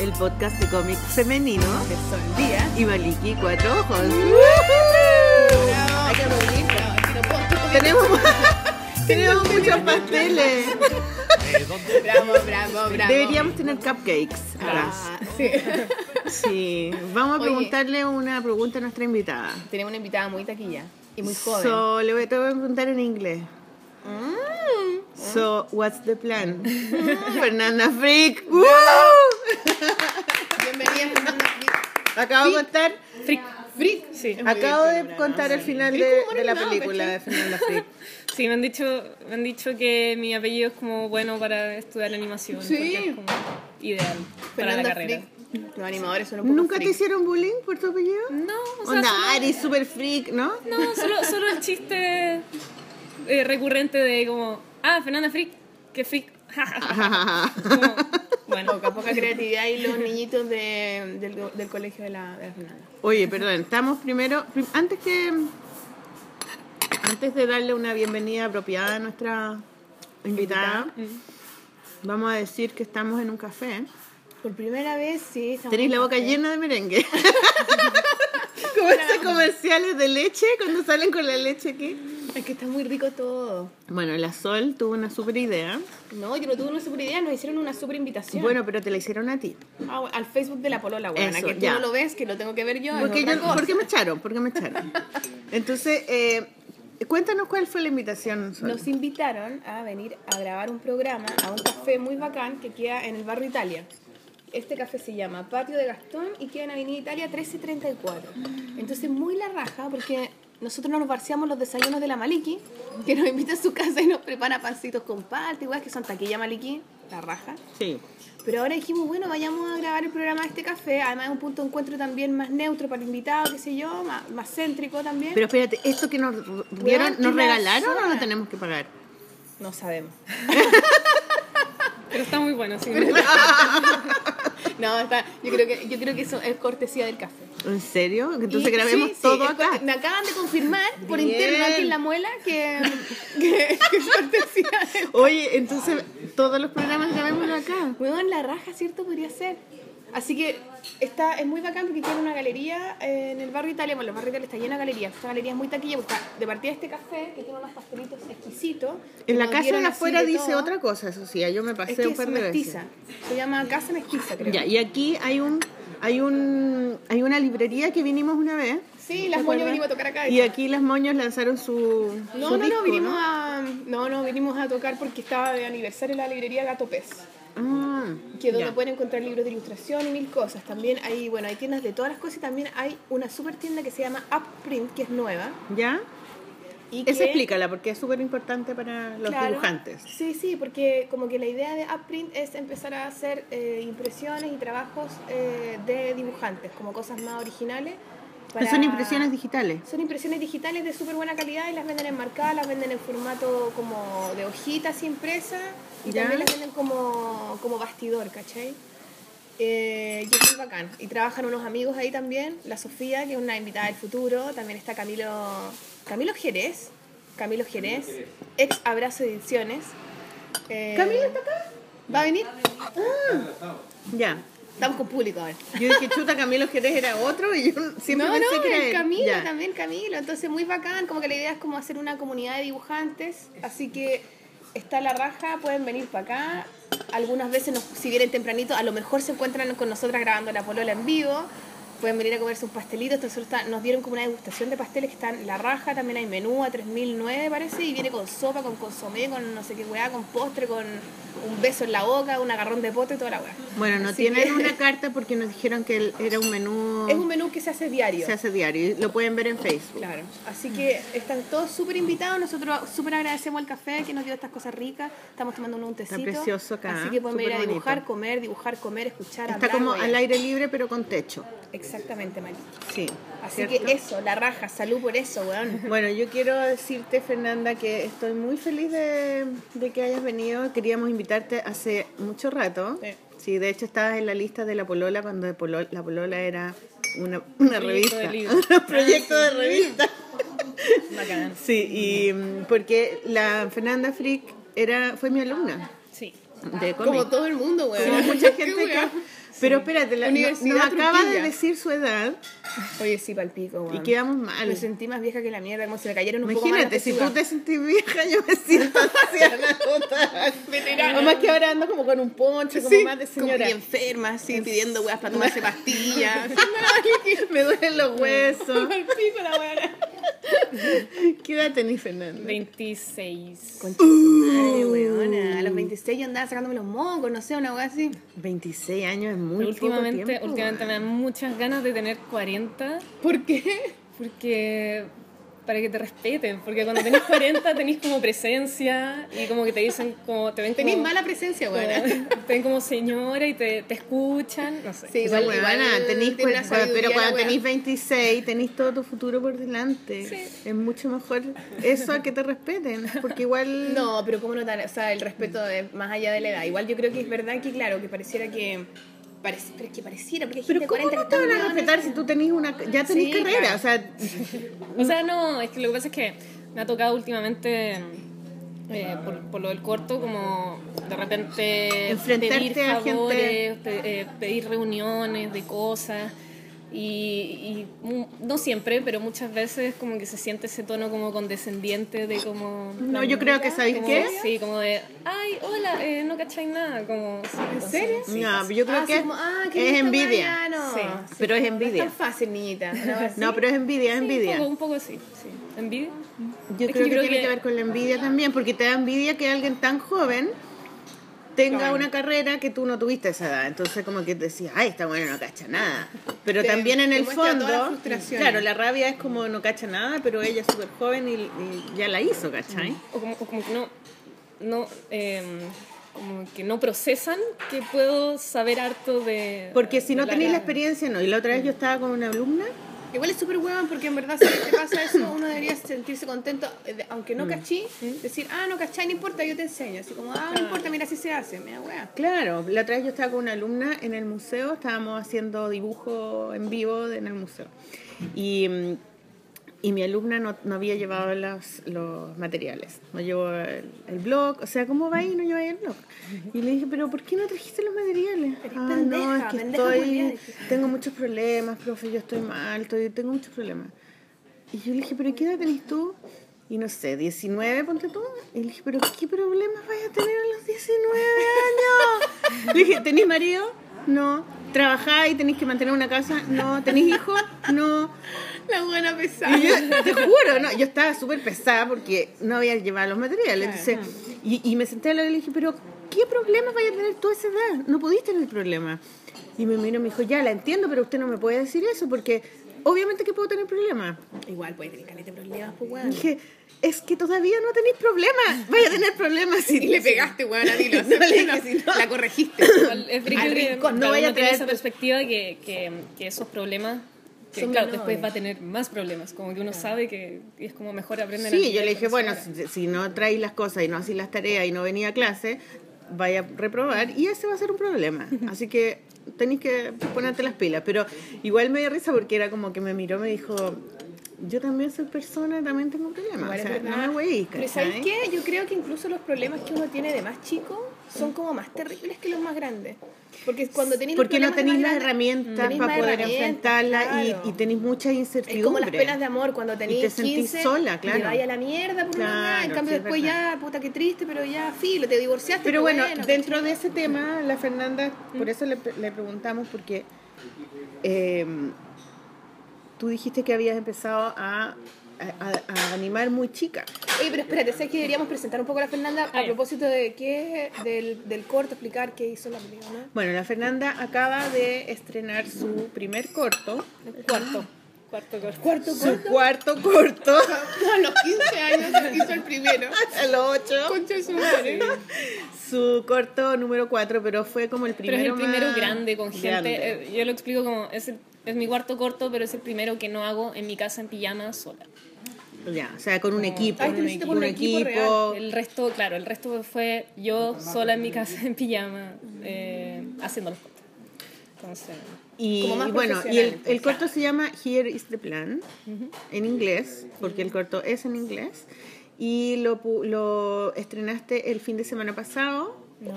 el podcast de cómic femenino de Sol Díaz. y Maliki Cuatro Ojos. Hay que aplaudir, no, es que no puedo, estoy comiendo. Tenemos, tenemos muchos pasteles. Eh, ¿Dónde? Bravo, bravo, bravo. Deberíamos tener cupcakes. acá. Ah, sí. Sí, vamos a Oye. preguntarle una pregunta a nuestra invitada. Tenemos una invitada muy taquilla y muy joven. So, le voy, te voy a preguntar en inglés. Mm. So, what's the plan? Fernanda Freak. Woo! Bienvenida, Fernanda. Frick. Acabo de contar, Frick. Frick. Sí. Es muy acabo divertido, de ¿no? contar el final Frick de, humor de la animado, película ¿cachai? de Fernanda Freak. Sí, me han dicho, me han dicho que mi apellido es como bueno para estudiar animación. Sí. porque es como ideal para la Fernanda carrera. Frick. Los animadores son un poco ¿Nunca te freak. hicieron bullying por tu apellido? No, o sea, Onda, solo- Ari, super freak, ¿no? no, solo, solo el chiste eh, recurrente de como, ah, Fernanda Frick, qué Frick. Como, bueno, Poca, poca creatividad y los niñitos de- del, del colegio de la, de la Fernanda. Oye, perdón, estamos primero, prim- antes que antes de darle una bienvenida apropiada a nuestra invitada, vamos a decir que estamos en un café. Por primera vez, sí. estamos Tenéis la boca en- llena de merengue. Como esos comerciales de leche cuando salen con la leche aquí. Es que está muy rico todo. Bueno, la Sol tuvo una super idea. No, yo no tuve una super idea, nos hicieron una super invitación. Bueno, pero te la hicieron a ti. Ah, bueno, al Facebook de la Polola, buena, Eso, que tú ya. no lo ves, que lo tengo que ver yo. es Porque, otra yo- cosa. ¿por qué me echaron? ¿Por qué me echaron? Entonces, eh, cuéntanos cuál fue la invitación. Sol. Nos invitaron a venir a grabar un programa a un café muy bacán que queda en el barrio Italia. Este café se llama Patio de Gastón y queda en Avenida Italia 1334. Entonces, muy la raja porque nosotros no nos parciamos los desayunos de la Maliki, que nos invita a su casa y nos prepara pancitos con palta, igual que son taquilla Maliki, la raja. Sí. Pero ahora dijimos, bueno, vayamos a grabar el programa de este café. Además, es un punto de encuentro también más neutro para el invitado, qué sé yo, más, más céntrico también. Pero espérate, ¿esto que nos dieron, que nos la regalaron o lo zona. tenemos que pagar? no sabemos. pero está muy bueno. Sí, No, está, yo creo que yo creo que eso es cortesía del café. ¿En serio? Entonces Y- grabemos sí, sí, todo es corte- acá. Me acaban de confirmar por Bien. interno aquí en la muela que, que, que es cortesía del Oye, entonces todos los programas grabémoslo acá. Weón, la raja, ¿cierto? Podría ser. Así que está, es muy bacán porque tiene una galería eh, en el barrio Italia. Bueno, el barrio Italia está llena de galerías. Esta galería es muy taquilla porque está de partida este café que tiene unos pastelitos exquisitos. que En la nos casa dieron de así afuera de dice todo. otra cosa, eso sí, yo me pasé Es que un es par de mestiza. Se llama Casa Mestiza, creo. veces. Ya, y aquí hay un hay un hay una librería que vinimos una vez. Sí, ¿te las moños acuerdas? vinimos a tocar acá. Y aquí las moños lanzaron su No, su no, disco, no, vinimos a. No, no, vinimos a tocar porque estaba de aniversario la librería Gato Pez, Ah, que es donde ya. pueden encontrar libros de ilustración y mil cosas. También hay, bueno, hay tiendas de todas las cosas y también hay una super tienda que se llama Upprint, que es nueva. ¿Ya? Y Eso que- explícala porque es súper importante para los claro, dibujantes. Sí, sí, porque como que la idea de Upprint es empezar a hacer eh, impresiones y trabajos eh, de dibujantes, como cosas más originales. para- Son impresiones digitales. Son impresiones digitales de súper buena calidad y las venden enmarcadas, las venden en formato como de hojitas impresas y Ya. también las venden como, como bastidor, ¿cachai? Eh, y es muy bacán. Y trabajan unos amigos ahí también, la Sofía, que es una invitada del futuro, también está Camilo, Camilo Jerez, Camilo Jerez, ex Abrazo Ediciones. Eh, ¿Camilo está acá? ¿Va a venir? Ya. Estamos con público ahora. Yo dije, chuta, Camilo Jerez era otro y yo siempre no, pensé no, que era el él. Camilo Ya. también, Camilo. Entonces, muy bacán. Como que la idea es como hacer una comunidad de dibujantes. Así que está la raja, pueden venir para acá. Algunas veces, nos, si vienen tempranito, a lo mejor se encuentran con nosotras grabando la polola en vivo. Pueden venir a comerse un pastelito. Entonces, nosotros está- nos dieron como una degustación de pasteles que están la raja. También hay menú a 3009, parece. Y viene con sopa, con consomé, con no sé qué weá, con postre, con un beso en la boca, un agarrón de pote, toda la weá. Bueno, no Así tienen que- una carta porque nos dijeron que el- era un menú, Es un menú que se hace diario. se hace diario. y Lo pueden ver en Facebook. Claro, así que están todos súper invitados. Nosotros súper agradecemos al café que nos dio estas cosas ricas. Estamos tomando un tecito. precioso acá, Así que pueden súper venir a dibujar, bonito. comer, dibujar, comer, escuchar, Está hablar, como hueá. al aire libre pero con techo. Exactamente, Mali. Sí. Así ¿cierto? que eso, la raja, salud por eso, weón. Bueno, yo quiero decirte, Fernanda, que estoy muy feliz de, de que hayas venido. Queríamos invitarte hace mucho rato. Sí. Sí, de hecho estabas en la lista de La Polola cuando de Polo- La Polola era una, una Proyecto de revista. libro. un proyecto Ah, de revista. bacán. Sí, y mm, porque la Fernanda Frick era, fue mi alumna Sí. de cómic. Como todo el mundo, weón. Como mucha Qué gente que, weón. Pero espérate, la, no- nos Universidad acaba de Trujillo. decir su edad Oye, sí, palpico, weón. y quedamos mal. Me sentí más vieja que la mierda, como se me cayeron un poco más Imagínate, las si tú pechugas. te sentís vieja, yo me siento anciana total. Veterana. Además que ahora ando como con un poncho, como Sí, más de como señora. y enferma, así, pidiendo weas para tomarse pastillas. me duelen los huesos. palpico la weá. ¿Qué edad tenés, Fernanda? 26. Ay, weona, a Mm. los 26 yo andaba sacándome los mocos, no sé, una weá así. 26 años es muy últimamente, poco tiempo, últimamente me weón. dan muchas ganas de tener 40 ¿Por qué? porque para que te respeten, porque cuando tenés 40 tenés como presencia y como que te dicen como te ven Tenís como, mala presencia, como- weona. te ven como señora y te, te escuchan, no sé. Sí, Esa igual, weona, igual tenís tiene una cuarenta, sabiduría pero la cuando wea. tenís 26 tenés todo tu futuro por delante. Es mucho mejor eso a que te respeten, porque igual No, pero cómo no tan, o sea, el respeto de, más allá de la edad. Igual yo creo que es verdad que claro, que pareciera que parece, pero es que pareciera, porque hay gente Pero de ¿cómo 40 no que te está van a weona. respetar si tú tenés una... Ya tenés Sí, carrera, claro. o sea... O sea, no, es que lo que pasa es que me ha tocado últimamente, eh, por, por lo del corto, como de repente Enfrentarte pedir a gente. favores, pe- eh, pedir reuniones de cosas. Y, y mu- no siempre, pero muchas veces como que se siente ese tono como condescendiente de como... No, yo creo que, ¿sabéis como- qué? Sí, como de, ay, hola, eh, no cacháis nada, como... pues ¿En serio? No, yo Ah, creo que sí, es, como, ah, qué es lindo, envidia. weona, no. Sí. Sí, Pero es No es envidia. tan fácil, niñita. una wea No, así. pero es envidia, es Un envidia. poco, un poco sí, sí. ¿Envidia? Yo creo Es que que, yo creo tiene que- que ver con la envidia también, porque te da envidia que alguien tan joven tenga Claro. una carrera que tú no tuviste a esa edad. Entonces como que decías, ay, esta buena no cacha nada. Pero Te- también en te el muestra fondo, todas las frustraciones. claro, la rabia es como no cacha nada, pero ella es súper joven y, y ya la hizo, ¿cachai? o como, o como que no, no em, como que no procesan que puedo saber harto de Porque si no de tenéis la experiencia, no. Y la otra vez yo estaba con una alumna Igual es súper huevón porque en verdad si te pasa eso, uno debería sentirse contento, eh, de- aunque no cachí, decir, ah, no cachai, no importa, yo te enseño. Así como, ah, no importa, mira, así se hace, mira, wea. Claro, la otra vez yo estaba con una alumna en el museo, estábamos haciendo dibujo en vivo de- en el museo. Y, mm, y mi alumna no, no había llevado los, los materiales, no llevó el, el blog, o sea, ¿cómo va ahí? No lleva el blog. Y le dije, pero ¿por qué no trajiste los materiales? Eres Ah, no, pendeja, es que pendeja culiá", estoy, dije. tengo muchos problemas, profe, yo estoy mal, estoy, tengo muchos problemas. Y yo le dije, ¿pero qué edad tenés tú? Y no sé, 19, ponte tú. Y le dije, ¿pero qué problemas vas a tener a los 19 años? Le dije, ¿tenés marido? No. ¿Trabajáis? ¿Tenéis que mantener una casa? No. ¿Tenés hijos? No. La buena pesada. Y yo, te juro, no, yo estaba súper pesada porque no había llevado los materiales. Entonces, y, y me senté a la hora y le dije, pero ¿qué problemas vaya a tener tú a esa edad? No pudiste tener problemas. Y me miró y me dijo, ya la entiendo, pero usted no me puede decir eso porque obviamente que puedo tener problemas. Igual puede tener caleta de problemas, pues weón. Dije, es que todavía no tenéis problemas. Vaya a tener problemas si Y le pegaste, weón, a Dilo. No, le dije, así, no. La corregiste. Igual es brillo Al que rincón, no cada vaya uno a tiene traer esa tus- perspectiva que, que, que esos problemas que, Son claro menores. después va a tener más problemas como que uno sabe que y es como mejor aprender Sí, yo le dije, bueno, si, si no traes las cosas y no haces las tareas y no venía a clase, vaya a reprobar y ese va a ser un problema. Así que tenéis que ponerte las pilas. Pero igual me dio risa porque era como que me miró, me dijo, yo también soy persona, también tengo problemas. Igual o es sea, no verdad. me güeyes, Pero ¿cachai? ¿sabes qué? Yo creo que incluso los problemas que uno tiene de más chico son como más terribles que los más grandes. Porque cuando tenéis los Porque no problemas de tenéis más las grandes, herramientas tenéis para Mm. más poder herramientas, enfrentarla claro. y, y tenéis mucha incertidumbre. Es como las penas de amor cuando tenéis Y te sentís 15, sola, claro. Te vaya a la mierda por una Claro, weá, En cambio, sí, es después verdad. ya, puta, qué triste, pero ya, filo, te divorciaste. Pero qué bueno, dentro ¿cachai? de ese tema, la Fernanda, Mm. por eso le, pre- le preguntamos, porque eh, tú dijiste que habías empezado a, a- a- a animar muy chica. Oye, pero espérate, ¿sabes que deberíamos presentar un poco a la Fernanda Ah, a ya. propósito de qué? Del, del corto, explicar qué hizo la película, ¿no? Bueno, la Fernanda acaba de estrenar su primer corto, cuarto cuarto cuarto Cuarto su cuarto corto, A los 15 años hizo el primero. a los ocho, Concha de su madre. su corto número cuatro, pero fue como el pero primero es el primero más grande con gente grande. eh, yo lo explico como es, el- es mi cuarto corto pero es el primero que no hago en mi casa en pijama sola Ya, o sea, con un equipo, Ay, te necesito por un equipo real. El resto, claro, el resto fue yo sola en mi casa en pijama eh, haciendo los cortes. Entonces, Y Como más bueno, y el, profesional, el corto se llama Here is the Plan, en inglés, porque el corto es en inglés. Y lo, pu- lo estrenaste el fin de semana pasado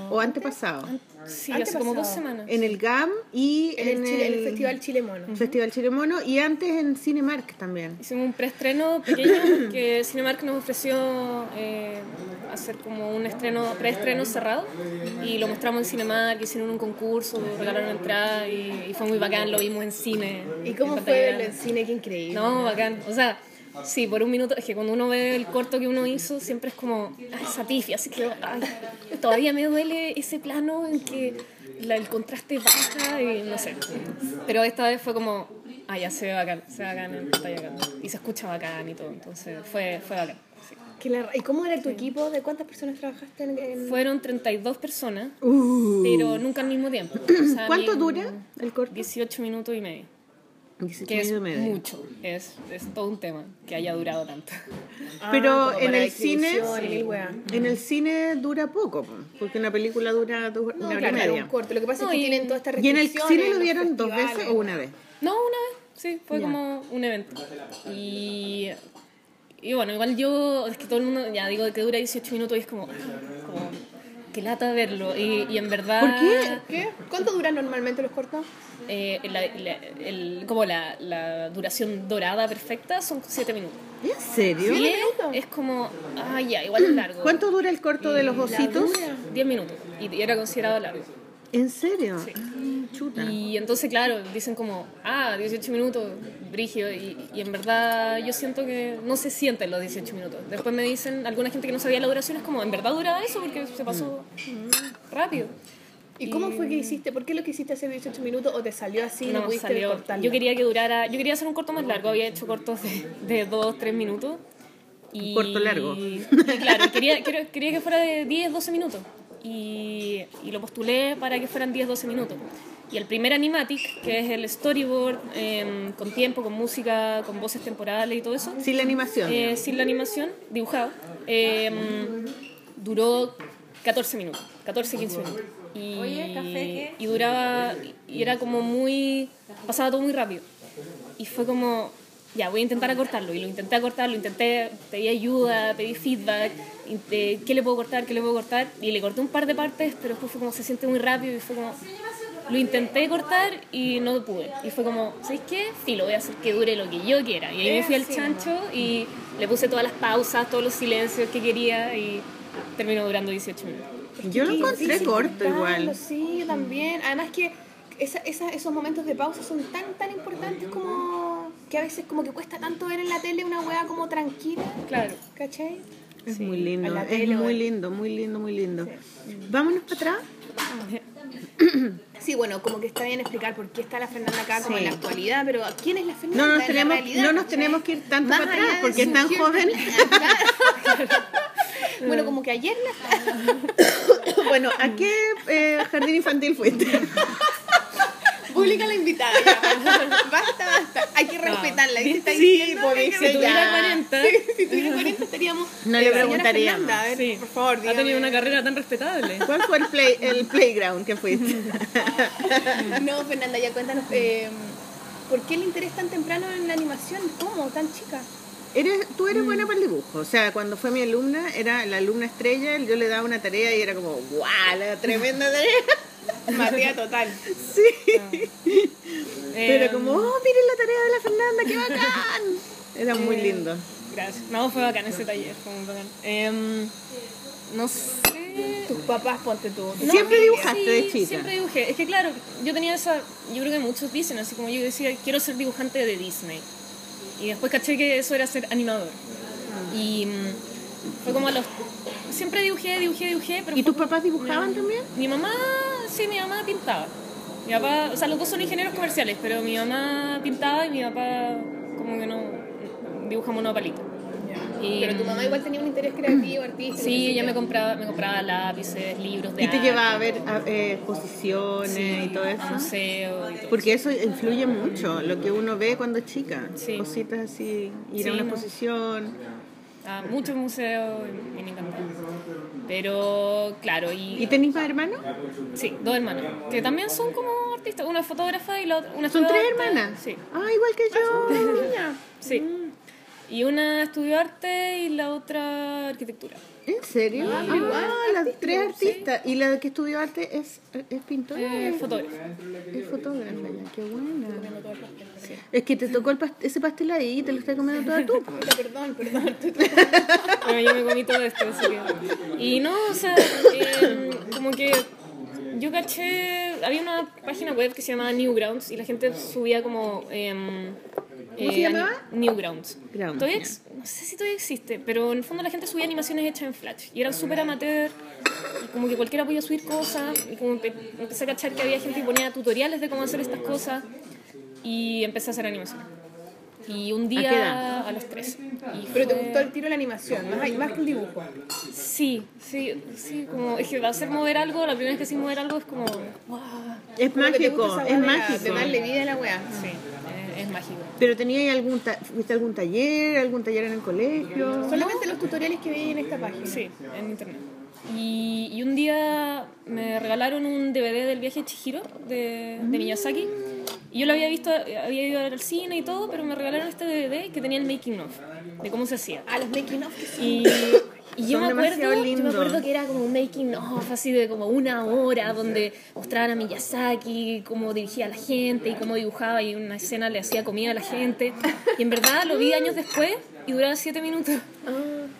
o antepasado. Sí, hace como Antepasado. dos semanas. En el GAM y En el, Chile- en el Festival Chile Mono. Festival Chile Mono y antes en Cinemark también. Hicimos un preestreno pequeño que Cinemark nos ofreció eh, hacer como un estreno preestreno cerrado y lo mostramos en Cinemark, hicieron un concurso, regalaron entrada y, y fue muy bacán, lo vimos en cine. ¿Y cómo en fue pantalla verlo en grande. cine? Qué increíble. No, bacán. O sea, sí, por un minuto, es que cuando uno ve el corto que uno hizo, siempre es como, ay, esa pifia, así que, ay, todavía me duele ese plano en que la- el contraste baja y no sé. Pero esta vez fue como, ay, ya se ve bacán, se ve bacán en pantalla grande. Y se escucha bacán y todo, entonces fue, fue bacán. sí. Qué la- ¿Y cómo era tu equipo? ¿De cuántas personas trabajaste en, en- Fueron 32 personas, Uh. pero nunca al mismo tiempo. O sea, ¿Cuánto mi- dura el corto? 18 minutos y medio. 18 Que es minutos y medio. mucho, es, es todo un tema que haya durado tanto. Ah, Pero como en para el exhibición cine- y mil weas. En el cine dura poco, po, porque una película dura dos- No, una hora claro, y era media. un corto. Lo que pasa No, es que y- tienen todas estas Y en el restricciones, cine lo los dieron dos festivales. veces o una vez. No, una vez, sí, fue Ya. como un evento. Y, y bueno, igual yo, es que todo el mundo, ya digo que dura 18 minutos y es como, ah, como que lata verlo. Y, y en verdad... ¿Por qué? ¿Qué? ¿Cuánto duran normalmente los cortos? eh, la- la- el- como la, la duración dorada perfecta son 7 minutos. ¿En serio? Y es, minutos? es como, ah, ya, igual es largo. ¿Cuánto dura el corto Eh, de los ositos? 10 minutos. Y era considerado largo. ¿En serio? Sí. Ah, Chuta. Y entonces, claro, dicen como, ah, 18 minutos, brígido. Y, y en verdad yo siento que no se sienten los 18 minutos. Después me dicen, alguna gente que no sabía la duración es como, ¿en verdad duraba eso? Porque se pasó mm, rápido. ¿Y cómo fue que hiciste? ¿Por qué lo que hiciste hace 18 minutos o te salió así y no, Eh, No, pudiste salió- cortarlo? Yo quería que durara, yo quería hacer un corto más largo, había hecho cortos de 2, 3 minutos. Y, corto largo. y claro, quería, quería, quería que fuera de 10, 12 minutos. Y, y lo postulé para que fueran 10, 12 minutos. Y el primer animatic, que es el storyboard, em, con tiempo, con música, con voces temporales y todo eso, Sin la animación. eh, sin la animación, dibujado, em, duró 14 minutos, 14, 15 minutos. Y, Oye, café, ¿qué? y duraba, y era como muy, pasaba todo muy rápido. Y fue como, ya, voy a intentar acortarlo. Y lo intenté acortar, lo intenté, pedí ayuda, pedí feedback, y te- qué le puedo cortar, qué le puedo cortar. Y le corté un par de partes, pero después fue como, se siente muy rápido y fue como, lo intenté cortar y no pude. Y fue como, ¿sabéis qué? Sí, lo voy a hacer que dure lo que yo quiera. Y ahí me fui al chancho y le puse todas las pausas, todos los silencios que quería y terminó durando 18 minutos. Yo lo Qué encontré difícil corto cortarlo, igual. Sí, también. Además que esa- esa- esos momentos de pausa son tan, tan importantes como que a veces como que cuesta tanto ver en la tele una wea como tranquila. Claro. ¿Cachai? Es Sí, muy lindo, a la es tele, muy bueno. lindo, muy lindo, muy lindo. Vámonos para atrás. Sí, bueno, como que está bien explicar por qué está la Fernanda acá como Sí. en la actualidad, pero ¿quién es la Fernanda? No en nos la tenemos, realidad, no nos ¿cachai? tenemos que ir tanto Más para allá atrás de porque es tan surgir- joven. Ah, bueno, como que ayer la... bueno, ¿a qué eh, jardín infantil fuiste? Pública la invitada. ya. Basta, basta. Hay que respetarla. Si está Sí, diciendo, pues, hay que si Si Ya. tuviera respetarla. 40, Si tuviera 40 estaríamos... No le eh, señora preguntaríamos. Fernanda, a ver, Sí. por favor, ha tenido dígame. una carrera tan respetable. ¿Cuál fue el, play- el playground que fuiste? No, Fernanda, ya cuéntanos, eh, ¿por qué el interés tan temprano en la animación? ¿Cómo? ¿Tan chica? Eres, tú eres buena para el dibujo. O sea, cuando fue mi alumna, era la alumna estrella, yo le daba una tarea y era como, ¡guau! La tremenda tarea. Matea total. Pero Eh, era como, ¡oh, miren la tarea de la Fernanda! ¡Qué bacán! Era muy lindo. Gracias. No, fue bacán ese taller, fue muy bacán. Em, no sé. Tus papás, ponte tú. No, ¿Siempre sí, dibujaste de sí, chica? Siempre dibujé. Es que claro, yo tenía esa, yo creo que muchos dicen, así como yo decía, quiero ser dibujante de Disney. Y después caché que eso era ser animador. Y mm, fue como a los... Siempre dibujé, dibujé, dibujé, pero... ¿Y fue tus papás dibujaban Mi- también? Mi mamá, sí, mi mamá pintaba. Mi papá, o sea, los dos son ingenieros comerciales, pero mi mamá pintaba y mi papá como que no dibuja monopalito. Y, Pero tu mamá igual tenía un interés creativo, artístico. Sí, qué sé ella me yo. compraba, me compraba lápices, libros de ¿Y te arte, llevaba a ver a- eh, exposiciones sí, y todo a eso? museos y todo. Porque eso influye mucho, lo que uno ve cuando es chica. Sí. Cositas así, ir Sí, a una ¿no? exposición. A muchos museos Ah, y me encantaba. Pero, claro, y... ¿Y tenés más hermanos? Sí, dos hermanas, que también son como artistas, una es fotógrafa y la otra... Una ¿Son tres estudiante. hermanas? Mm. Sí. Ah, igual que yo. Sí. Y una estudió arte y la otra arquitectura. ¿En serio? Ah, pero igual, las tres artistas. Y la que estudió arte es, es pintora. Eh, fotógrafa. Es fotógrafa, ya, qué buena. Es que te tocó el past- ese pastel ahí y te lo estás comiendo toda tú. po. Puta, Perdón, perdón. estoy- Bueno, yo me comí todo esto, así que- Y no, o sea, eh, como que yo caché, había una página web que se llamaba Newgrounds y la gente subía como... em, eh, se llamaba? ani- Newgrounds. Grounds, Todavía ex- no sé si todavía existe, pero en el fondo la gente subía animaciones hechas en Flash y eran súper amateur y como que cualquiera podía subir cosas y como empe- empecé a cachar que había gente que ponía tutoriales de cómo hacer estas cosas y empecé a hacer animaciones. Y un qué día edad? a, los tres. Y Pero te fue- gustó el tiro de la animación, más, más que el dibujo. Sí, sí, sí, como es que va a ser mover algo, la primera vez que sí mover algo es como, wow, Es Como que te mágico, gusta esa weá es de la- De mágico. darle vida a la weá. sí, es, es mágico. Pero tenía ahí algún, ta- fuiste a algún taller, algún taller en el colegio. Solamente los tutoriales que veis en esta página. Sí, en internet. Y, y un día me regalaron un DVD del viaje a Chihiro de, de Miyazaki. Y yo lo había visto, había ido al cine y todo, pero me regalaron este DVD que tenía el making of, de cómo se hacía. A los making of que sí. Y, y yo, Son me demasiado acuerdo, yo me lindos. acuerdo que era como un making of, así de como una hora, donde mostraban a Miyazaki, cómo dirigía a la gente y cómo dibujaba y una escena le hacía comida a la gente. Y en verdad lo vi años después y duraba siete minutos. Ah.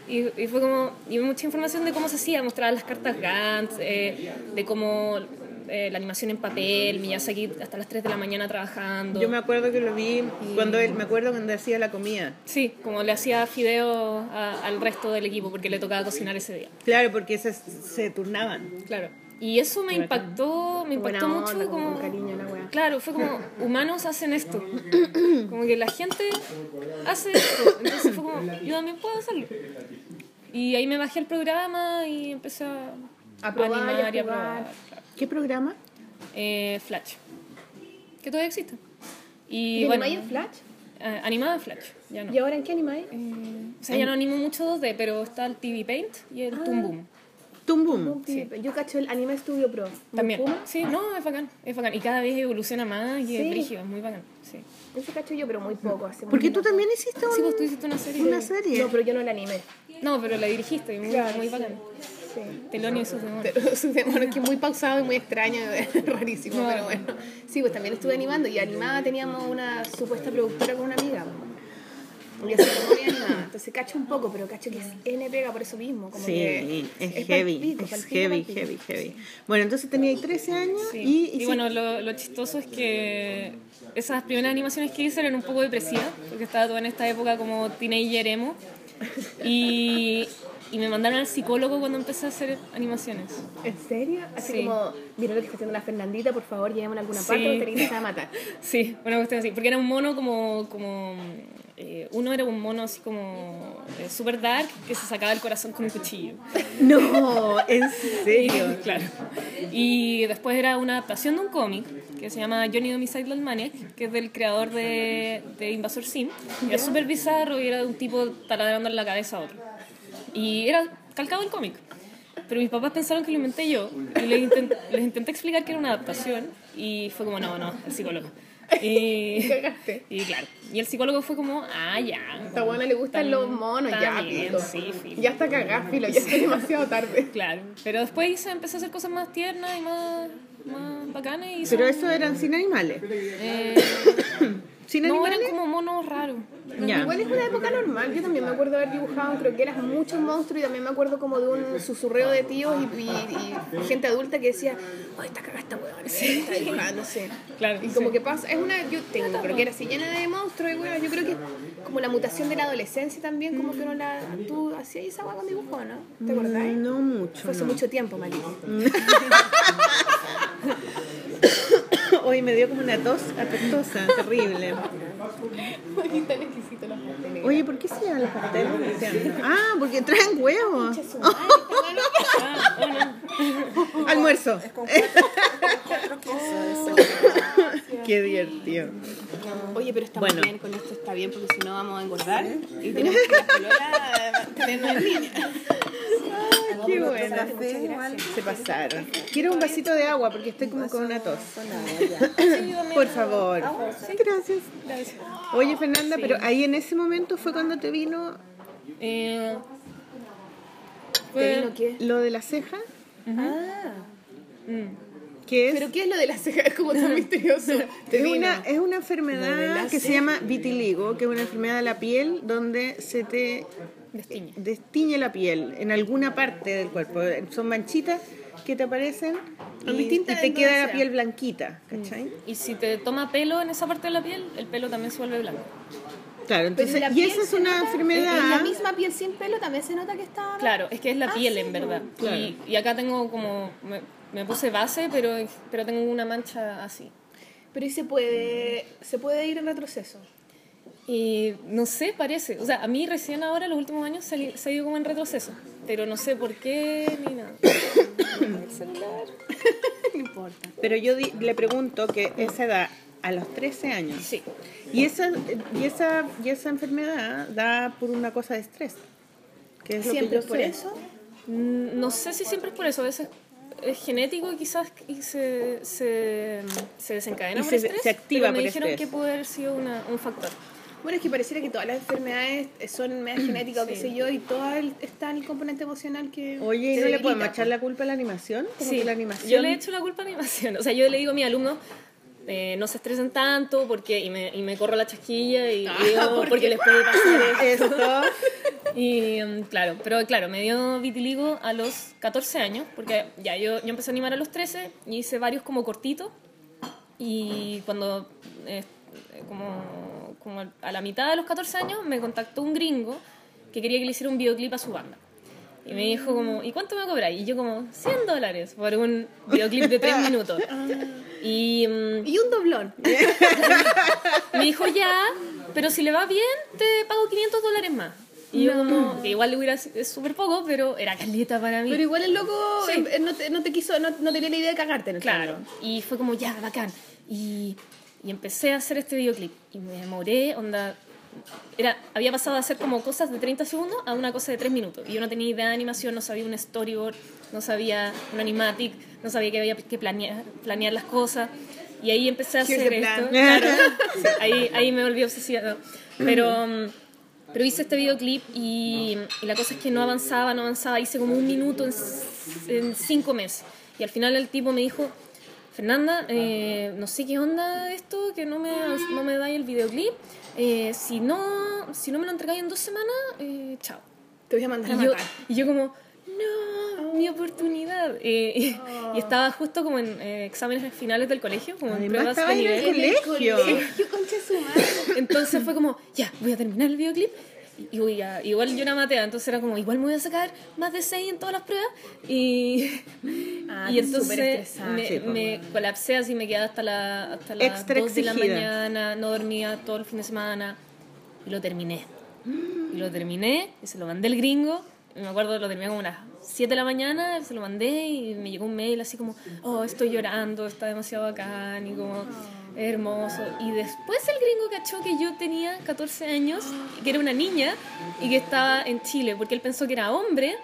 Y, y fue como, y vi mucha información de cómo se hacía, mostraban las cartas Gantt, eh, de cómo eh, la animación en papel, Miyazaki hasta las 3 de la mañana trabajando. Yo me acuerdo que lo vi cuando él, me acuerdo cuando hacía la comida. Sí, como le hacía fideo a- al resto del equipo porque le tocaba cocinar ese día. Claro, porque esas se turnaban. Claro. Y eso me impactó, me impactó buena mucho onda, como como... con cariño la weá. Claro, fue como, humanos hacen esto. como que la gente hace esto. Entonces fue como, yo también puedo hacerlo. Y ahí me bajé el programa y empecé a, A probar y a animar jugar. claro. ¿Qué programa? Eh, Flash. Que todavía existe. Y ¿Y bueno, animáis en Flash? eh, animada en Flash, ya no. ¿Y ahora en qué animáis? O sea, ya no animo mucho 2D, pero está el TV Paint y Ah. el Toon Boom. Tum Boom. Sí, Yo cacho el Anime Studio Pro. También. Kuma. Sí, no, es bacán, es bacán. Y cada vez evoluciona más y es Sí. brígido, es muy bacán. Sí. Ese cacho yo, pero muy poco. Hace muy Porque tú poco. también hiciste un- Sí, pues tú hiciste una serie. una serie. No, pero yo no el animé. No, pero la dirigiste, y muy, Claro, muy sí. bacán. Sí. Telón y sus demonios. Pero su demonio que es muy pausado y muy extraño, rarísimo, pero bueno. Sí, pues también estuve animando y animada teníamos una supuesta productora con una amiga. Y hacía muy animada. Entonces cacho un poco, pero cacho que es N pega por eso mismo. Como Sí, que es heavy, palpito, es palpito, heavy, palpito. heavy, heavy. Bueno, entonces tenía 13 años Sí. y, Y, hice- bueno, lo, lo chistoso es que esas primeras animaciones que hice eran un poco depresivas, porque estaba toda en esta época como teenager emo. Y, y me mandaron al psicólogo cuando empecé a hacer animaciones. ¿En serio? Así Sí. como, mira lo que está haciendo la Fernandita, por favor, llévenme a alguna Sí. parte, porque te a matar. Sí, una cuestión así, porque era un mono como... como eh, uno era un mono así como eh, super dark que se sacaba el corazón con un cuchillo. No, en Y, serio. claro. Y después era una adaptación de un cómic que se llama Johnny Homicide Land Maniac, que es del creador de, de Invasor Sim. Era súper bizarro y era de un tipo taladrando en la cabeza a otro. Y era calcado el cómic. Pero mis papás pensaron que lo inventé yo y les, inten- les intenté explicar que era una adaptación y fue como, no, no, el psicólogo. Y, Cagaste. y claro, y el psicólogo fue como, ah, ya. A esta buena le gustan los monos, está ya, bien, filo. sí, filo. Ya está cagá, filo, ya está demasiado tarde. Claro, pero después hice, empecé a hacer cosas más tiernas y más, más bacanas. Y Pero son, eso eran sin animales. eh, Sin no, animales. eran como monos raros. Ya. Igual es una época normal, yo también me acuerdo haber dibujado en croqueras muchos monstruos y también me acuerdo como de un susurreo de tíos y, y- y gente adulta que decía, oh, está cagada esta weón, está dibujando, sí. Claro, Y como sí. que pasa, es una, yo tengo croqueras así llena de monstruos y weón, yo creo que es como la mutación de la adolescencia también, como que uno la, tú hacías esa weón con dibujo, ¿no? ¿Te acordás? No mucho. Fue hace no. mucho tiempo, Maliki. Hoy me dio como una tos apestosa, terrible. tan exquisito los pasteles. Oye, ¿por qué se llevan los pasteles? Me decían. Ah, porque traen huevos. Concha su madre, esta weá no- Ah, oh, no. Almuerzo. Qué divertido. Oye, pero está Bueno. muy bien, con esto está bien, porque si no vamos a engordar y tenemos que la polola tenernos en línea. Qué bueno. Se pasaron. Quiero un vasito de agua porque estoy como con una tos. Por favor. Gracias. Gracias. Oye, Fernanda, pero ahí en ese momento fue cuando te vino Eh, ¿Te Fue- vino qué? Lo de la ceja, Ah. Mm. que es, ¿Pero qué es lo de la ceja? Es como tan misterioso. es, Te vino. una, es una Lo de enfermedad la que se ceja. llama vitiligo, que es una enfermedad de la piel donde se te Destiña. destiñe la piel en alguna parte del cuerpo. Son manchitas que te aparecen Son y, distintas y en te donde queda la sea. piel blanquita, Mm. ¿cachai? Y si te toma pelo en esa parte de la piel, el pelo también se vuelve blanco. Claro, entonces, Pero la y piel esa es se una nota, enfermedad. en La misma piel sin pelo también se nota que está. Claro, es que es la Ah, piel sí, en verdad. claro. Y, y acá tengo como. Me, me puse base, pero, pero tengo una mancha así. Pero y se puede, se puede ir en retroceso. Y no sé, parece. O sea, a mí recién ahora, los últimos años, se, se ha ido como en retroceso. Pero no sé por qué ni nada. El celular. No importa. Pero yo di- le pregunto que esa edad, a los 13 años, Sí. y esa, y esa, y esa enfermedad da por una cosa de estrés. Que es lo que Siempre yo por sé. eso. Mm, No sé si siempre es por eso. A veces es genético quizás y se, se, se desencadena Y por se- estrés. se activa pero me por dijeron estrés. que puede haber sido una- un factor. Bueno, es que pareciera que todas las enfermedades son media genéticas o qué Sí. sé yo, y todo el- está el componente emocional que. Oye, que ¿y no le debilita, podemos po. echar la culpa a la animación? Como Sí, que la animación. Yo le he hecho la culpa a la animación. O sea, yo le digo a mis alumnos, eh, no se estresen tanto porque y me, y me corro la chasquilla y Ah, digo, ¿por porque qué? les puede pasar esto. Esto. Y mm, claro, pero claro, me dio vitiligo a los 14 años, porque ya yo, yo empecé a animar a los 13 y hice varios como cortitos. Y cuando, eh, como, como a la mitad de los 14 años, me contactó un gringo que quería que le hiciera un videoclip a su banda. Y me dijo como, ¿y cuánto me va a cobrar? Y yo como, 100 dólares por un videoclip de 3 minutos. Y mm, Y un doblón. me dijo, ya, pero si le va bien, te pago 500 dólares más. Y yo como, que igual le hubiera es súper poco, pero era caleta para mí. Pero igual el loco Sí. eh, no, te, no te quiso, no, no tenía la idea de cagarte en el claro. fondo. Y fue como, ya, bacán. Y, y empecé a hacer este videoclip. Y me demoré, onda... Era, había pasado a hacer como cosas de 30 segundos a una cosa de 3 minutos. Y yo no tenía idea de animación, no sabía un storyboard, no sabía un animatic, no sabía que había que planear, planear las cosas. Y ahí empecé a Here's hacer the plan. esto. Claro. Sí, ahí, ahí me volví obsesiva. Pero, mm, pero hice este videoclip y, y la cosa es que no avanzaba, no avanzaba. Hice como un minuto en, s- en cinco meses. Y al final el tipo me dijo, Fernanda, eh, no sé qué onda esto, que no me, no me dais el videoclip. Eh, si, no, si no me lo entregáis en dos semanas, eh, chao. Te voy a mandar a Y yo, matar. y yo como, no, mi oportunidad. Eh, y, y estaba justo como en eh, exámenes finales del colegio, como en Además, pruebas estaba de en nivel. el colegio. Yo concha su madre. Entonces fue como, ya, voy a terminar el videoclip. Y voy a- igual yo era matea, entonces era como, igual me voy a sacar más de 6 en todas las pruebas. Y, Ah, y estás súper entonces estresada. me, Sí, pues. me colapsé así, me quedé hasta, la, hasta las Extra 2 de la exigida. mañana, no dormía todo el fin de semana. Y lo terminé. Y lo terminé, y se lo mandé al gringo. y Me acuerdo, lo terminé como a las 7 de la mañana, se lo mandé y me llegó un mail así como, oh, estoy llorando, está demasiado bacán y como, "Es hermoso. Y después el gringo cachó que yo tenía 14 años, y que era una niña y que estaba en Chile, porque él pensó que era hombre.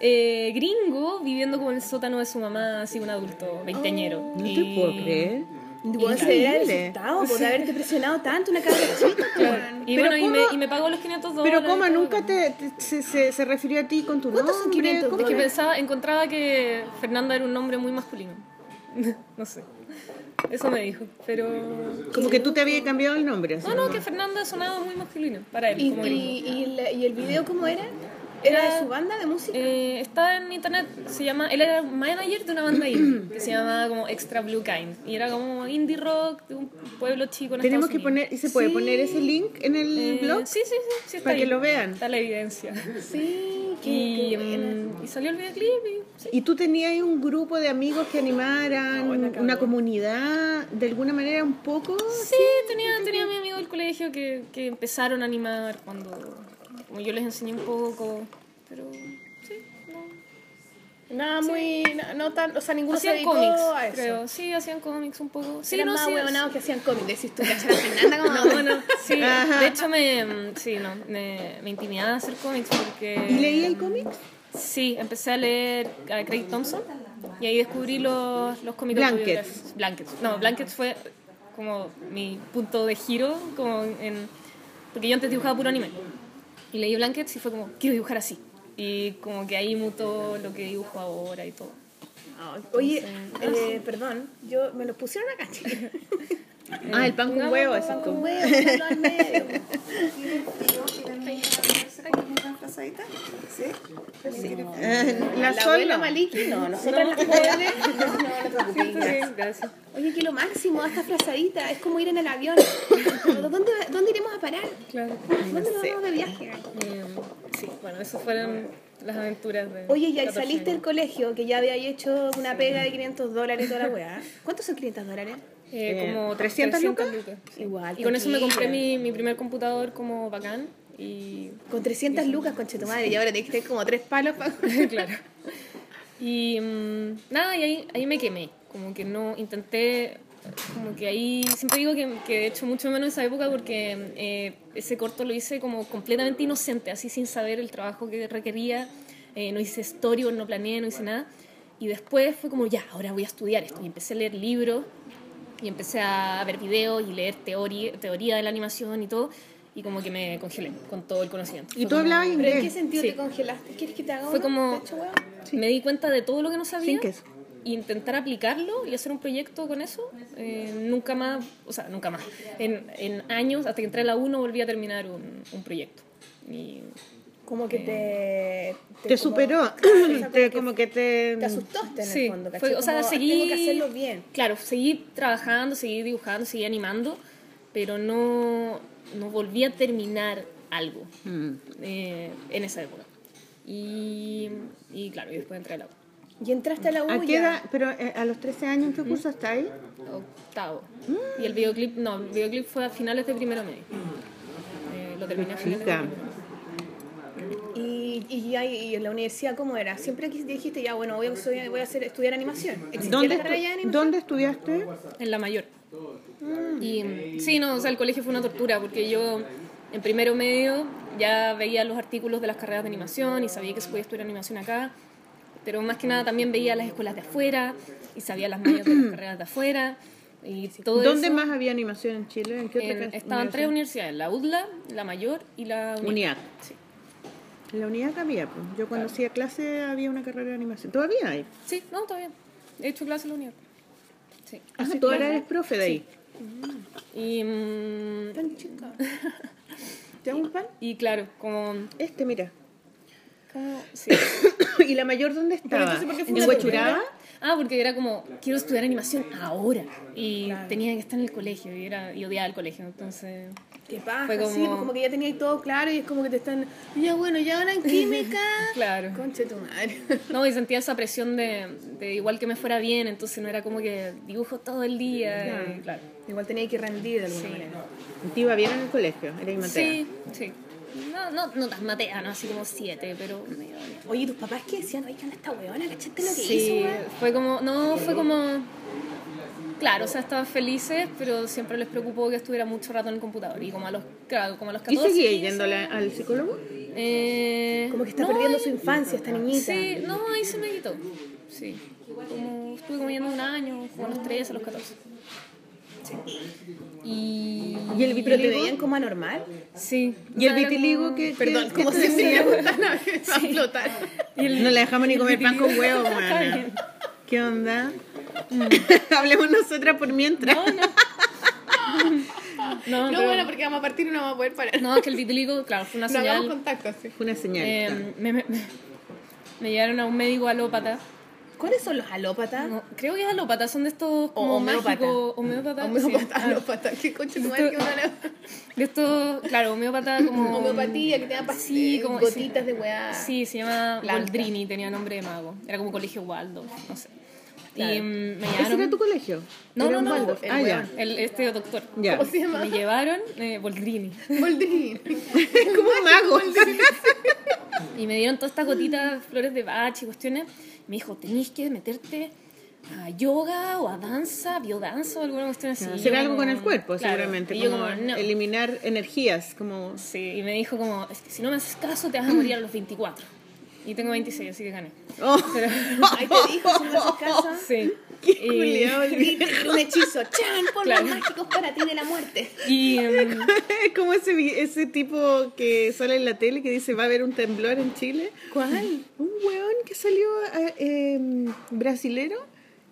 eh, gringo viviendo como en el sótano de su mamá, así un adulto veinteañero. Oh, No te Y- puedo creer. Igual se veía Increíble. asustado por haberte presionado tanto una cabra chica. weón. Y Pero bueno, y ¿cómo- me, y me pagó los 500 dólares. Pero como y todo. nunca te, te- se, se, se refirió a ti con tu ¿Cuántos son nombre. 500 ¿Cómo Es que que dólares? pensaba, encontraba que Fernanda era un nombre muy masculino. no sé. Eso me dijo. Pero. Como que tú te habías cambiado el nombre. así. No, no, que Fernanda sonaba muy masculino para él. ¿Y, como gringo. y, y el, ¿Y el video cómo era? ¿Era de su banda de música? Eh, está en internet, se llama. Él era manager de una banda indie que se llamaba como Extra Blue Kind. Y era como indie rock de un pueblo chico en Tenemos Estados que Unidos. poner, ¿y se puede poner ese link en el Eh, blog? Sí, sí, sí. sí está Para que ahí. lo vean. Está la evidencia. Sí, qué, Y, qué buena. mm, y salió el videoclip y ¿Y tú tenías ahí un grupo de amigos que animaran una comunidad de alguna manera un poco? Sí, tenía, tenía a mi amigo del colegio que, que empezaron a animar cuando como yo les enseñé un poco, pero sí, no. Nada muy. No, no tan, o sea, ninguno se mm, Hacían dedicó cómics, a eso. creo. Sí, hacían cómics un poco. Sí, Eran no, más sí, huevonados que hacían cómics. Decís tú, cachar a Fernanda como. No, no, sí. De hecho, me, mm, sí, no, me, me intimidaba hacer cómics porque... ¿Y leía el cómics? Sí, empecé a leer a Craig Thompson y ahí descubrí los, los cómics Blankets. autobiográficos. Blankets. No, Blankets fue como mi punto de giro, como en, porque yo antes dibujaba puro anime. Y leí Blankets y fue como, quiero dibujar así. Y como que ahí mutó lo que dibujo ahora y todo. Oye, eh, perdón, yo me los pusieron acá, chicas. Ah, el pan con huevo, así como. Huevo, ponlo al medio. ¿Tienen frío? ¿Tienen frío para ponerse aquí con una frazadita? ¿Sí? ¿Tienen frío? Eh, La, La sol abuela no. Maliki, no, nosotras las jóvenes, no, no, no te preocupes. gracias. Oye, que lo máximo, esta frazadita, es como ir en el avión. Pero ¿Dónde, ¿Dónde iremos a parar? Claro. ¿Dónde nos vamos de viaje? Em, sí, bueno, esas fueron las aventuras de. Oye, ya 14 saliste del años. colegio, que ya habíais hecho una pega de 500 dólares y toda la weá. ¿Cuántos son 500 dólares? Eh, Eh, como 300 lucas. sí. Igual, Y con eso me compré tranquila. mi, mi primer computador como bacán. Y Con 300 lucas, conche tu madre, y ahora te diste como tres palos para... claro. Y mm, nada, y ahí, ahí me quemé. Como que no intenté, como que ahí, siempre digo que, que hecho mucho menos esa época porque eh, ese corto lo hice como completamente inocente, así sin saber el trabajo que requería. Eh, no hice storyboard, no planeé, no hice nada. Y después fue como, ya, ahora voy a estudiar esto. Y empecé a leer libros y empecé a ver videos y leer teoría, teoría de la animación y todo. Y como que me congelé con todo el conocimiento. Y Fue tú como- hablabas ¿Pero en qué inglés. sentido Sí. te congelaste? ¿Quieres que te haga fue uno? como ¿Te echo hueá? me di cuenta de todo lo que no sabía Sin queso. e intentar aplicarlo y hacer un proyecto con eso eh, nunca más o sea nunca más en, en años hasta que entré a la 1 volví a terminar un, un proyecto y Como que te... Te como- superó. Claro, esa cosa Te- que como que te. Te asustaste en mm, Sí, el fondo, ¿cachai? fue- o sea Como, seguí Tengo que hacerlo bien. claro seguí trabajando seguí dibujando seguí animando pero no no volví a terminar algo Mm. eh, en esa época y, y claro y después entré a la Y entraste a la U ¿A qué ya. edad? Pero eh, a los 13 años, ¿en qué curso está ahí? octavo. Y el videoclip, no, el videoclip fue a finales de primero medio. Eh, lo terminé a finales de Chica. primero medio. Y, y, ya- y en la universidad, ¿cómo era? Siempre quis- dijiste, ya, bueno, voy a, estudiar- voy a hacer, estudiar animación. ¿Existía ¿Dónde, la carrera ya de estu- animación? ¿Dónde estudiaste? En la mayor. Y mm, sí, no, o sea, el colegio fue una tortura porque yo en primero medio ya veía los artículos de las carreras de animación y sabía que se podía estudiar animación acá. Pero más que nada también veía las escuelas de afuera y sabía las mayores de las carreras de afuera. Y todo ¿Dónde eso. más había animación en Chile? ¿En qué otra En- clase- estaban tres universidades, la UDLA, la mayor y la UNIAC. Unidad. Sí. En la unidad había, pues. Yo cuando hacía clase había una carrera de animación. Todavía hay. Sí, no, está bien. He hecho clase en la UNIAC. Sí. Ah, tú ahora eres profe de ahí. Y, mm, Tan chica. ¿Te hago un pan? y claro, como... Este, mira. como- sí. ¿Y la mayor dónde estaba? entonces, ¿por qué ¿En fue una Huechuraba? Ah, porque era como, quiero estudiar animación ahora. Y tenía que estar en el colegio y, era, y odiaba el colegio. Entonces, Qué paja, Fue como- sí, pues como que ya tenías todo claro y es como que te están, ya bueno, ya ahora en química. claro. Conche tu madre. No, y sentía esa presión de, de igual que me fuera bien. Entonces no era como que dibujo todo el día. y claro. Igual tenía que rendir de alguna manera. Te iba bien en el colegio, era Imatea. Sí, sí. No, no, no tan matea, no así como siete, pero medio bien. Oye, ¿tus papás qué decían? Oye, ¿qué onda esta weona? ¿Cachaste lo que hizo, Sí, weón? fue como, no, fue como, claro, o sea, estaban felices, pero siempre les preocupó que estuviera mucho rato en el computador. Y como a los, claro, como a los ¿Y 14... seguía 15, yendo a la- al psicólogo? eh, Como que está no, perdiendo ahí- su infancia esta niñita. Sí, no, ahí se me quitó, sí. Como, estuve como yendo un año, como a los 13, a los 14. Y... ¿Y el ¿Pero te vitiligo? veían como anormal? Sí. o ¿Y sea, el era vitiligo como- que, Perdón, como si me iban a explotar. No le dejamos ni comer pan con huevo, mana. ¿Qué onda? Hablemos nosotras por mientras. No, No, pero- bueno, porque vamos a partir y no vamos a poder parar. no, que el vitiligo, claro, fue una No hagamos señal... contacto así. Fue una señal. Eh, claro. me, me- me llevaron a un médico alópata. ¿Cuáles son los alópatas? No, creo que es alópata, son de estos como homeópata. mágicos. Homeópata. sí. Homeopata, alópata. ¿Qué conche tu madre que uno le- De estos, claro, homeópata como. Homeopatía, que te dan Sí, como- pastillas, gotitas de weá. Sí, se llama Planta. Waldrini, tenía nombre de mago. Era como colegio Waldorf, no sé. Y Claro. mm, me ¿Ese llevaron. era tu colegio? No, Era no, un no, Waldorf. el Ah, ya. weón. El, este doctor. Ya. ¿Cómo se llama? Me llevaron, eh, Waldrini. Boldrini. Como un mago. Y me dieron todas estas gotitas, flores de bach y cuestiones. Me dijo, tenéis que meterte a yoga o a danza, biodanza o alguna cuestión así. Y Será yo algo con el como- cuerpo, claro. seguramente. Y yo Como como, no. eliminar energías. Como... Sí, y me dijo como, es que si no me haces caso te vas a morir a los 24. Y tengo 26, así que gané. Oh. Pero, Ahí te dijo, si no haces caso. sí. Qué Y- culiao el Y un hechizo, chan, por Claro. mágicos para ti de la muerte. Y, em, Es como ese, vi- ese tipo que sale en la tele que dice va a haber un temblor en Chile. ¿Cuál? Un weón que salió eh, em, brasilero,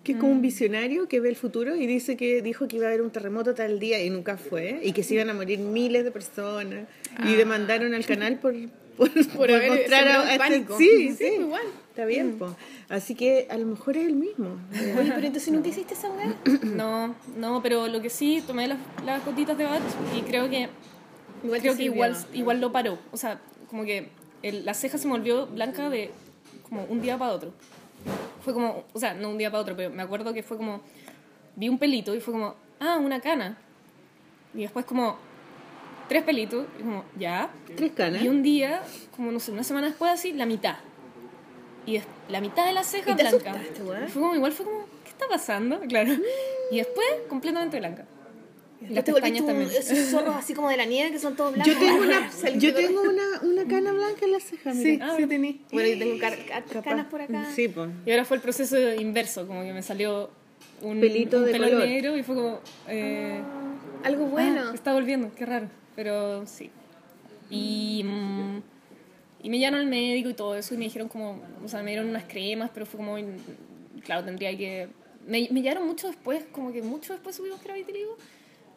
que es como Mm. un visionario que ve el futuro y dice que dijo que iba a haber un terremoto tal día y nunca fue, y que se iban a morir miles de personas Ah. y demandaron al canal por, por, por haber mostrar sembrado a, el a este- pánico. Sí, Sí, sí, pues igual. Está Mm. bien, po. Así que a lo mejor es el mismo. Oye, pero entonces nunca hiciste esa weá. No, no, pero lo que sí, tomé las, las gotitas de Batch y creo que Igual creo te que sirvió. igual, igual lo paró. O sea, como que el- la ceja se me volvió blanca de como un día para otro. Fue como, o sea, no un día para otro, pero me acuerdo que fue como, vi un pelito y fue como, ah, una cana. Y después como, tres pelitos, y como, ya. Tres canas. Y un día, como no sé, una semana después así, la mitad. Y des- la mitad de la ceja Y te blanca. asustaste, weón. Fue como, igual fue como, ¿qué está pasando? Claro. Y después, completamente blanca. Y Ya las te volviste pestañas un, también. esos zorros así como de la nieve que son todos blancos. Yo tengo una, Saliste yo con- tengo una, una cana blanca en la ceja, Sí, mira. Ah, Ah, sí bueno. tení. Bueno, yo tengo car- car- canas por acá. Sí, po. Y ahora fue el proceso inverso, como que me salió un, Pelito un de pelo color. negro y fue como... eh, Algo bueno. ah, está volviendo, qué raro, pero sí. Y, mm, y me llamaron al médico y todo eso y me dijeron como, o sea, me dieron unas cremas, pero fue como, mm, claro, tendría que... Me, me llamaron mucho después, como que mucho después subimos que era vitiligo.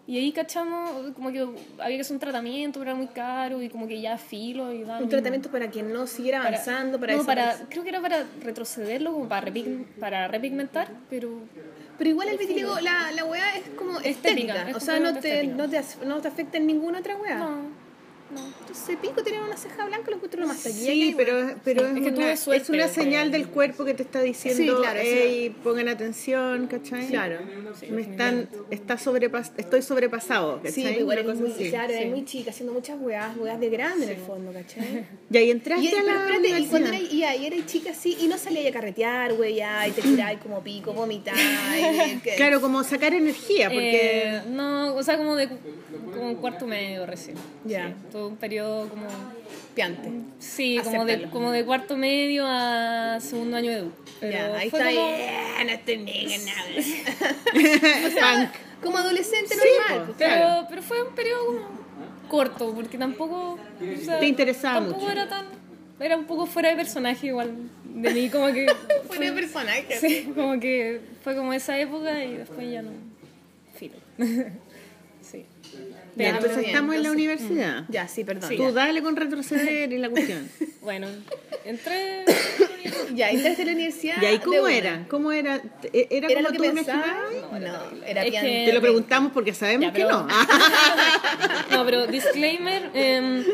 Y ahí cachamos, como que había que hacer un tratamiento, pero era muy caro y como que ya filo y da un lo mismo. tratamiento para que no siguiera Para- avanzando, para, no, para desaparecer. creo que era para retrocederlo como para, repig- para repigmentar pero Pero igual el vitiligo, la, la weá es como estética. Estética, es o sea, no completamente te, estética. no, te, as- no te afecta en ninguna otra weá. no Entonces, pico, tener una ceja blanca lo encuentro lo más taquilla que Sí, hay, pero, weón. pero Sí, es, es que una, tuve suerte, es una pero- señal del cuerpo que te está diciendo, Sí, claro, es una- "Ey, pongan atención, ¿cachai? Claro. Me están, está sobrepas estoy sobrepasado, ¿cachai? Sí, pero igual Una eres cosa muy, así. claro, eres muy chica, haciendo muchas weas, weas de grande en el fondo, ¿cachai? Y ahí Y, entraste pero a la espérate, y cuando universidad. eras, y ahí eras chica así, y no salías a carretear, weá, y te tiráis como pico, vomitáis. que- Claro, como sacar Ah, energía, porque... Eh, no o sea como de como cuarto medio recién Ya. Sí, todo un periodo como Piante. sí como de, Acéptalo. como de cuarto medio a segundo año de U pero Ya, ahí fue está como- bien, no estoy negra nada. Eh, Punk. Como adolescente Sí, normal. po. pues. pero, Claro. pero fue un periodo como corto porque tampoco o sea, Te interesaba tampoco mucho. era tan era un poco fuera de personaje igual de mí como que Fuera de personaje. Sí, como que fue como esa época y después ya no. Filo. sí. Ya, entonces bien, estamos en la entonces- mm, universidad. Ya, sí, perdón. Tú dale con retroceder y la cuestión. Bueno, entré. Ya, entraste a la universidad. ¿Y ahí de cómo una. era? ¿Cómo era? ¿Te- ¿Era, ¿Era como lo que tú pensabas? imaginabas? No, era Es piante. que- Te lo preguntamos porque sabemos Ya, pero- que no. Ah, No, pero disclaimer. em,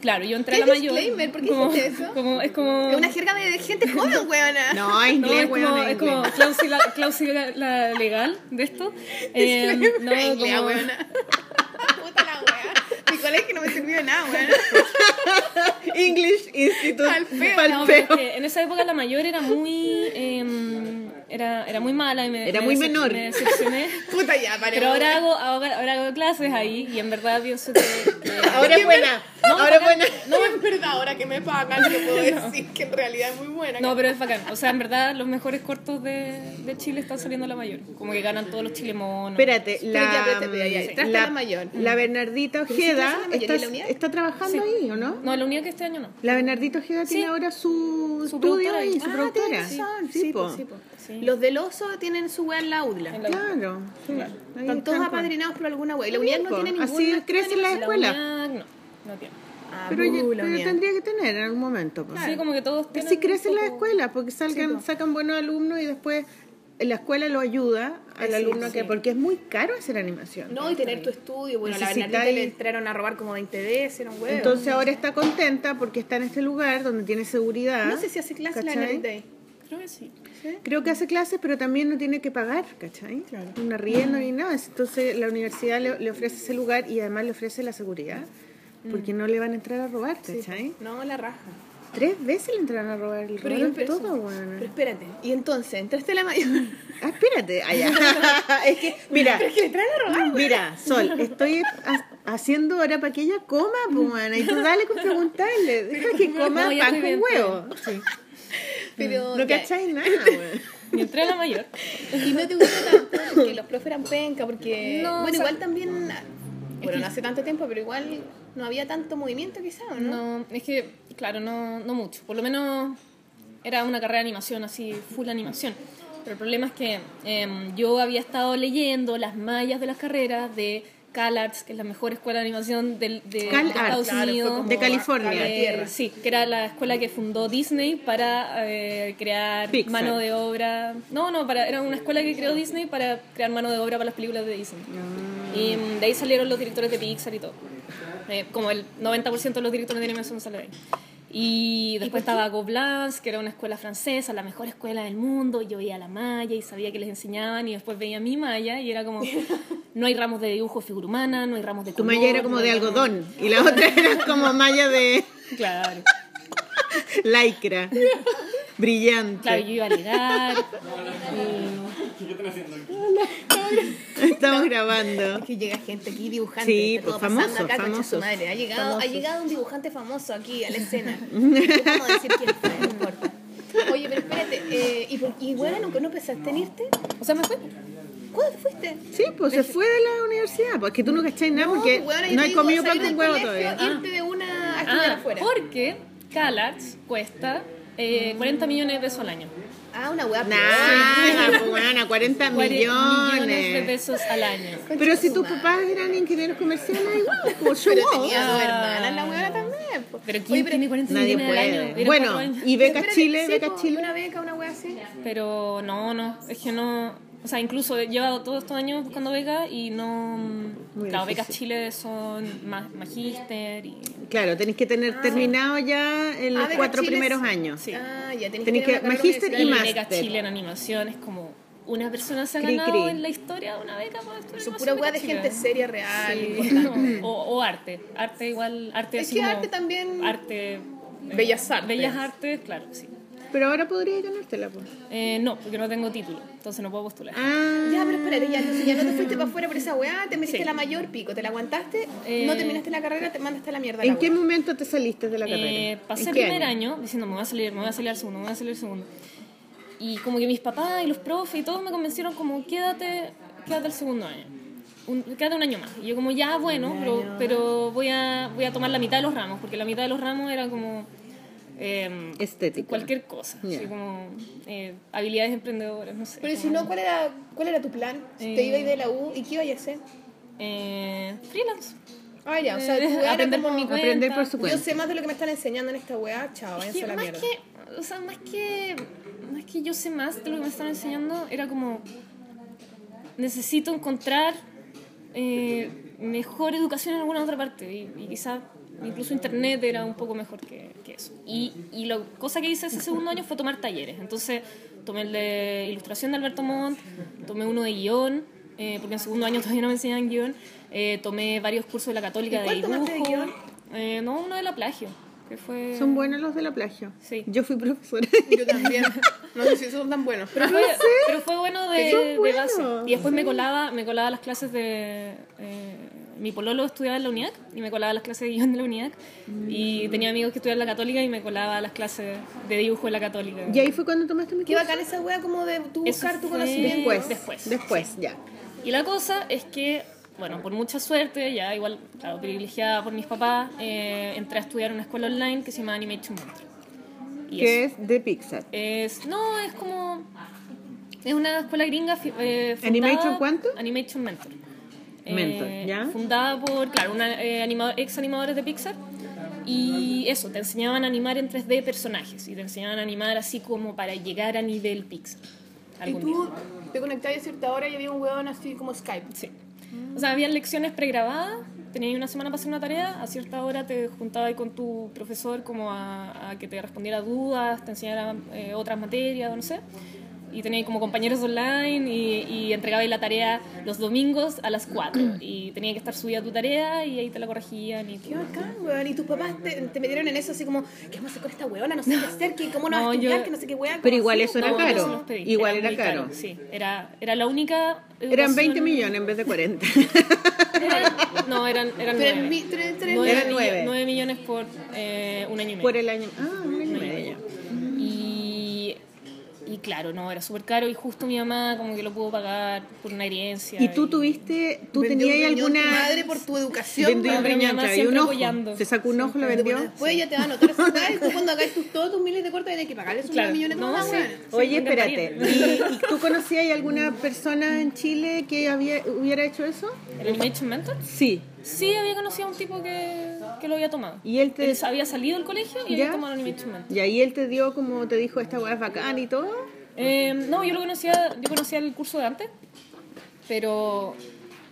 claro, yo entré a ¿Qué la mayor. disclaimer? ¿Por qué como, dijiste eso? Como, es como. Es una jerga de de gente joven, weona. no, No, inglés, es como, weona, es inglés. como cláusula, cláusula la legal de esto. Em, no, Inglés, como- weona. Puta la wea. Mi colegio no me sirvió de nada, weona. English Institute. Al peo. Pal No, pero es peo. que en esa época la mayor era muy em, era, era muy mala y me, Era me muy decep- menor. me decepcioné Puta ya, paremos. pero ahora hago ahora, ahora hago clases ahí y en verdad pienso que, que- Ahora es buena. Ahora es buena. No, es verdad, ahora que me pagan, yo puedo decir que en realidad es muy buena. no pero es bacán o sea en verdad los mejores cortos de, de Chile están saliendo a la mayor como que ganan todos los chilemonos Espérate, Pero ya, la, mm, espérate, ya, ya, entraste a la mayor. la Bernardita estás en Ojeda la mayor, está, ¿y la unidad? está trabajando Sí. ahí, ¿o no? no la única que este año no La Bernardita Ojeda tiene ahora su, estudio productora ahí. ahí, su Ah, productora. tienes razón. Sí, Sí, po. po, sí, po. Sí. Los del oso tienen su wea en la UDLA. En la- Claro. sí. Ahí pues. Están todos con- apadrinados por alguna wea. Y la unidad no po. tiene ninguna. Así crecen las la escuelas. UNIAC no no tiene Ah, Pero, yo- bu, la pero unidad. tendría que tener en algún momento. pues. po. sí como que todos tienen Así crecen un las poco- escuelas, porque salgan, sacan buenos alumnos y después la escuela lo ayuda al Sí, alumno sí. que porque es muy caro hacer animación. No, y tener tu estudio. Bueno, a la Bernardita Necesitáis- le entraron a robar como 20 veces, era un huevo. Entonces ahora está contenta porque está en este lugar donde tiene seguridad. no sé si hace clase la ¿cachai? Bernardita ahí. creo que sí Creo que hace clases, pero también no tiene que pagar, ¿cachai? Una rienda ni nada. Entonces la universidad le, le ofrece ese lugar y además le ofrece la seguridad, porque Mm. no le van a entrar a robar, ¿cachai? No, la raja. Tres veces le entraron a robar el Pero, yo robaron empecé- todo, bueno. pero espérate, y entonces entraste a la mayor. Ah, espérate, allá. es que, mira, Pero es que le traen a robar. Mira, Sol, estoy a- haciendo ahora para que ella coma, pues, bueno, y tú dale con preguntarle, deja que coma Mm. No, ya pan estoy bien, con estoy huevo. bien. Pero No ya, cacháis nada, weón. Mi entré a la mayor. Y no te gustó tanto porque los profes eran penca, porque. No, bueno, o sea- igual también. Bueno, no hace tanto tiempo, pero igual no había tanto movimiento, quizás, ¿o no? No, es que, claro, no, no mucho. Por lo menos era una carrera de animación, así, full animación. Pero el problema es que em, yo había estado leyendo las mallas de las carreras de CalArts, que es la mejor escuela de animación del, de CalArts, Estados claro, fue Unidos. como De California. a la Eh, tierra. sí, que era la escuela que fundó Disney para eh, crear Pixar. mano de obra. No, no, para, era una escuela que creó Disney para crear mano de obra para las películas de Disney. Y mm, de ahí salieron los directores de Pixar y todo. Eh, como el 90% de los directores de animación sale de ahí. Y después estaba Goblins, que era una escuela francesa, la mejor escuela del mundo. Yo veía la malla y sabía que les enseñaban, y después veía mi malla y era como: no hay ramos de dibujo, figura humana, no hay ramos de Tu color, malla era como no de hay ramos- algodón y la otra era como malla de Claro. lycra, Claro, brillante. yo iba a llegar. Estamos grabando. Es que llega gente aquí dibujante. Sí, está todo pues, pasando famosos, acá, concha famosos. su madre. Ha llegado, ha Famosos. llegado un dibujante famoso aquí a la escena. No puedo decir quién fue, no importa. Oye, pero espérate, eh, ¿y, por- y bueno, nunca no pensaste en irte? O sea, me fui. ¿Cuándo te fuiste? Sí, pues se fue de la universidad, porque tú no cacháis nada, porque pues, weona, yo no te hay digo, comido salir pan con del huevo colegio, todavía. Ah. Irte de una a estudiar Ah, afuera. porque CalArts cuesta eh, 40 millones de pesos al año. Ah, una weá. Nada, pues, bueno, 40 Cuare- millones de millones. pesos al año. Pero si tus papás eran ingenieros comerciales, igual, pues yo Pero wow. tenía Ah. dos hermanas la weá también. po. Pero ¿quién Oye, pero- tiene 40 Nadie millones al año? puede. Era Bueno, cuatro años. y Beca Espérate, Chile, sí, Beca po, Chile. Una beca, una weá así. Pero no, no, es que no. O sea, incluso he llevado todos estos años buscando becas y no. Muy claro, difícil. becas Chile son ma- magíster y. Claro, tenés que tener terminado ya en Ah, los Beca cuatro Chile, primeros sí. años. Sí. Ah, ya tenés, Tenés tener que- una carrera magíster y Y universitaria. máster. becas Chile en animación es como. Una persona se ha Cri, ganado cri. en la historia una beca por estudiar Son animación pura weá Beca de Chile. gente seria, real. Sí, importante. o, o arte. Arte igual, arte Es así que como- arte también- Arte. eh, Bellas artes. Bellas artes, claro, sí. Pero ahora podría ganártela, pues. Eh, no, porque no tengo título, entonces no puedo postular. Ah, Ya, pero espérate, ya, entonces ya no te fuiste para afuera por esa weá, te metiste Sí. la mayor pico, te la aguantaste, Eh, no terminaste la carrera, te mandaste a la mierda. ¿en la qué weá. momento te saliste de la carrera? Eh, pasé ¿En el qué primer año? diciendo, me voy a salir, me voy a salir al segundo, me voy a salir al segundo. Y como que mis papás y los profes y todos me convencieron como, quédate, quédate al segundo año. Un- quédate un año más. Y yo como, ya, bueno, pero, pero voy, a, voy a tomar la mitad de los ramos, porque la mitad de los ramos era como... em, Estética. Cualquier cosa, así Ya. como eh, habilidades emprendedoras, no sé. Pero si como- no, ¿cuál era, cuál era tu plan? Si te Eh. ibas de la U, ¿y qué ibas a hacer? Eh, freelance. Ah, ya, o sea, Eh, tu weá era aprender por como, mi cuenta. Aprender por su yo cuenta. sé más de lo que me están enseñando en esta weá, chao, Es váyanse que a la más mierda. que, o sea, más que, más que yo sé más de lo que me están enseñando, era como, necesito encontrar eh, mejor educación en alguna otra parte. Y, y quizá incluso internet era un poco mejor que, que eso. Y, y la cosa que hice ese segundo año fue tomar talleres. Entonces tomé el de ilustración de Alberto Montt, tomé uno de guión, eh, porque en segundo año todavía no me enseñaban guión. Eh, tomé varios cursos de la Católica ¿Y de cuál dibujo. tomaste de guión? Eh, no, uno de la plagio. Que fue... Son buenos los de la plagio. Sí. Yo fui profesora. Yo también. No sé si son tan buenos. Pero fue, pero fue bueno de, son de buenos. base. Y después me colaba, me colaba las clases de. eh, mi pololo estudiaba en la UNIAC y me colaba las clases de guión de la UNIAC. Y tenía amigos que estudiaban en la Católica y me colaba las clases de dibujo de la Católica. y ahí fue cuando tomaste mi Qué curso. bacán esa weá como de tú Eso buscar tu fue conocimiento. Después. Después. Después, ya. Y la cosa es que, bueno, por mucha suerte, ya igual, claro, privilegiada por mis papás, eh, entré a estudiar en una escuela online que se llama Animation Montre. Y Que es de Pixar. Es, no, es como. Es una escuela gringa. fi- eh, fundada- ¿Animation cuánto? Animation Mentor. Eh, Mentor, ¿ya? Fundada por, claro, una, eh, anima- ex animadores de Pixar. Y eso, te enseñaban a animar en 3D personajes. Y te enseñaban a animar así como para llegar a nivel Pixar. Y algún día. tú te conectabas a cierta hora y había un weón así como Skype. Sí. O sea, habían lecciones pregrabadas, tenías una semana para hacer una tarea, a cierta hora te juntabas con tu profesor como a, a que te respondiera dudas, te enseñara eh, otras materias, no sé. Y tenías como compañeros online y, y entregabais la tarea los domingos a las 4. y tenía que estar subida tu tarea y ahí te la corregían y Qué todo. bacán, weón. Y tus papás te, te metieron en eso así como, ¿qué vamos a hacer con esta weona? No sé qué hacer, que cómo nos va No, a estudiar, yo- que no sé qué weá. Pero como igual así, eso era No, no se caro. los pedí, Igual era muy caro. Sí, era, era la única... Eran educación- 20 millones en vez de 40. Eran- no, eran, eran Pero nueve. mi- tres- tres- Nueve Eran millo- nueve. nueve millones por eh, un año y medio. Por el año. Ah, un año y medio ya. Y, y claro, no, era súper caro y justo mi mamá como que lo pudo pagar por una herencia. ¿Y tú tuviste, tú Vendió un tenías ahí riñón alguna... tu madre por tu educación. Vendió un Pero mi riñón, mamá claro, y siempre un ojo. apoyando. Se sacó un ojo, Pero lo bueno, vendió. después ella te va a anotar esa weá y tú cuando hagáis tus, todos tus miles de cortes tenés que pagarles esos Claro. nueve millones de No, más, sí. weón. Oye, me encantaría. espérate. ¿Y, y tú conocías a alguna persona en Chile que había, hubiera hecho eso? ¿El Mage Mentor? Sí. Sí, había conocido a un tipo que, que lo había tomado. Y él te- Él había salido del colegio y ¿Ya? había tomado el Mage Mentor. Y ahí él te dio como te dijo esta weá es bacán y todo. Eh, no, yo lo conocía, yo conocía el curso de antes, pero...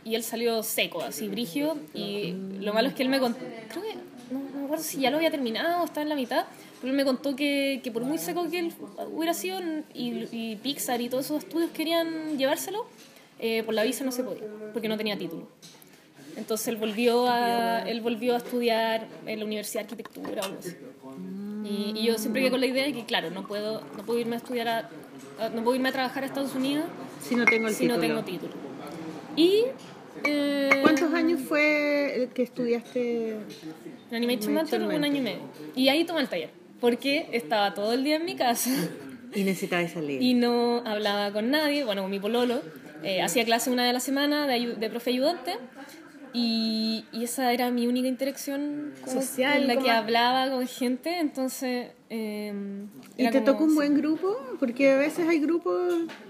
Y él salió seco, así, brigio, y lo malo es que él me contó, creo que, no, no me acuerdo si ya lo había terminado o estaba en la mitad, pero él me contó que, que por muy seco que él hubiera sido, y, y Pixar y todos esos estudios querían llevárselo, eh, por la visa no se podía, porque no tenía título. Entonces él volvió a, él volvió a estudiar en la Universidad de Arquitectura o algo así. Y, y yo siempre quedé con la idea de que, claro, no puedo, no puedo irme a estudiar a, a- no puedo irme a trabajar a Estados Unidos Si no tengo el si no título. tengo título. Y eh, ¿Cuántos años fue el que estudiaste? en Animation Mentor Mentor? un año y medio. Y ahí tomé el taller, porque estaba todo el día en mi casa Y necesitabas salir. y no hablaba con nadie, bueno, con mi pololo. Eh, hacía clase una vez a la semana de, ayu- de profe ayudante y, y esa era mi única interacción con- Social, en la que como- hablaba con gente, entonces... eh, ¿Y era te como- tocó un sí. buen grupo? Porque a veces hay grupos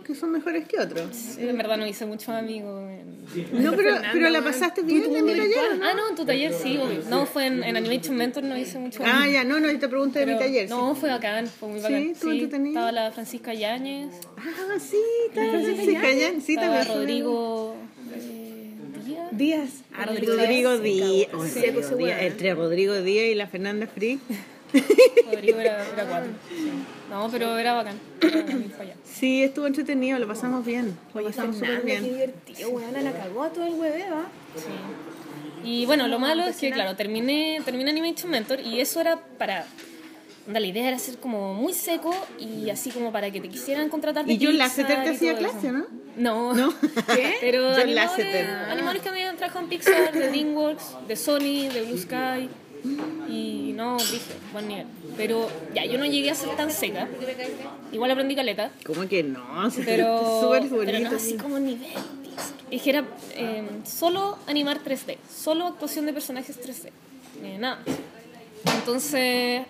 que son mejores que otros. En verdad no hice muchos amigos. en- No, pero, pero la pasaste bien en mi taller, ¿no? Ah, no, en tu taller sí, obvio. No, fue en, en Animation Mentor, no hice mucho. Ah, ya, no, no, yo te pregunté de mi Pero- taller. sí. No, fue bacán, fue muy Sí, bacán. estuvo entretenido. estaba la Francisca Yáñez, Ah, sí, también se callan. Sí, estaba también. fue- Rodrigo eh, Díaz. Díaz. Ah, Rodrigo, Rodrigo Díaz. Oh, Sí, Rodrigo ese Díaz. weón. Entre Rodrigo Díaz y la Fernanda Frick. Rodrigo era, era cuatro. sí. No, pero era bacán. Era bacán ir para allá. Sí, estuvo entretenido, lo pasamos bien. Lo pasamos súper Fernanda, qué bien. divertido, weón. La cagó a todo el hueveo, ¿ah? Y bueno, lo malo es que, claro, terminé, terminé Animation Mentor y eso era para... onda, La idea era ser como muy seco y así como para que te quisieran contratar de Y John Pixar Lasseter te y hacía todo eso. clase, ¿no? No. ¿Qué? Pero John animadores, Lasseter. animadores que habían trabajado en Pixar, de DreamWorks, de Sony, de Blue Sky. Y no, dije, buen nivel. Pero ya, yo no llegué a ser tan seca. Igual aprendí caleta. ¿Cómo que no? Sí, Pero, súper pero bonito. no así como nivel. Pixar. Es que era eh, solo animar 3D, solo actuación de personajes 3D. eh, nada. Entonces,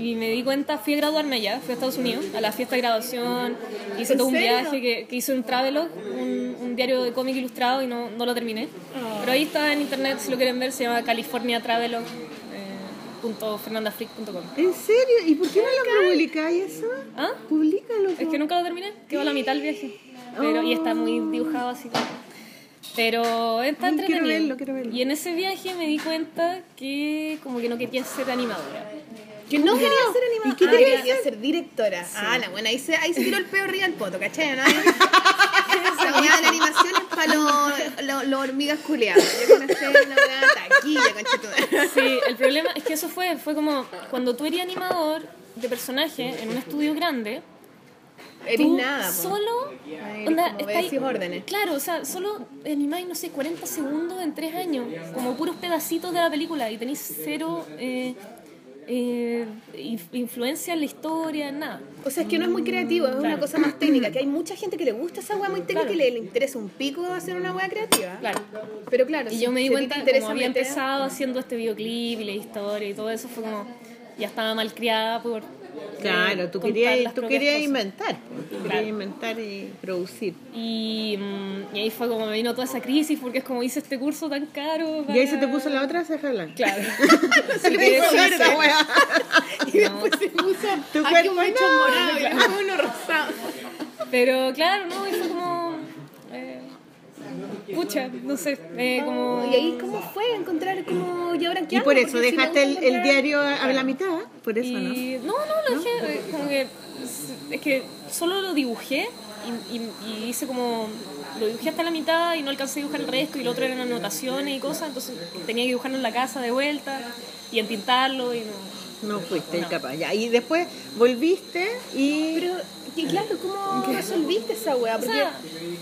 y me di cuenta, fui a graduarme allá, fui a Estados Unidos, a la fiesta de graduación, hice ¿En todo un serio? viaje que, que hice un travelog, un, un diario de cómic ilustrado y no, no lo terminé. Ah. Pero ahí está en internet, si lo quieren ver, se llama California eh, Travelog. .fernandaflick.com ¿En serio? ¿Y por qué no lo publicáis eso? ¿Ah? Públicalo. Es que nunca lo terminé, quedó a la mitad del viaje. Pero, Y está muy dibujado así. como- Pero está Ay, quiero entretenido. verlo, quiero verlo. Y en ese viaje me di cuenta que como que no quería ser animadora. Que no quería ser ¿Y animadora. qué Ah, quería ser directora. Ah, la buena. Ahí se, ahí se tiró el peo arriba del poto, ¿cachai? ¿No? Esa weá de la animación es para los lo, los hormigas culeadas. Yo quiero hacer una weá taquilla, conchetumare. Sí, el problema es que eso fue, fue como cuando tú eres animador de personaje en un estudio grande, Eres tú nada, po. solo Ay, onda, como estáis- obedecís órdenes. Claro, o sea, solo animáis, no sé, 40 segundos en 3 años, como puros pedacitos de la película y tenéis cero eh, eh, inf- influencia en la historia, nada. O sea, es que no es muy creativo, es una Claro. cosa más técnica. Que hay mucha gente que le gusta esa weá muy técnica Claro. y le, le interesa un pico hacer una weá creativa. Claro. Pero claro, Y yo me di si a ti te cuenta, interesa como había meter- empezado haciendo este videoclip y la historia y todo eso, fue como, ya estaba mal criada por... eh, Claro, tú contar querías, las tú propias querías cosas. inventar. pues, Tú Querías Claro. inventar y producir. Y, mm, y ahí fue como me vino toda esa crisis, porque es como hice este curso tan caro. Y ahí se te para- puso la otra ceja blanca. Claro. Se puso esa verde. weá. Y después se puso Tu aquí cuerpo, un manchón no, morado y después uno rosado. Pero claro, ¿no? Y fue como... eh, pucha, no sé, eh, como... Y ahí, ¿cómo fue encontrar como ya ahora qué Oh. Y hago? por eso Porque si me dejaste el, gusta el encontrar- diario a, a la mitad. Por eso, ¿no? Y- no, no, lo dejé, eh, como que es- es que solo lo dibujé y, y- y hice como lo dibujé hasta la mitad y no alcancé a dibujar el resto y lo otro eran anotaciones y cosas, entonces tenía que dibujarlo en la casa de vuelta y entintarlo y no, No fuiste capaz. Ya, y después volviste y. Pero, que claro, ¿cómo resolviste esa weá? Porque sea-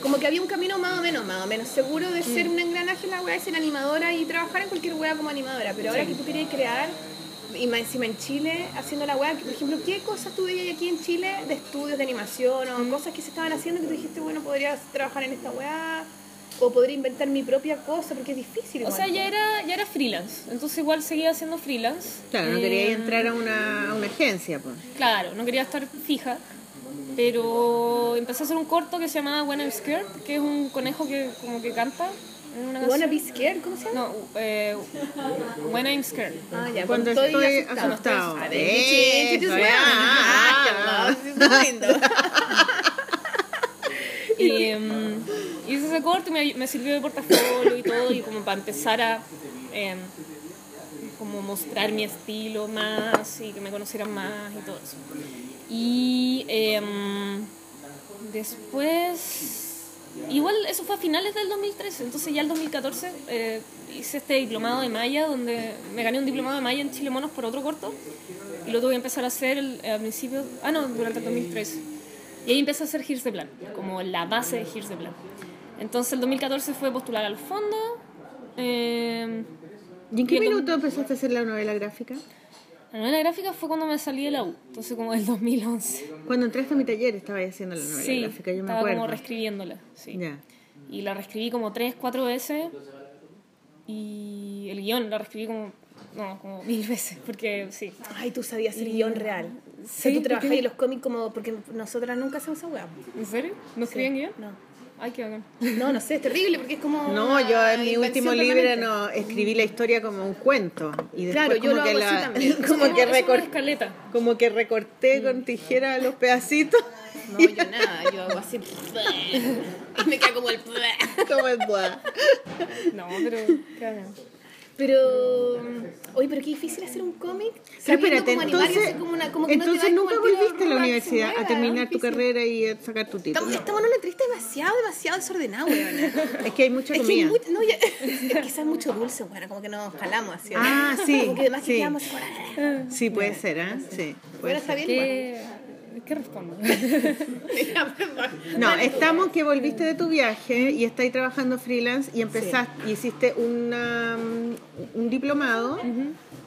como que había un camino más o menos, más o menos seguro de Mm. ser un engranaje en la weá, de ser animadora y trabajar en cualquier weá como animadora. Pero ahora que tú querías crear, y más encima en Chile, haciendo la weá, que, por ejemplo, ¿qué cosas tú veías aquí en Chile de estudios de animación Mm. o cosas que se estaban haciendo que tú dijiste, bueno, podrías trabajar en esta weá? O podría inventar mi propia cosa, porque es difícil. O igual, sea, po. ya era, ya era freelance, entonces igual seguía siendo freelance. Claro, no Eh, quería entrar a una, a una agencia, pues. Claro, no quería estar fija, pero empecé a hacer un corto que se llamaba When I'm Scared, que es un conejo que como que canta en una Wanna canción. be scared, ¿cómo se llama? No, eh, When I'm Scared. Ah, ya, Cuando estoy asustado. Ah, Eso, bitch, it is ya. well. Ah, your love is window. Y em, hice ese corto y me, me sirvió de portafolio y todo, y como para empezar a em, como mostrar mi estilo más y que me conocieran más y todo eso. Y em, después, igual eso fue a finales del 2013, entonces ya el 2014 eh, hice este diplomado de Maya, donde me gané un diplomado de Maya en Chile Monos por otro corto, y lo tuve que empezar a hacer el- a principios, ah no, durante el 2013. Y ahí empecé a hacer Here's the Plan, como la base de Here's the Plan. Entonces el 2014 fue postular al fondo. em, ¿Y en Y qué en dos- minuto empezaste a hacer la novela gráfica? la novela gráfica fue cuando me salí de la U, entonces como el 2011. Cuando entraste a mi taller estaba ahí haciendo la novela Sí, gráfica, yo me estaba acuerdo. como reescribiéndola. Sí. Ya. Y la reescribí como tres, cuatro veces. Y el guión lo reescribí como, no, como mil veces, porque sí. Ay, tú sabías el guión real. O sea, tú Sí, ¿por trabajas qué? en los cómics como. Porque nosotras nunca hacemos esa weá. ¿En serio? ¿No escribían guión? No. Ay, qué bacán. No, no sé, es terrible porque es como. No, una yo en mi Ah, invención último permanente. libro no escribí la historia como un cuento. Y después Claro, yo como lo que hago la- así también. como, que Eso es una recor- escaleta. como que Mm. recorté con tijera los pedacitos. No, yo nada, yo hago así. y me queda como el. como el buah. No, pero qué bacán. pero. mm, Oye, pero qué difícil hacer un cómic. Pero sabiendo espérate, cómo animar y entonces, hacer como una- como que no te entonces vayas como nunca el tiro volviste a la Rock, universidad weá, a terminar tu difícil. carrera y a sacar tu título. Estamos, estamos en una entrevista demasiado, demasiado desordenada, weón. Es que hay mucha Es que hay comida. mucho, no, ya- es que sea mucho dulce, bueno, como que nos jalamos así. ¿no? Ah, sí, Como que además que sí. quedamos con- Sí, puede ser, ¿ah? Sí. puede Bueno, está bien igual. ¿Qué, ¿Qué respondo? No, estamos que volviste de tu viaje y estáis trabajando freelance y empezaste, y hiciste una, mm, un diplomado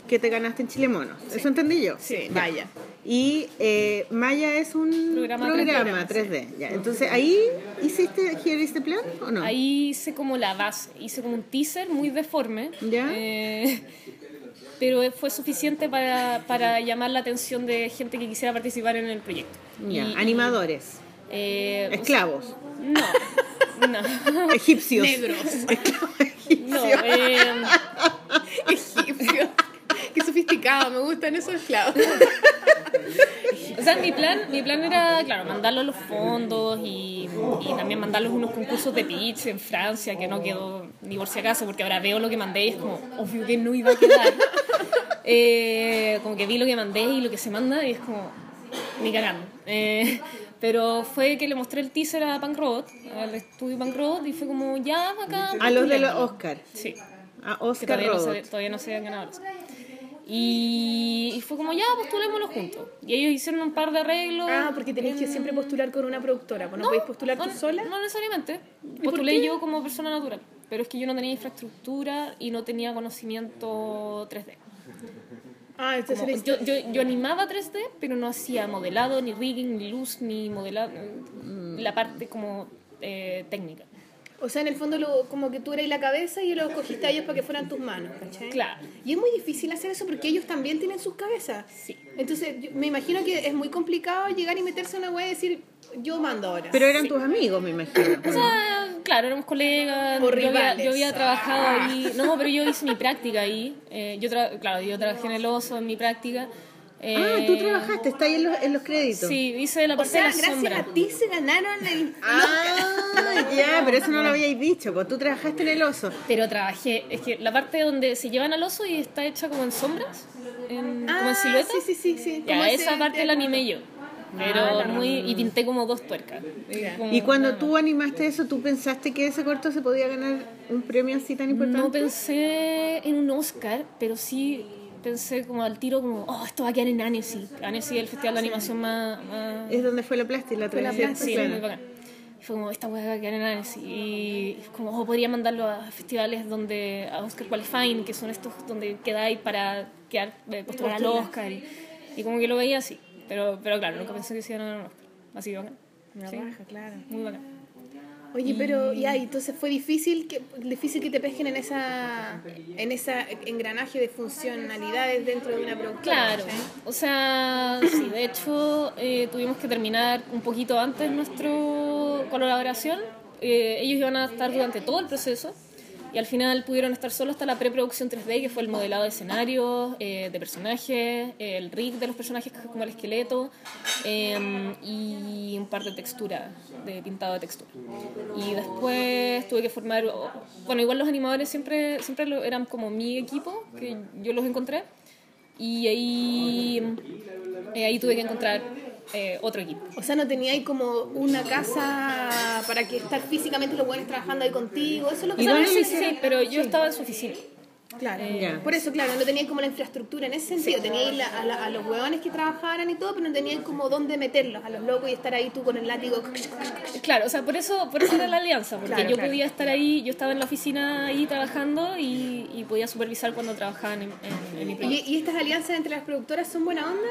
que te ganaste en Chile Monos. ¿Eso entendí yo? Sí. Ya. Y eh, Maya es un Programa programa, 3D, 3D. ya. Entonces, ¿ahí hiciste Here is the Plan o no? Ahí hice como la base, hice como un teaser muy deforme. ¿Ya? eh, pero fue suficiente para, para llamar la atención de gente que quisiera participar en el proyecto. Ya, Y- Animadores, eh, o sea, esclavos, no, no, egipcios. no. eh, Egipcio. Qué sofisticado, me gustan esos esclavos. o sea, mi plan, mi plan era, claro, mandarlos los fondos y, y también mandarlos unos concursos de pitch en Francia, que no quedó ni por si acaso, porque ahora veo lo que mandé y es como, obvio que no iba a quedar. Eh, como que vi lo que mandé y lo que se manda y es como, ni cagando. Eh, pero fue que le mostré el teaser a Punk Robot, al estudio Punk Robot, y fue como, ya, acá. A los de los Oscar. Sí. A Que Oscar todavía no, se, Robot. todavía no se habían ganado los. Y, y fue como, ya, postulémoslo juntos. Y ellos hicieron un par de arreglos. Ah, porque tenéis que siempre postular con una productora. pues ¿No, no podéis postular tú no, sola? No necesariamente. Postulé yo como persona natural. Pero es que yo no tenía infraestructura y no tenía conocimiento 3D. Ah, entonces Como- eres- yo, yo, yo animaba 3D, pero no hacía modelado, ni rigging, ni luz, ni modelado. mm, La parte como eh, técnica. O sea, en el fondo, lo- como que tú eres la cabeza y lo cogiste a ellos para que fueran tus manos, ¿cachai? Claro. Y es muy difícil hacer eso porque ellos también tienen sus cabezas. Sí. Entonces, yo- me imagino que es muy complicado llegar y meterse a una web y decir, yo mando ahora. Pero eran tus amigos, me imagino. O sea, claro, éramos colegas. O yo, había, rivales. Ah. yo había trabajado ahí. No, pero yo hice mi práctica ahí. Eh, yo tra- claro, yo trabajé en el oso en mi práctica. Ah, Eh, tú trabajaste, está ahí en los, en los créditos. Sí, hice la o parte sea, de la gracias sombra. a ti se ganaron el... Ah, ya, pero eso no lo habíais dicho, pues tú trabajaste en el oso. Pero trabajé, es que la parte donde se llevan al oso y está hecha como en sombras, en, como en Ah, silueta. sí, sí, sí, sí. Ya, Como Ah, ese- esa parte la animé yo. Pero muy. Y pinté como dos tuercas. Como Y cuando nada tú animaste eso, ¿tú pensaste que ese corto se podía ganar un premio así tan más. Pues No importante? pensé en un Oscar, pero sí pensé como al tiro, como, oh, esto va a quedar en Annecy. Annecy es el festival de animación más... más- Es donde fue la plástica, la fue la tradición. plástica, claro. muy bacán. Y fue como, esta hueá va a quedar en Annecy. Y es como, oh, podría mandarlo a festivales donde, a Oscar Qualifying, que son estos donde quedáis para quedar eh, postular al Oscar. Y, y como que lo veía así. Pero, pero claro, nunca pensé que se iban a ganar un Oscar. Así que bacán. Sí, Mm. Muy bacán. Oye, pero ya, y entonces fue difícil que difícil que te pesquen en esa en esa engranaje de funcionalidades dentro de una productora. Claro, ¿cachai? o sea, sí, de hecho eh, tuvimos que terminar un poquito antes nuestra colaboración. Eh, ellos iban a estar durante todo el proceso y al final pudieron estar solo hasta la preproducción 3D, que fue el modelado de escenarios, eh, de personajes, el rig de los personajes, que es como el esqueleto, eh, y un par de texturas, de pintado de textura. Y después tuve que formar, bueno, igual los animadores siempre, siempre lo- eran como mi equipo, que yo los encontré. Y ahí, eh, ahí tuve que encontrar eh, otro equipo. O sea, no tenía ahí como una casa para que estar físicamente los buenos trabajando ahí contigo. Eso es lo que O sea, estaba sí, sí, sí, pero yo estaba en su oficina. Claro. Ya. Por eso, claro, no tenía como la infraestructura en ese sentido. Tenía ahí la- a, la- a los hueones que trabajaran y todo, pero no tenían como dónde meterlos a los locos y estar ahí tú con el látigo. Claro, o sea, por eso, por eso era la alianza, porque Claro, yo claro. podía estar ahí, yo estaba en la oficina ahí trabajando y, y podía supervisar cuando trabajaban en, en- en mi proyecto. ¿Y, y estas alianzas entre las productoras son buena onda?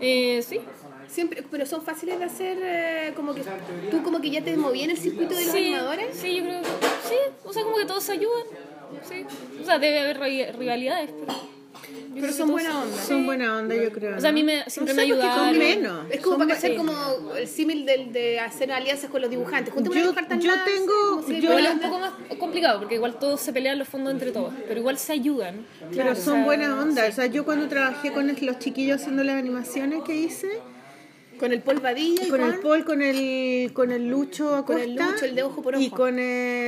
Eh, sí, Siempre, pero son fáciles de hacer, eh, como que tú como que ya te movías en el circuito de los sí, animadores. sí, yo creo que sí, o sea, como que todos se ayudan. Sí. O sea, debe haber ri- rivalidades, pero, yo creo que son todos buena se- onda. sí. Son buena onda, yo creo. O sea, a mí me- ¿no? siempre No me sé, porque ayudaron. Con menos. Es como Son eh, para buena- hacer como el símil del de hacer alianzas con los dibujantes. Juntémonos Yo- las cartas yo más, tengo- como si- yo- Pero es un poco más complicado porque igual todos se pelean los fondos entre todos, pero igual se ayudan. Pero O son sea, buena onda. O sea, yo cuando trabajé con los chiquillos haciendo las animaciones que hice, Con el polvadilla y con el Paul, con el, con el Lucho Acosta, Con el Lucho, el de ojo por y ojo. con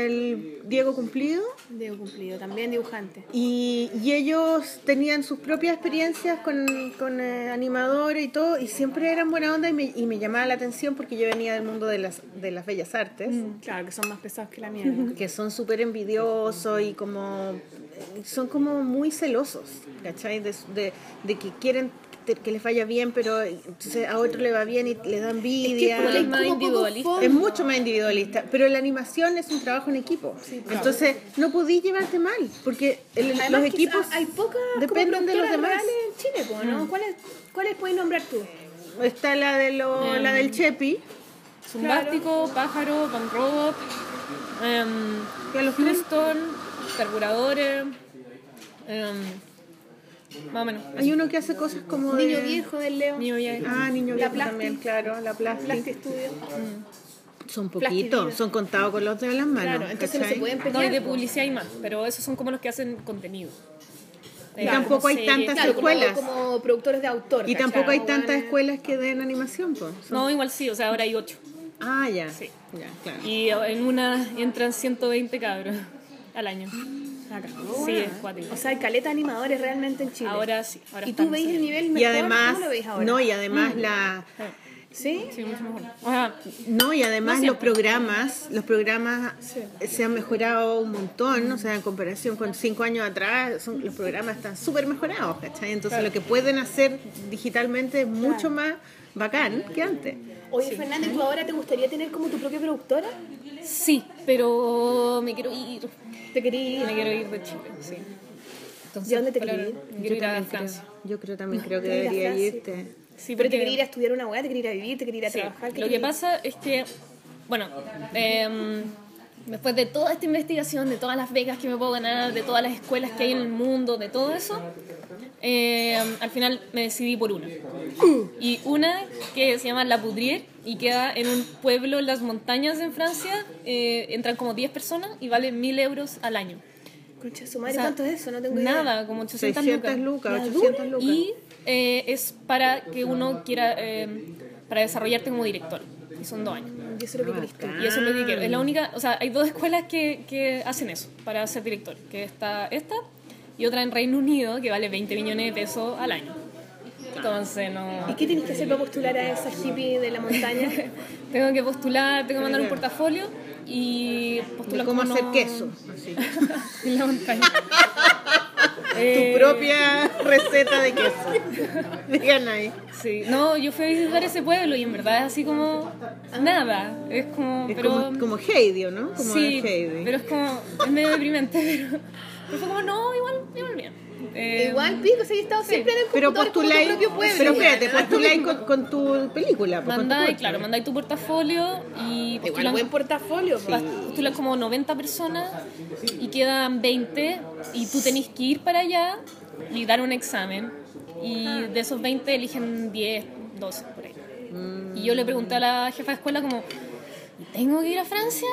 el Diego Cumplido. Debo cumplido, también dibujante. Y, y ellos tenían sus propias experiencias con, con eh, animadores y todo, y siempre eran buena onda y me, y me llamaba la atención porque yo venía del mundo de las, de las bellas artes. Claro, que son más pesados que la mierda. que son súper envidiosos y como son como muy celosos, ¿cachai? De, de- de que quieren te- que les vaya bien, pero entonces a otro le va bien y le da envidia. porque Es, es más individualista. mucho más individualista, pero la animación es un trabajo en equipo. Entonces no podí llevarte mal, porque el- los equipos hay pocas dependen de los demás. Mm. en Chile, po, ¿no? ¿Cuáles cuáles puedes nombrar tú? Está la, de lo- la del Chepi, Zumbástico, Pájaro, Pan Robot, em, que a los Houston, Carburadores, em, más o menos. hay uno que hace cosas como de... Niño viejo del Leo. Mío ya es. Ah, niño La viejo también, Plasti. claro, la plástica. Plasti Studio. Son Plastilina. poquitos, son contados con los dedos de las manos. Claro, entonces no ¿cachai? se pueden pelear. No, y de publicidad hay más, pero esos son como los que hacen contenido. Eh, Y tampoco hay series. tantas- Claro, como, escuelas. como productores de autor. Y ¿cachai? tampoco hay Como tantas buenas- escuelas que den animación, po. Son- No, igual sí, o sea, ahora hay ocho. Ah, ya. Sí. Ya, claro. Y en una entran 120 cabros al año. Sí, es cuático. O sea, hay caleta de animadores realmente en Chile. Ahora sí. Ahora ¿Y tú están, veis sí. el nivel mejor? Y además, ¿Cómo lo veis ahora? Mm. no, y además la ¿Sí? Sí, mucho mejor. O sea, no, y además No los siempre. programas, los programas se han mejorado un montón, o sea, en comparación con cinco años atrás, son- los programas están súper mejorados, ¿cachai? Entonces lo que pueden hacer digitalmente es mucho más bacán que antes. Oye, Fernanda, ¿y ¿tú ahora te gustaría tener como tu propia productora? sí, pero me quiero ir. ¿Te quería Me quiero ir de Chile, sí. ¿De dónde te Pero quería ir? me Quiero ir a Francia. Yo creo también creo que Mira, debería Francis. irte. Sí, Pero te porque- quería ir a estudiar una weá, te quería ir a vivir, te quería ir a Sí, trabajar. ¿qué Lo te que quería- pasa es que, bueno, em, después de toda esta investigación, de todas las becas que me puedo ganar, de todas las escuelas que hay en el mundo, de todo eso, em, al final me decidí por una. Y una que se llama La Poudrière y queda en un pueblo en las montañas en Francia, eh, entran como 10 personas y vale 1000 euros al año. Concha de su madre, O sea, ¿cuánto es eso? No tengo idea. Nada, como 800 600 lucas, 800 lucas. Y eh, es para que uno quiera, eh, para desarrollarte como director. Y son dos años. Yo sé lo que querés tú. Y eso es lo que quiero. Es la única, o sea, hay dos escuelas que, que hacen eso para ser director, que está esta y otra en Reino Unido que vale 20 millones de pesos al año. Entonces ¿Y no qué tenés que hacer para postular a esa hippie de la montaña? tengo que postular, tengo que mandar un portafolio y postular ¿Cómo como hacer no- queso? Así. en la montaña. Eh, Tu propia receta de queso. Digan ahí. Sí, no, yo fui a visitar ese pueblo y en verdad es así como nada. Es como. Es pero, como, como Heidi, ¿o ¿no? Como sí, Heidi. pero es como. Es medio deprimente, pero. Pero fue como, no, igual, igual bien. Eh, Igual, pico, si he estado siempre en el Pero computador como postuláis, tu propio pueblo. pero espérate, Igual, postuláis con, con tu película. pues, con tu Mandáis, corte. claro, mandáis tu portafolio y Igual, postulan, buen portafolio. po. postulan como 90 personas y quedan 20 y tú tenés que ir para allá y dar un examen. Y de esos 20 eligen 10, 12 por ahí. Y yo le pregunté a la jefa de escuela como, ¿tengo que ir a Francia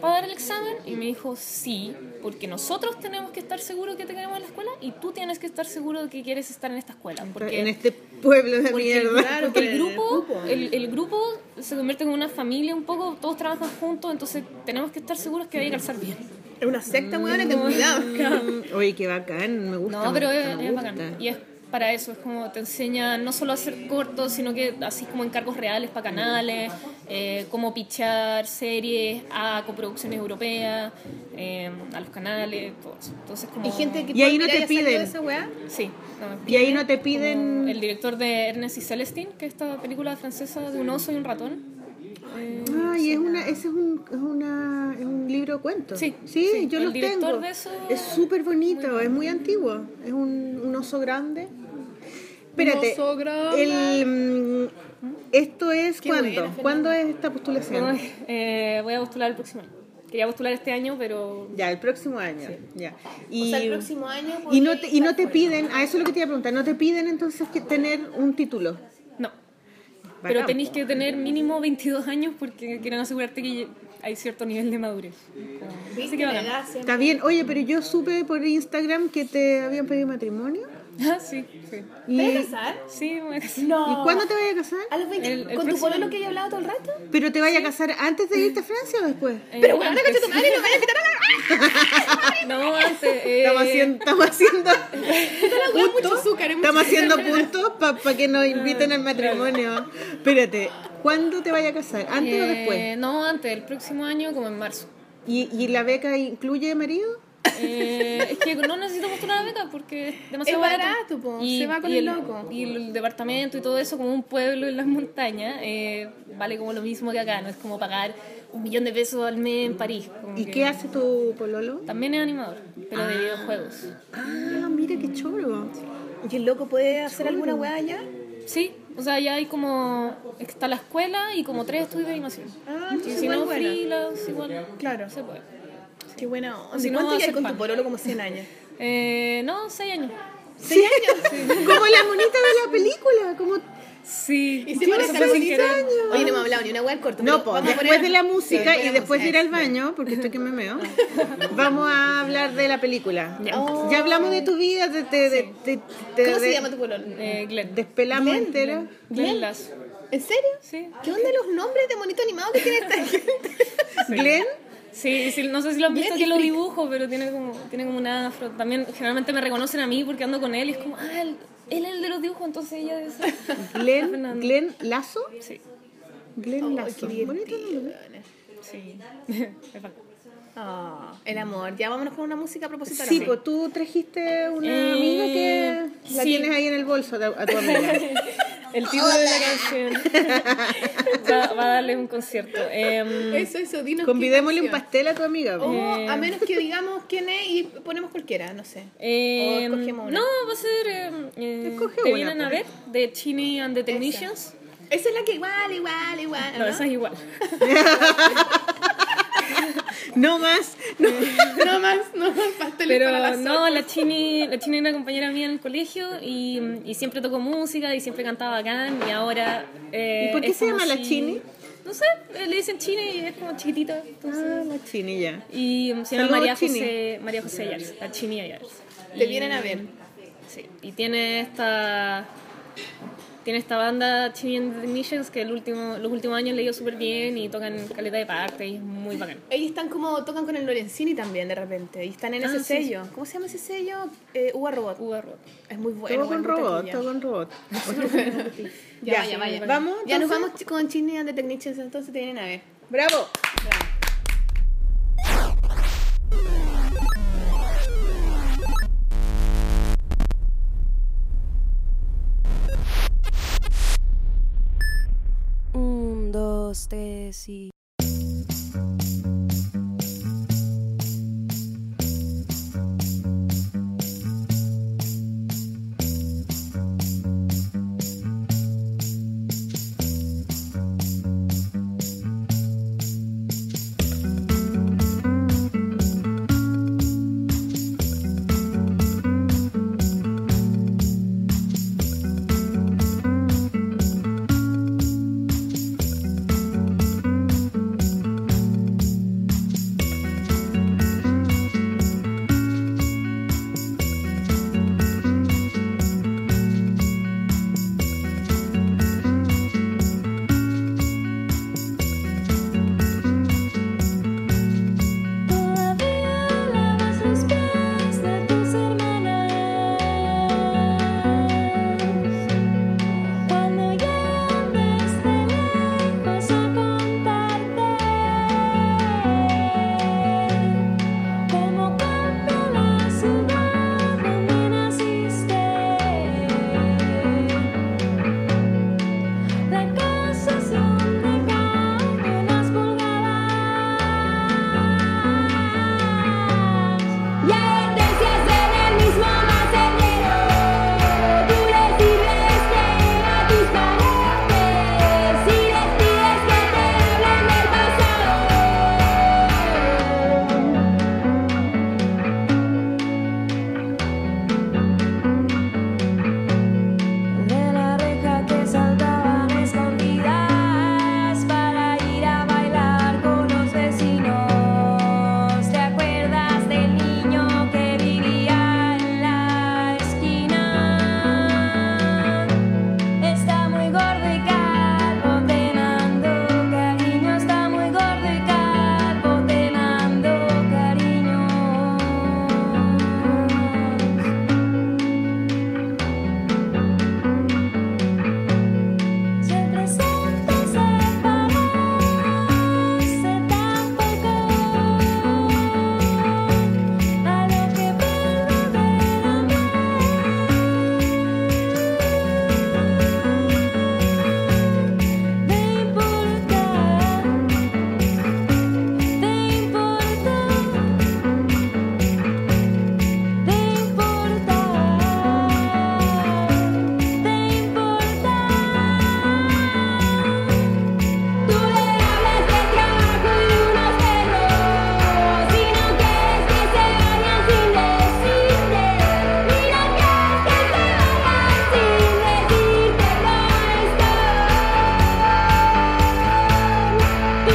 para dar el examen? Y me dijo, sí, porque nosotros tenemos que estar seguros que te queremos en la escuela y tú tienes que estar seguro de que quieres estar en esta escuela. Porque En este pueblo de porque el, mierda. porque el grupo, el, el grupo se convierte en una familia un poco, todos trabajan juntos, entonces tenemos que estar seguros que vaya a calzar bien. Es una secta, weón, ten cuidado. Mm, Oye, qué bacán, me gusta. No, pero me es, gusta, me es gusta. bacán. Y es para eso, es como te enseña no solo a hacer cortos, sino que así como encargos reales para canales, eh, cómo pichar series a coproducciones europeas, eh, a los canales, todo eso. Entonces, como... Y gente que Y ahí no mira, te ya salió piden. esa weá. Sí. no, Y ahí piden no te piden- como El director de Ernest y Celestine, que es esta película francesa de un oso y un ratón. Eh, Ay, es una, ese es un, es una, es un libro cuento. Sí, sí, sí. yo El los director tengo. de eso- Es súper bonito, es muy antiguo. Es un, un oso grande. Espérate. oso grande. el, mm, esto es Qué cuándo? buena, Fernanda. ¿Cuándo es esta postulación? eh, voy a postular el próximo año. Quería postular este año, pero Ya, el próximo año. Ya. Y, O sea, el próximo año. y podría no te, y no estar te fuera. piden, a eso es lo que te iba a preguntar, no te piden entonces que tener un título. no. Bacán. Pero tenéis que tener mínimo 22 años porque quieren asegurarte que ya- hay cierto nivel de madurez. Como- Así Viste, que la bacán. edad siempre- Está bien, oye, pero yo supe por Instagram que te habían pedido matrimonio. Ah, sí, sí. Y, ¿Te vas a casar? Sí, pues. me voy a casar. No. ¿Y cuándo te vayas a casar? A los 20. El- el ¿Con tu próximo- pololo que he hablado todo el rato? ¿Pero te vayas a casar antes de irte a Francia o después? Eh, Pero bueno, antes. que tu madre no vaya a invitar a la. No, antes. eh, Estamos haciendo, estamos haciendo, Hubo mucho azúcar, es mucho estamos azúcar. haciendo puntos para que nos inviten al matrimonio. Espérate, ¿cuándo te vayas a casar? ¿Antes o eh, después? No, antes, el próximo año, como en marzo. ¿Y, y la beca incluye marido? Eh, es que no necesito postular la beca porque es demasiado Es barato, po, se va con el loco. Y el departamento y todo eso, como un pueblo en las montañas, eh, vale como lo mismo que acá, no es como pagar un millón de pesos al mes en París. como ¿Y que- qué hace tu pololo? También es animador, pero de videojuegos. Ah, mira qué choro. ¿Y el loco puede hacer alguna weá allá? Sí, o sea, ya hay como. Está la escuela y como tres estudios de animación. Ah, Y entonces si igual no, buena. freelance, igual. Claro. Se puede. Qué buena onda. Si ¿Y no, ¿Cuánto va a ya hay ser con pan. tu pololo? Como 100 años. Eh, no, seis años. ¿100 años? Como la monita de la película, como Sí. Y se Tiene parece a la seis Cintia. años. Oye, no me ha hablado ni una weá al corto. No, pero pues vamos a después poner- de la música de y la después de ir música, al baño, porque estoy que me meo, vamos a hablar de la película. Ya. Oh. Ya hablamos de tu vida, te, te, de- te- te- ¿Cómo se de- llama tu pololo? Eh, Glenn. despelamos entero. Glenn Lass. ¿En serio? Sí. ¿Qué onda los nombres de monito animado que tiene esta gente? Glenn, Sí, sí, no sé si lo han visto Glenn que lo dibujo, pero tiene como, tiene como una afro. También generalmente me reconocen a mí porque ando con él y es como, ah, él, él es el de los dibujos, entonces ella es. Glenn, Fernando. Glenn Lazo. Sí, Glenn Ay, Lazo. Oh, qué Bonito divertido, nombre. weona. sí. Es bacán. Ah, el amor. Ya vámonos con una música a propósito. Sí, ahora. pues tú trajiste una Eh, amiga que la sí. tienes ahí en el bolso a tu- a tu amiga. El título de la canción va, va a darle un concierto. Em, Eso, eso, dinos. Convidémosle un pastel. pastel a tu amiga. pues. po. Eh. a menos que digamos quién es y ponemos cualquiera, no sé. em, O escogemos una. no, va a ser. em, eh, Oh, Escoge te una, vienen a pues. ver de Chini and the Technicians. Esa es la que igual, igual, igual. No, esa es igual. No más. no. no más, no más pasteles para la Pero sopa. no, la Chini, la Chini era una compañera mía en el colegio y, y siempre tocó música y siempre cantaba bacán y ahora... eh, ¿Y por qué es se como llama la si- Chini? No sé, eh, le dicen Chini y es como chiquitita. entonces- Ah, la chinilla. Y mm, se llama Saludos, María Chini. José, María José Ayars, la Chini Ayars. Te Y- vienen a ver. Sí, y tiene esta... Tiene esta banda Chini and the Technicians que el último, los últimos años le dio súper bien y tocan caleta de parte y es muy bacán. Ellos están como, tocan con el Lorenzini también de repente. Y están en Ah, ese sí, sello. ¿Cómo se llama ese sello? Eh, Uva Robot. Uva Rock. Es muy bueno. Todo igual, con muy robot, taquilla. todo con robot. Ya, Ya, vaya, vaya. ¿vamos, Ya nos entonces? vamos ch- con Chini and the Technicians, entonces te vienen a ver. Bravo. dos, tres y... Todavía lavas los pies de tus hermanas Cuando ya desde lejos a contarte Como cambia la ciudad donde naciste la casa se honra con las pulgadas. La herencia es en el mismo macetero. Tú les sirves creer a tus parientes y les pides que te hablen del pasado. De la reja que saltaban escondidas para ir a bailar con los vecinos. ¿Te acuerdas del niño que vivía en la esquina? Está muy gordo y calvo tenando cariño. Está muy gordo y calvo tenando cariño. Siempre siempre separarse tampoco a lo que verdaderamente te importa, te importa, te importa, te importa. Tú le hablas de trabajo y de unos perros Si no quieres que se vayan sin decirte Y no quieres que se vayan sin decírtelo Están tus primos en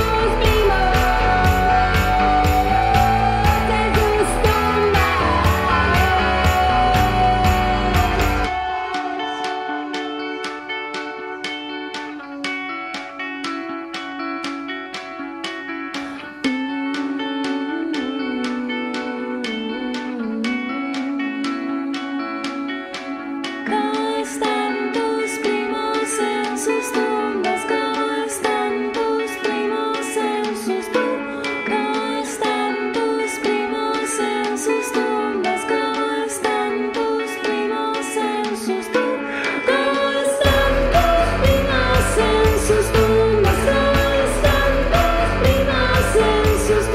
sus tumbas ¿Cómo están tus primos en sus tumbas? ¿Cómo están tus primos en sus tumbas? ¿Cómo están tus primos en sus tumbas? ¿Cómo están tus primos en sus tumbas? ¿Cómo están tus primos en sus tumbas? ¿Cómo están tus primos en sus tumbas? ¿Cómo están tus primos en sus tumbas? ¿Cómo están tus primos en sus tumbas? ¿Cómo están tus primos en sus tumbas? ¿Cómo están tus primos en sus tumbas? ¿Cómo están tus primos en sus tumbas? ¿Cómo están tus primos en sus tumbas?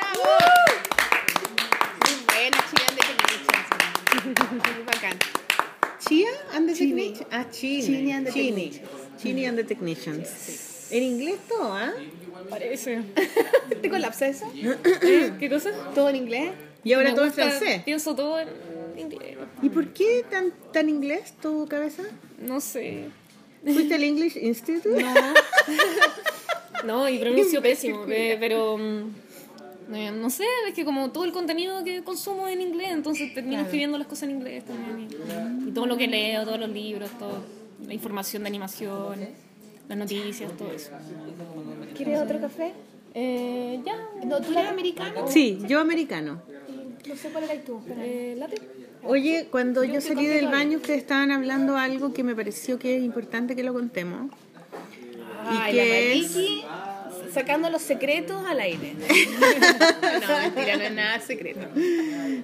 ¡Ah! Muy buena, Chía and the Technicians. Muy bacán. Chia and the Chini. Technicians. Ah, Chini. Chini and the Chini. Technicians. Chini and the Technicians. En inglés todo, ¿ah? Parece. ¿Eh? ¿Te colapsa eso? ¿Qué cosa? ¿Todo en inglés? Y ahora Me todo gusta, en francés. Pienso todo en inglés. ¿Y por qué tan, tan inglés tu cabeza? No sé. ¿Fuiste al English Institute? Ah. No, y pronuncio pésimo, eh, pero mm, eh, no sé, es que como todo el contenido que consumo en inglés, entonces termino escribiendo las cosas en inglés también. Y, y todo lo que leo, todos los libros, toda la información de animación, las noticias, todo eso. ¿Quieres otro café? Eh, ya, No, tú eres americano. Sí, yo americano. No sé cuál eres tú. eh, late. Oye, cuando yo salí del baño, ustedes estaban hablando algo que me pareció que es importante que lo contemos. Ay, ¿Y la qué es? Maliki sacando los secretos al aire. no, mentira, no es nada secreto.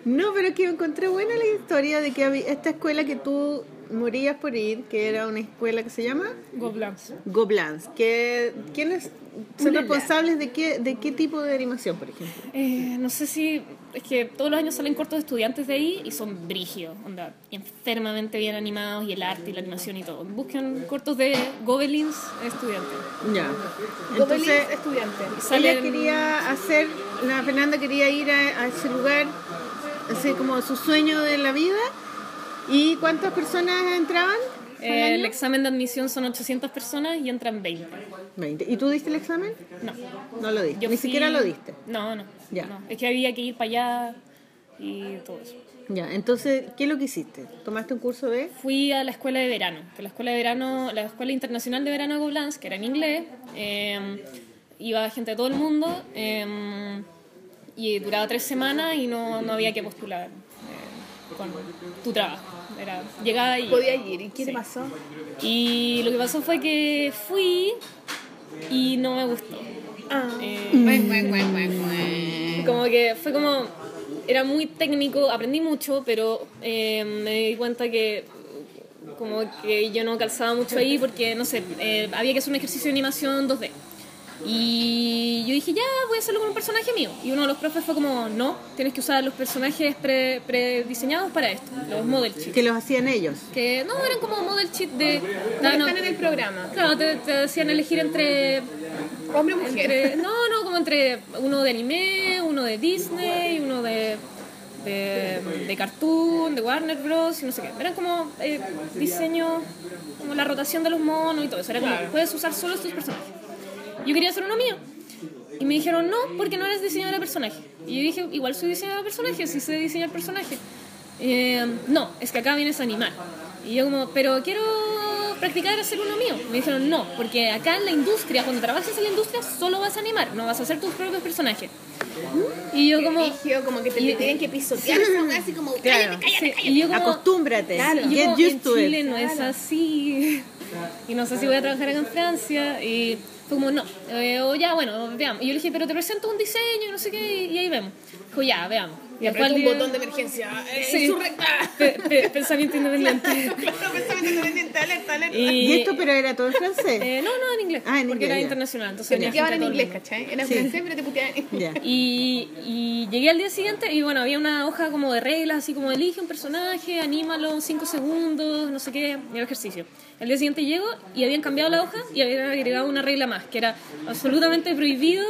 No, pero es que encontré buena la historia de que había- esta escuela que tú morías por ir, que era una escuela que se llama Goblins. Goblans, que ¿quiénes son Ulala. responsables de qué, de qué tipo de animación, por ejemplo? Eh, no sé si. Es que todos los años salen cortos de estudiantes de ahí y son brígidos, onda, enfermamente bien animados y el arte y la animación y todo. Buscan cortos de Gobelins estudiantes. Ya. Entonces, Entonces, estudiante. ella Salen- quería hacer, la Fernanda quería ir a, a ese lugar, así como su sueño de la vida. ¿Y cuántas personas entraban? Eh, el examen de admisión son 800 personas y entran 20. 20. ¿Y tú diste el examen? No. No lo diste. Yo Ni fui- siquiera lo diste. No, no. Ya. no. Es que había que ir para allá y todo eso. Ya, entonces, ¿qué es lo que hiciste? ¿Tomaste un curso de...? Fui a la escuela de verano, que la escuela de verano, la escuela internacional de verano de Goblins, que era en inglés, eh, iba gente de todo el mundo eh, y duraba tres semanas y no, no había que postular eh, con tu trabajo. Era, llegaba y... Podía ir. ¿Y qué te Sí. pasó? Y lo que pasó fue que fui y no me gustó. Ah, Eh, Mm. como que fue como era muy técnico aprendí mucho pero eh, me di cuenta que como que yo no calzaba mucho ahí porque no sé eh, había que hacer un ejercicio de animación 2D y yo dije ya voy a hacerlo con un personaje mío y uno de los profes fue como no tienes que usar los personajes pre- prediseñados para esto los model sheets Que los hacían ellos. que no eran como model sheet de No, no, están en el programa. claro te, te hacían elegir entre Hombre o mujer. entre- no, no, como entre uno de anime, uno de Disney, uno de, de, de Cartoon, de Warner Bros. y no sé qué. Eran como eh, diseño, como la rotación de los monos y todo eso. Era como, puedes usar solo estos personajes. Yo quería hacer uno mío. Y me dijeron, no, porque no eres diseñadora de personaje. Y yo dije, igual soy diseñadora de personaje, sí sé diseñar personaje. Eh, no, es que acá vienes a animar. Y yo como, pero quiero practicar hacer uno mío. Me dijeron, no, porque acá en la industria, cuando trabajas en la industria, solo vas a animar, no vas a hacer tus propios personajes. Y yo como... Como, como que te, te tienen que pisotear esa weá, así como Claro. sí, y yo como Acostúmbrate. Claro, Get yo used en to it. Chile no es así. Y no sé si voy a trabajar acá en Francia. Y fue como, no. Eh, o ya, bueno, veamos. Y yo le dije, pero te presento un diseño, y no sé qué, y ahí vemos. Dijo, ya, veamos. Y Aprieta después un alguien- botón de emergencia. Eh, Sí. insurrecta. Pe- pe- pensamiento independiente. Claro, pensamiento independiente, alerta, alerta. Y, ¿Y esto pero era todo en francés? eh, no, no, en inglés. Ah, en porque inglés, era ya. internacional. Entonces Te venía puteaban gente en de todo el inglés, mundo. ¿cachai? Era francés, pero te puteaban en Ya. Y, y llegué al día siguiente y bueno, había una hoja como de reglas, así como elige un personaje, anímalo, 5 segundos, no sé qué, y el ejercicio. Al día siguiente llego y habían cambiado la hoja y habían agregado una regla más, que era absolutamente prohibido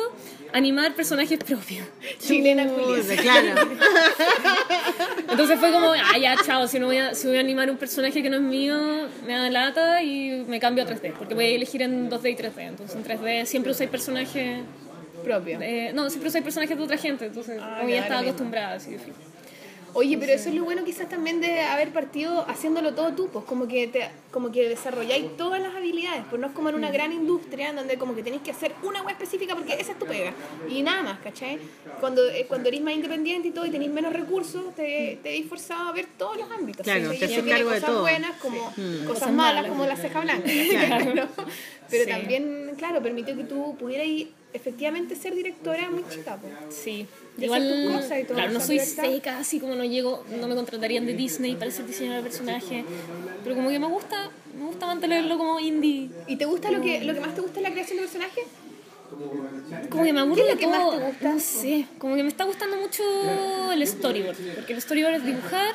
animar personajes propios. Chilena Julia. Puta, Claro. Entonces fue como, ah, ya, chao, si, no voy a, si voy a animar un personaje que no es mío, me da lata y me cambio a 3D, porque voy a elegir en 2D y 3D. Entonces en 3D siempre usáis personajes Propio. Eh, no, siempre soy personajes de otra gente, entonces Ah, como ya, ya estaba lo mismo. acostumbrada, así de fin. Oye, pero eso es lo bueno quizás también de haber partido haciéndolo todo tú, pues como que te, como que desarrolláis todas las habilidades, pues no es como en una Mm. gran industria en donde como que tenéis que hacer una web específica porque esa es tu pega y nada más, ¿cachai? Cuando, eh, cuando eres más independiente y todo y tenéis menos recursos, te, te veis forzado a ver todos los ámbitos. Mm. Claro, ¿cachai? te Y haces tiene cargo de cosas todo. Mm. buenas como cosas, Cosas malas, malas. como la ceja blanca, ¿cachai? Pero, pero Sí. también, claro, permitió que tú pudieras ir, efectivamente ser directora muy chica, pues. Sí. Y hacer tus Igual, cosas y todo, claro, no esa soy libertad. seca, así como no llego, no me contratarían de Disney para ser diseñadora de personaje, pero como que me gusta, me gusta mantenerlo como indie. ¿Y te gusta lo que, lo que más te gusta es la creación de personajes? Como que me aburre ¿Qué es de lo que más todo. te gusta? No sé, como que me está gustando mucho el storyboard, porque el storyboard es dibujar,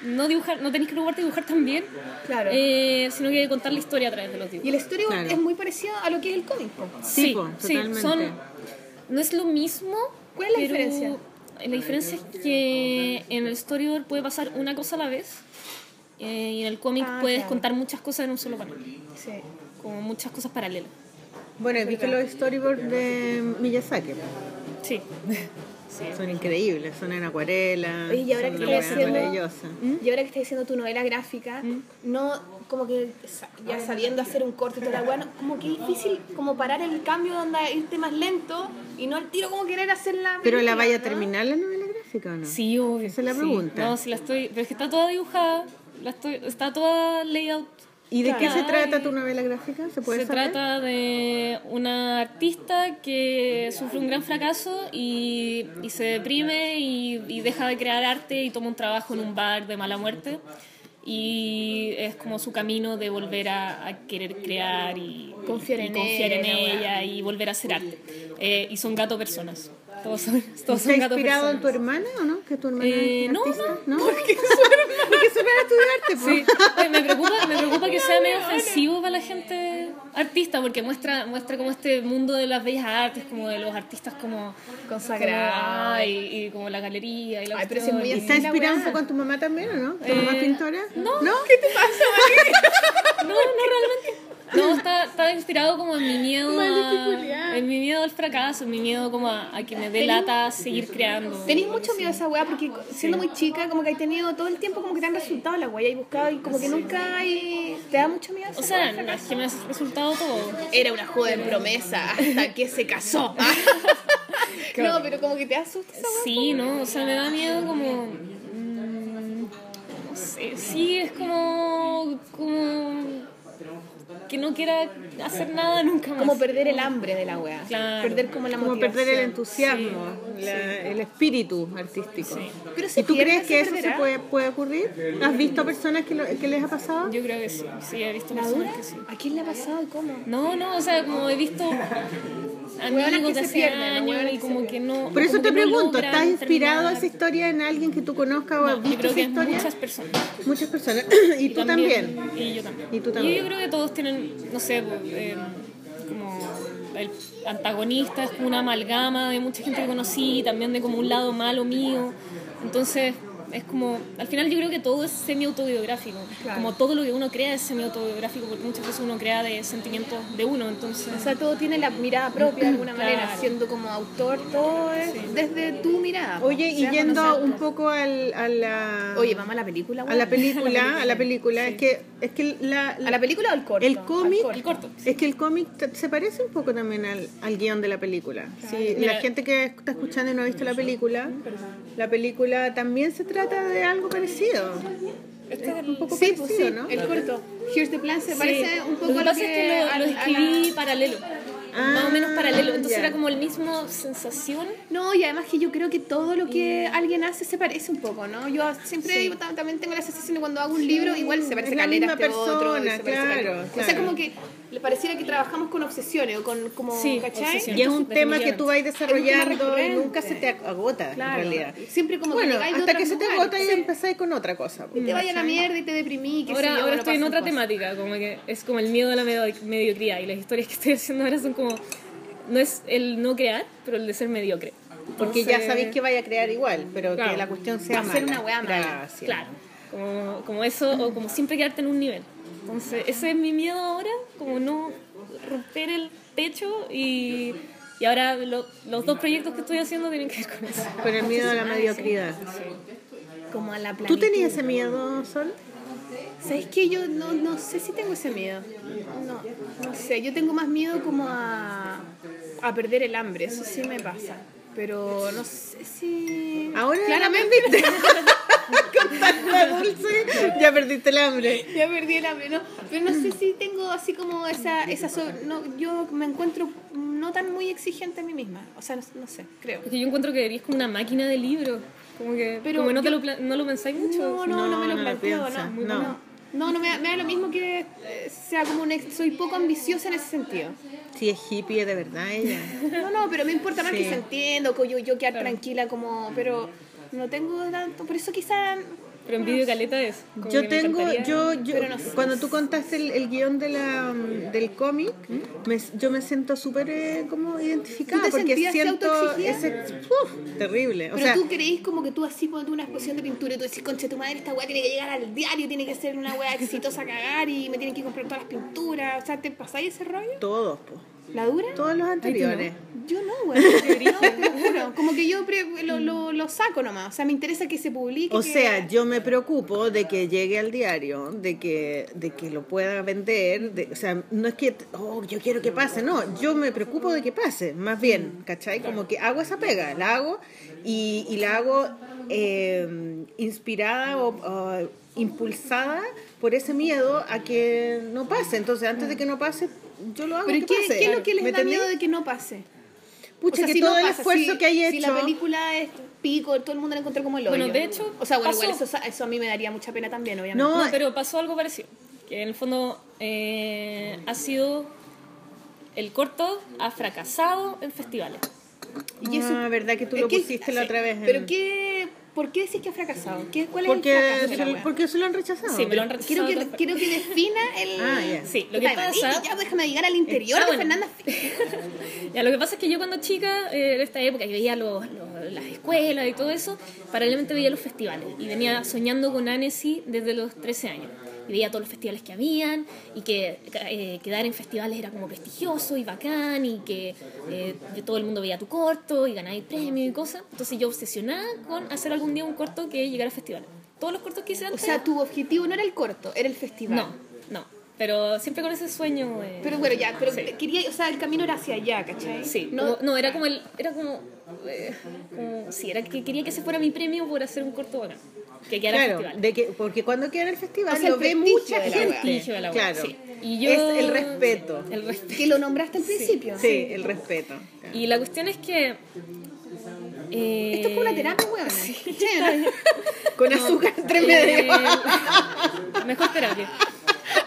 no dibujar, no tenéis que preocuparte de dibujar también, Claro. eh, sino que contar la historia a través de los dibujos. Y el storyboard Claro. es muy parecido a lo que es el cómic. po. Sí, po, totalmente. son- no es lo mismo. ¿Cuál es la pero diferencia? La diferencia es que en el storyboard puede pasar una cosa a la vez eh, y en el cómic Ah, puedes claro. contar muchas cosas en un solo panel, Sí. como muchas cosas paralelas. Bueno, viste los storyboards de Miyazaki. Sí. sí. Son increíbles, son en acuarela. Oye, y ahora son que Ah, una estoy weá haciendo- ¿Mm? maravillosa. ¿Mm? Y ahora que estás haciendo tu novela gráfica, no como que sa- ya sabiendo hacer un corte y toda la weá, no- como que es difícil como parar el cambio donde irte más lento y no al tiro como querer hacer la ¿Pero la película, vaya a ¿no? terminar la novela gráfica o no? Sí, obvio. Esa es la sí. pregunta. No, si la estoy. Pero es que está toda dibujada, la estoy, está toda layout. ¿Y de qué se Ay. trata tu novela gráfica? ¿Se puede Se saber? trata de una artista que sufre un gran fracaso y, y se deprime y, y deja de crear arte y toma un trabajo en un bar de mala muerte. Y es como su camino de volver a, a querer crear y Confiar y en confiar en ella, la ella y volver a hacer arte. Eh, y son gato personas. Todos son, todos ¿Se ha son gato inspirado en tu personas. hermana o no? ¿Que tu hermana Eh, es no, artista? No, Porque su hermana estudió arte, Sí. Oye, me preocupa, me preocupa que sea medio ofensivo para la gente artista, porque muestra, muestra como este mundo de las bellas artes, como de los artistas como Consagrados. como, ay, y, como la galería y la Ay, pero si es muy po. cuestión, y- ¿Está Sí, la inspirado un weá. poco en tu mamá también o no? ¿Tu mamá es Eh, pintora? no. ¿No? No, no realmente. No, está, está inspirado como en mi miedo a, en mi miedo al fracaso, en mi miedo como a, a que me dé lata seguir creando. Tenís mucho miedo a esa weá porque siendo muy chica, como que hay tenido todo el tiempo como que te han resultado la weá y hay buscado y como que nunca hay... ¿Te da mucho miedo? esa O weá, sea, no, es fracaso? que me ha resultado todo. Era una joven promesa hasta que se casó. no, pero como que te asusta esa weá. Sí, no, o sea, me da miedo como... mm, No sé, sí, es como... como que no quiera hacer nada nunca más. Como perder el hambre de la weá. Claro. Perder como la Como motivación. perder el entusiasmo, la- el espíritu artístico. Pero se ¿Y tú pierde, crees se que eso se perderá. puede, puede ocurrir? ¿Has visto a personas que, lo- que les ha pasado? Yo creo que sí, sí, he visto ¿La personas dura? que sí. ¿A quién le ha pasado y cómo? No, no, o sea, como he visto amigos que de se hace pierden, años hueones y que como que no... Por eso como te que no pregunto, logran ¿estás inspirado a esa terminar. historia en alguien que tú conozcas o has No, yo visto creo esa que es historia? muchas personas. Muchas personas. ¿Y, tú también? Y yo también. Y tú también. yo creo que todos tienen, no sé, pues, eh, como el antagonista es como una amalgama de mucha gente que conocí, también de como un lado malo mío. Entonces, es como, al final yo creo que todo es semi-autobiográfico. Como todo lo que uno crea es semi-autobiográfico, porque muchas veces uno crea de sentimientos de uno, entonces... O sea, todo tiene la mirada propia de alguna Claro. manera, siendo como autor, todo es desde tu mirada. Oye, y Seas o no yendo seas un tú. poco al, a la... Oye, vamos a la película, a la weón. película, a la película, es que es que la, ¿A la película o al corto? el cómic Al El corto. es que el cómic t- se parece un poco también al, al guión de la película. Si Mira. la gente que está escuchando y no ha visto la película, la película también se trata de algo parecido. Este es el- Un poco Sí, parecido, pues sí, ¿no? el corto. Here's the plan se Sí. parece un poco lo que a pasa es que lo, al- lo a la- escribí paralelo más o menos paralelo entonces Ah, ya. era como el mismo sensación No, y además que yo creo que todo lo que alguien hace se parece un poco, ¿no? Yo siempre digo, tam- también tengo la sensación de cuando hago un libro, igual se parece es la caleta misma a este otro. y persona, se parece claro, caleta. O sea, claro. como que le pareciera que trabajamos con obsesiones o con, como, Sí, ¿cachai? obsesión. Y es un Entonces, tema que tú vas Es un tema desarrollando y recurrente. nunca se te ag- agota Claro. en realidad. Siempre como que bueno, llegáis de hasta otro que se te lugar, agota y sí. empezáis con otra cosa. pues. po. Te vaya a la mierda y te deprimí, que ahora, ahora estoy en otra temática como que es como el miedo a la medio- mediocridad y las historias que estoy haciendo ahora son como no es el no crear pero el de ser mediocre Porque ya Entonces, sabéis que vaya a crear igual, pero Claro. que la cuestión sea Hacer mala. una weá mala. Gracias. claro como, como eso o como siempre quedarte en un nivel entonces ese es mi miedo ahora como no romper el techo y y ahora lo- los dos proyectos que estoy haciendo tienen que ver con eso Con el miedo a la mediocridad. Como a la planitud. ¿Tú tenías ese miedo, Sol? ¿Sabes qué? Yo no, no sé si tengo ese miedo. No, no sé. Yo tengo más miedo como a, a perder el hambre. Eso sí me pasa. Pero no sé si... Ahora Claramente. con tanta dulce ya perdiste el hambre. Ya perdí el hambre, ¿no? Pero no sé si tengo así como esa... esa sobre- no, yo me encuentro no tan muy exigente a mí misma. O sea, no, no sé, creo. Porque yo encuentro que eres como una máquina de libros. Como que Pero como no, te yo- lo, pla- no lo pensáis No, no, no, mucho. No, me no lo lo planteo, piensa, no, muy- no. no. No, no, me, da- me da lo mismo que eh, sea como un... ex- Soy poco ambiciosa en ese sentido. Sí, es hippie de verdad ella. No, no, pero me importa más Sí. que se entienda, que yo, yo quedar tranquila, como, pero no tengo tanto, por eso quizá... Pero en video caleta es. como que Ah, Yo me tengo, encantaría- yo, yo Pero no sé. cuando tú contaste el, el guión de la, mm, del cómic, me- yo me siento súper eh, como identificada ¿Mm? ¿Tú te porque sentías siento autoexigida? ese, uf, terrible. O Pero sea, tú creís como que tú así pones una exposición de pintura y tú decís, concha, tu madre, esta weá tiene que llegar al diario, tiene que ser una weá exitosa a cagar y me tienen que comprar todas las pinturas, o sea, ¿te pasáis ese rollo? todos, po. ¿La dura? Todos los anteriores. Yo no, güey. No, te lo juro. Como que yo pre- lo, lo, lo saco nomás. O sea, me interesa que se publique. O que- sea, yo me preocupo de que llegue al diario, de que, de que lo pueda vender. de- o sea, no es que oh, yo quiero que pase, no, yo me preocupo de que pase, más bien, ¿cachai? Como que hago esa pega, la hago y, y la hago eh, inspirada o o impulsada por ese miedo a que no pase. Entonces, antes de que no pase, yo lo hago. ¿Pero que qué, pase. qué es lo que les ¿Me da entendí? miedo de que no pase? Pucha, que si todo no el pasa, esfuerzo si- que hay hecho. Si la película es pico, todo el mundo la encontró como el hoyo. Bueno, de hecho, O sea, bueno, igual pasó. eso, eso a mí me daría mucha pena también, obviamente. No, No, pero pasó algo parecido. Que en el fondo eh, ha sido. El corto ha fracasado en festivales. y eso es Ah, verdad que tú Es lo que- pusiste la sí, otra vez. ¿Pero en- qué, por qué decís que ha fracasado? ¿Qué, ¿Cuál es el Porque, fracaso de se la lo, wea? porque se lo han rechazado. Sí, me lo han rechazado. Quiero que, todas- quiero que defina el... Ah, ya. Sí, lo que Puta, pasa- Manito, Ya, déjame llegar al interior Ah, de bueno. Fernanda. Ya, lo que pasa es que yo cuando chica, eh, en esta época, que veía los- los- las escuelas y todo eso, paralelamente veía los festivales. Y venía soñando con Annecy desde los 13 años. Y veía todos los festivales que habían, y que eh, quedar en festivales era como prestigioso y bacán, y que eh, todo el mundo veía tu corto, y ganabas premios y cosas. Entonces yo obsesionada con hacer algún día un corto que llegara a festivales. Todos los cortos que hice O antes... sea, tu objetivo no era el corto, era el festival. no, no. Pero siempre con ese sueño... eh, Pero bueno, ya, pero Sí. quería, o sea, el camino era hacia allá, ¿cachai? Sí, No, no, no era como el. Era como, eh, como- Sí, era que quería que ese fuera mi premio por hacer un corto bacán. Que quedara Claro, festival. de que, porque cuando queda el festival O sea, el lo ve prestigio mucha de la gente. wea. Prestigio de la wea, claro. sí. Y yo- Es el respeto. El respeto. que lo nombraste al principio. Sí, el respeto. Y la cuestión es que. eh, Esto es como una terapia, weón. Con azúcar tremendo. Eh, mejor terapia.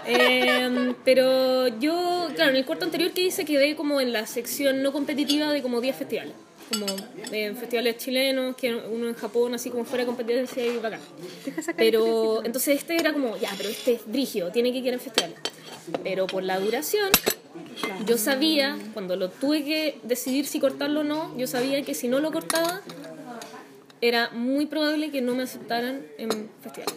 Eh, pero yo, claro, en el cuarto anterior que hice quedé como en la sección no competitiva de como 10 festivales. Como eh, festivales chilenos, que uno en Japón, así como fuera de competencia y bacán. Pero entonces este era como, ya, pero este es brigio, tiene que quedar en festivales. Pero por la duración, yo sabía, cuando lo tuve que decidir si cortarlo o no, yo sabía que si no lo cortaba, era muy probable que no me aceptaran en festival.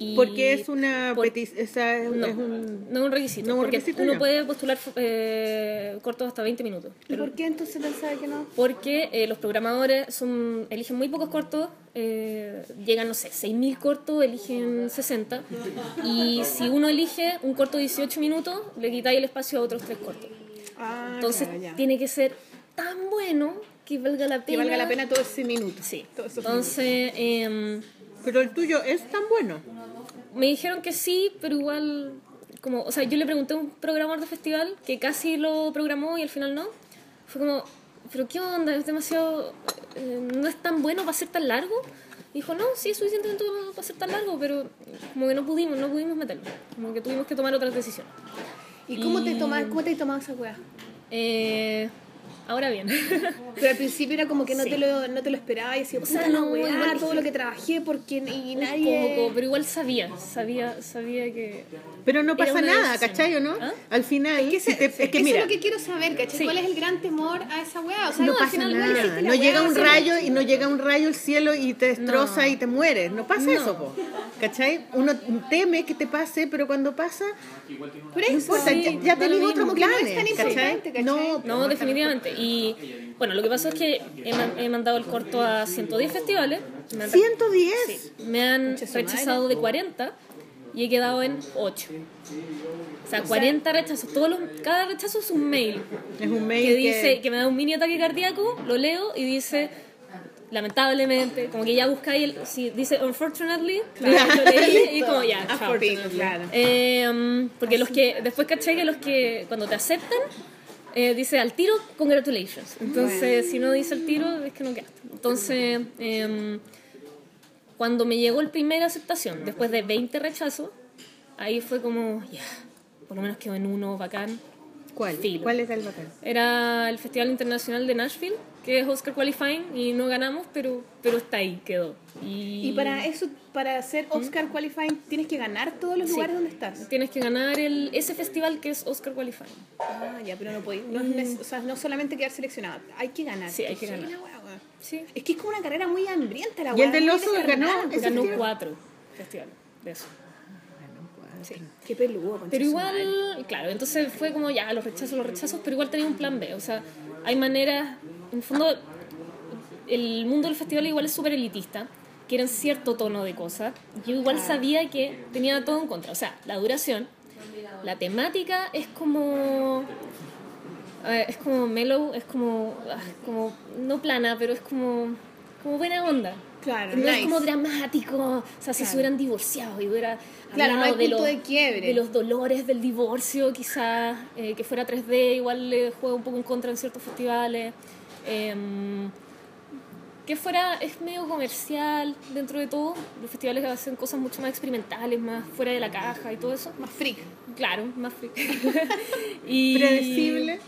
Y Porque es una por- peti- esa es, no, es un no es un requisito, no es un porque requisito, uno ya. puede postular eh, cortos hasta 20 minutos. ¿Y por qué entonces pensaba que no? Porque eh, los programadores son, eligen muy pocos cortos, eh, llegan, no sé, 6.000 cortos, eligen 60. Y si uno elige un corto de 18 minutos, le quitáis el espacio a otros tres cortos. Ah, Entonces claro, ya. tiene que ser tan bueno que valga la pena. que valga la pena todo ese minuto. Sí. Todo eso. Entonces em, pero el tuyo es tan bueno. me dijeron que sí, pero igual, como, o sea, yo le pregunté a un programador de festival que casi lo programó y al final no. Fue como, pero ¿qué onda? Es demasiado, eh, no es tan bueno para ser tan largo. Dijo, no, sí, es suficientemente bueno para ser tan largo, pero como que no pudimos, no pudimos meterlo. Como que tuvimos que tomar otras decisiones. ¿Y cómo te Y- tomas, cómo te tomabas esa weá? Eh, ahora bien. Pero al principio era como que no, te, lo, no te lo esperaba y decía, O sea, puta la no, igual weá, dije- todo lo que trabajé porque y Un nadie. poco, pero igual sabía, sabía, sabía que... Pero no Era pasa una nada, decisión. ¿cachai o no? ¿Ah? Al final, si te- Este, es que, Eso mira, es lo que quiero saber, ¿cachai? Sí. ¿Cuál es el gran temor a esa weá? O sea, no, al pasa final igual nada. hiciste la No weá, llega un sí. rayo y no llega un rayo al cielo y te destroza No. y te mueres. No pasa No. eso, po. ¿cachai? Uno teme que te pase, pero cuando pasa, Por no eso. importa, ya, ya tenés da lo mismo. otros Como que no es planes. tan importante, ¿cachai? No, No, definitivamente. Y bueno, lo que pasó es que he, man- he mandado el corto a 110 festivales. Me han, 110. sí, me han rechazado de 40 y he quedado en 8. O sea, 40 rechazos. Todos los, cada rechazo es un mail Es un mail que dice que me da un mini ataque cardíaco, lo leo y dice lamentablemente, como que ya buscáis el si dice unfortunately, lo leí y como ya, chao. claro. Eh, mm, porque los que, después caché que los que cuando te aceptan, eh, dice al tiro, congratulations. Entonces, si no dice al tiro, es que no quedaste. Entonces, em, cuando me llegó la primera aceptación, después de 20 rechazos, ahí fue como, ya, por lo menos quedó en uno, bacán. ¿Cuál? Filo. ¿Cuál es el bacán? Era el Festival Internacional de Nashville, que es Oscar Qualifying, y no ganamos, pero, pero está ahí, quedó. Y, Y para eso, para ser Oscar Qualifying, tienes que ganar todos los Sí. lugares donde estás. Tienes que ganar el, ese festival que es Oscar Qualifying. Ah, ya, pero no podí, no, es nece- o sea, no solamente quedar seleccionado, hay que ganar. Sí, hay que ganar. la weá, weón. Sí. Es que es como una carrera muy hambrienta la Y weá, el del muy oso ganó, desordenada. ese Ganó festival. cuatro festivales de eso. Qué peludo. concha Pero su igual, claro, entonces fue como ya, los rechazos, los rechazos, pero igual tenía un plan B. O sea, hay maneras, en el fondo, el mundo del festival igual es súper elitista, quieren cierto tono de cosas. Yo igual sabía que tenía todo en contra. O sea, la duración, la temática es como... eh, es como mellow, es como, ah, como no plana, pero es como, como buena onda. Claro, no nice. es como dramático. O sea, si se hubieran divorciado y hubiera Claro, no hay hablado de punto los- de quiebre. de los los dolores del divorcio, quizás, eh, que fuera 3D, igual le juega un poco en contra en ciertos festivales. Em, que fuera, es medio comercial dentro de todo. Los festivales hacen cosas mucho más experimentales, más fuera de la caja y todo eso. Más freak. Claro, más freak. y, ¿Predecible?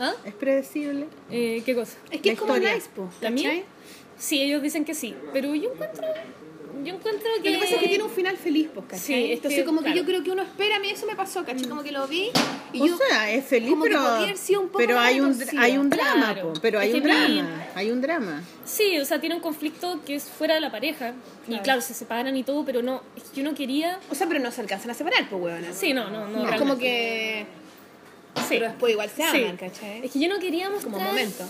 ¿Ah? ¿Es predecible? Eh, ¿Qué cosa? Es que La es como historia. Nice, po. ¿La mía? ¿cachai? Sí, ellos dicen que sí, pero yo encuentro, yo encuentro que... Lo que pasa es que tiene un final feliz, pues, ¿cachai? Sí, es Entonces, que, como que claro. Mm. yo creo que uno espera, a mí eso me pasó, ¿cachai? Como que lo vi y o yo. sea, es feliz, como que pero, podría haber sido un poco pero más hay, un, retorcido. hay un drama, Claro. po, pero hay Es un que mi- drama, hay un drama. Sí, o sea, tiene un conflicto que es fuera de la pareja. Y claro, se separan y todo, pero no, es que yo no quería... O sea, pero no se alcanzan a separar, pues, weón. Sí, no, no, no. es realmente. como que. Sí. Pero después igual se Sí. aman, ¿cachai? Es que yo no quería mostrar... Como momento.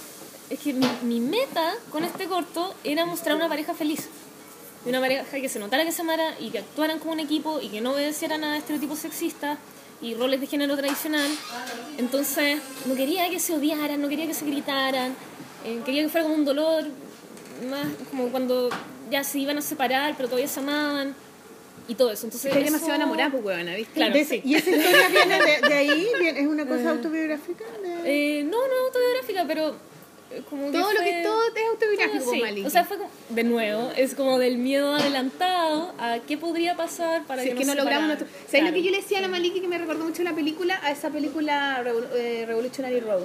Es que mi, mi meta con este corto era mostrar una pareja feliz. Y Una pareja que se notara que se amara y que actuaran como un equipo y que no obedecieran a estereotipos sexistas y roles de género tradicional. Entonces, no quería que se odiaran, no quería que se gritaran, eh, quería que fuera como un dolor, más como cuando ya se iban a separar pero todavía se amaban y todo eso. Entonces, Estoy eso- demasiado enamorada, pues, weón, ¿viste? Claro, De- sí. ¿Y esa historia viene de, de ahí? ¿Viene- ¿Es una Ah. cosa autobiográfica? De- Eh, no, no autobiográfica, pero eh, como Todo lo que fue- todo es autobiográfico, Todo, sí. Mali. O sea, fue como, de nuevo, es como del miedo adelantado a qué podría pasar para Si es que, que no nos logramos separaran. nuestro... ¿Sabes lo Claro. que yo le decía a la Maliki que me recordó mucho la película? A esa película Revol- eh, Revolutionary Road.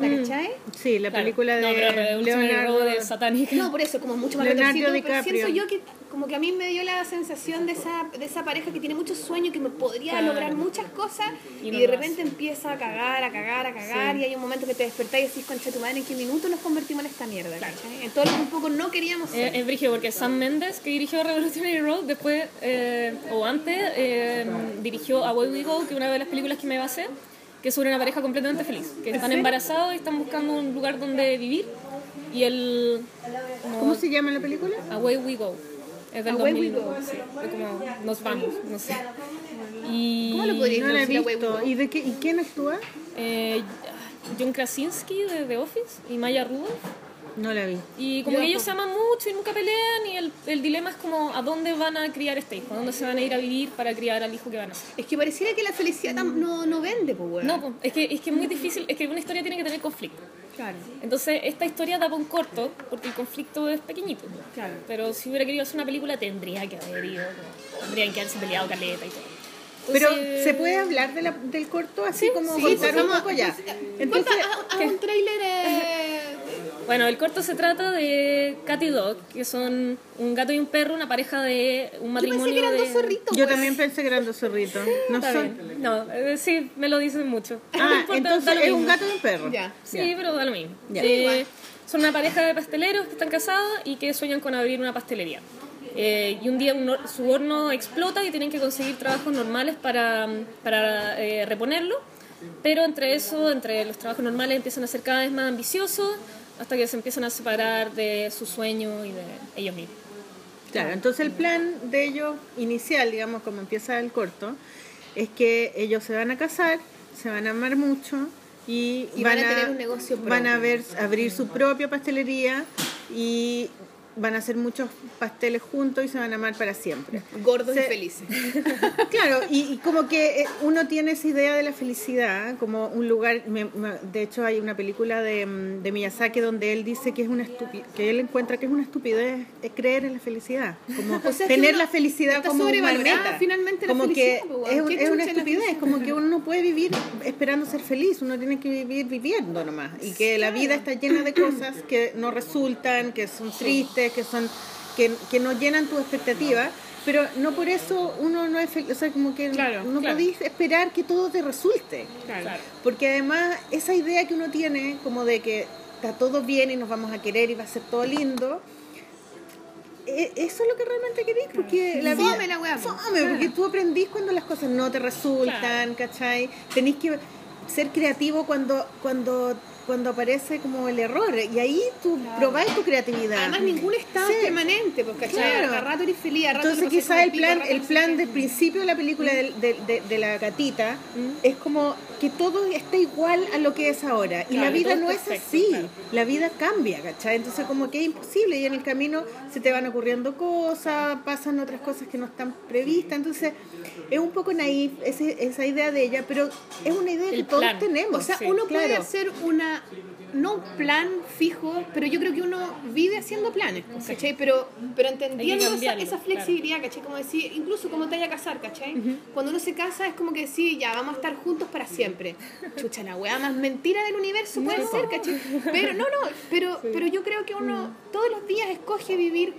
¿La Mm. cachai? sí, la Claro. película de No, pero Revolutionary Leonardo. Road de Satánica. No, por eso, como mucho más Leonardo retorcido, pero DiCaprio. siento yo que como que a mí me dio la sensación de esa, de esa pareja que tiene muchos sueños, que me podría Claro. lograr muchas cosas Y y, no de lo repente hace. empieza a cagar, a cagar, a cagar y hay un momento que te despertás y decís, concha tu madre, ¿en qué minuto nos convertimos en esta mierda? ¿cachai? En todo lo que un poco no queríamos Eh, ser. es brígido porque Sam Mendes, que dirigió Revolutionary Road, después, eh, o antes, eh, dirigió Away We Go, que es una de las películas que me basé, que es sobre una pareja completamente feliz, que están embarazados y están buscando un lugar donde vivir. Y el... como- ¿Cómo se llama la película? Away We Go. Es del Away We 2001, Go. sí. Fue como Nos Vamos, no sé. Y, ¿Cómo lo podría No la he traducir a Way We visto. Go? ¿Y, de qué, ¿Y quién actúa? eh, John Krasinski de The Office y Maya Rudolph. No la vi. Y como que ellos se aman mucho y nunca pelean y el, el dilema es como a dónde van a criar este hijo, a dónde se van a ir a vivir para criar al hijo que van a hacer. Es que pareciera que la felicidad tam- no, no vende, pues, weón. No, po, es que es que es muy difícil, es que una historia tiene que tener conflicto. Claro. Entonces, esta historia da pa' un corto porque el conflicto es pequeñito. Claro. Pero si hubiera querido hacer una película, tendría que haber ido, como, tendrían que haberse peleado caleta y todo. Pues Pero Entonces- ¿se puede hablar de la- del corto así como sí, contar sí, pues un vamos- poco ya? Cuenta, Entonces, haz- haz un tráiler eh, Bueno, el corto se trata de Cat y Dog, que son un gato y un perro, una pareja de un Yo matrimonio. pensé que eran de- dos zorritos. yo weón. también pensé que eran dos zorritos. No pues. Está son. bien. No, eh, sí, me lo dicen mucho. No Ah, importa, da entonces lo es un mismo. gato y un perro. Ya. Sí, pero da lo mismo. Ya. Eh, son una pareja de pasteleros que están casados y que sueñan con abrir una pastelería. Eh, y un día un hor- su horno explota y tienen que conseguir trabajos normales para, para, eh, reponerlo. Pero entre eso, entre los trabajos normales, empiezan a ser cada vez más ambiciosos hasta que se empiezan a separar de su sueño y de ellos mismos. Claro, entonces el plan de ellos inicial, digamos, como empieza el corto, es que ellos se van a casar, se van a amar mucho y, Y van a tener un negocio van a propio. ver, abrir su propia pastelería y van a hacer muchos pasteles juntos y se van a amar para siempre. Gordos Se- y felices. Claro, y, y como que eh, uno tiene esa idea de la felicidad, ¿eh? como un lugar, me- me- de hecho hay una película de, mm, de Miyazaki donde él dice que es una estupi- que él encuentra que es una estupidez eh, creer en la felicidad, como O sea, que tener uno la felicidad está como una sobrevalorada meta. finalmente la como felicidad, que pues, weón. es, un- ¿Qué es chucha una es la estupidez, felicidad? como que uno no puede vivir esperando ser feliz, uno tiene que vivir viviendo nomás y que la vida está llena de cosas que no resultan, que son tristes, que son que, que no llenan tus expectativas, pero no por eso uno no es feliz, o sea, como que Claro, no claro. podís esperar que todo te resulte, Claro. porque además esa idea que uno tiene como de que está todo bien y nos vamos a querer y va a ser todo lindo, e- eso es lo que realmente querís, porque la vida... Fome la weá, pues. po. Fome, porque tú aprendís cuando las cosas no te resultan, ¿cachai? Tenís que ser creativo cuando, cuando, cuando aparece como el error, y ahí tú probáis tu creatividad. Además, ningún estado Sí. es permanente, porque Claro. a rato eres feliz, a rato Entonces te quizás pasas el pico, a plan, rato el no sé plan qué. del principio de la película Mm. del- de, de- de la gatita es como que todo esté igual a lo que es ahora. Y la Claro, vida todo no es es perfecto, así. claro. La vida cambia, ¿cachai? Entonces como que es imposible y en el camino se te van ocurriendo cosas, pasan otras cosas que no están previstas. Entonces es un poco naif ese- esa idea de ella, pero es una idea El que todos plan. tenemos. O sea, Sí, uno puede claro. hacer una, no un plan fijo, pero yo creo que uno vive haciendo planes, pues, ¿cachai? Pero, pero entendiendo esa, cambiarlo, esa flexibilidad, ¿cachai? Como decir, incluso como te vaya a casar, ¿cachai? Cuando uno se casa es como que sí, ya vamos a estar juntos para siempre. Chucha, la weá más mentira del universo puede ser, ¿cachai? Pero no, no, pero, pero yo creo que uno Mm. todos los días escoge vivir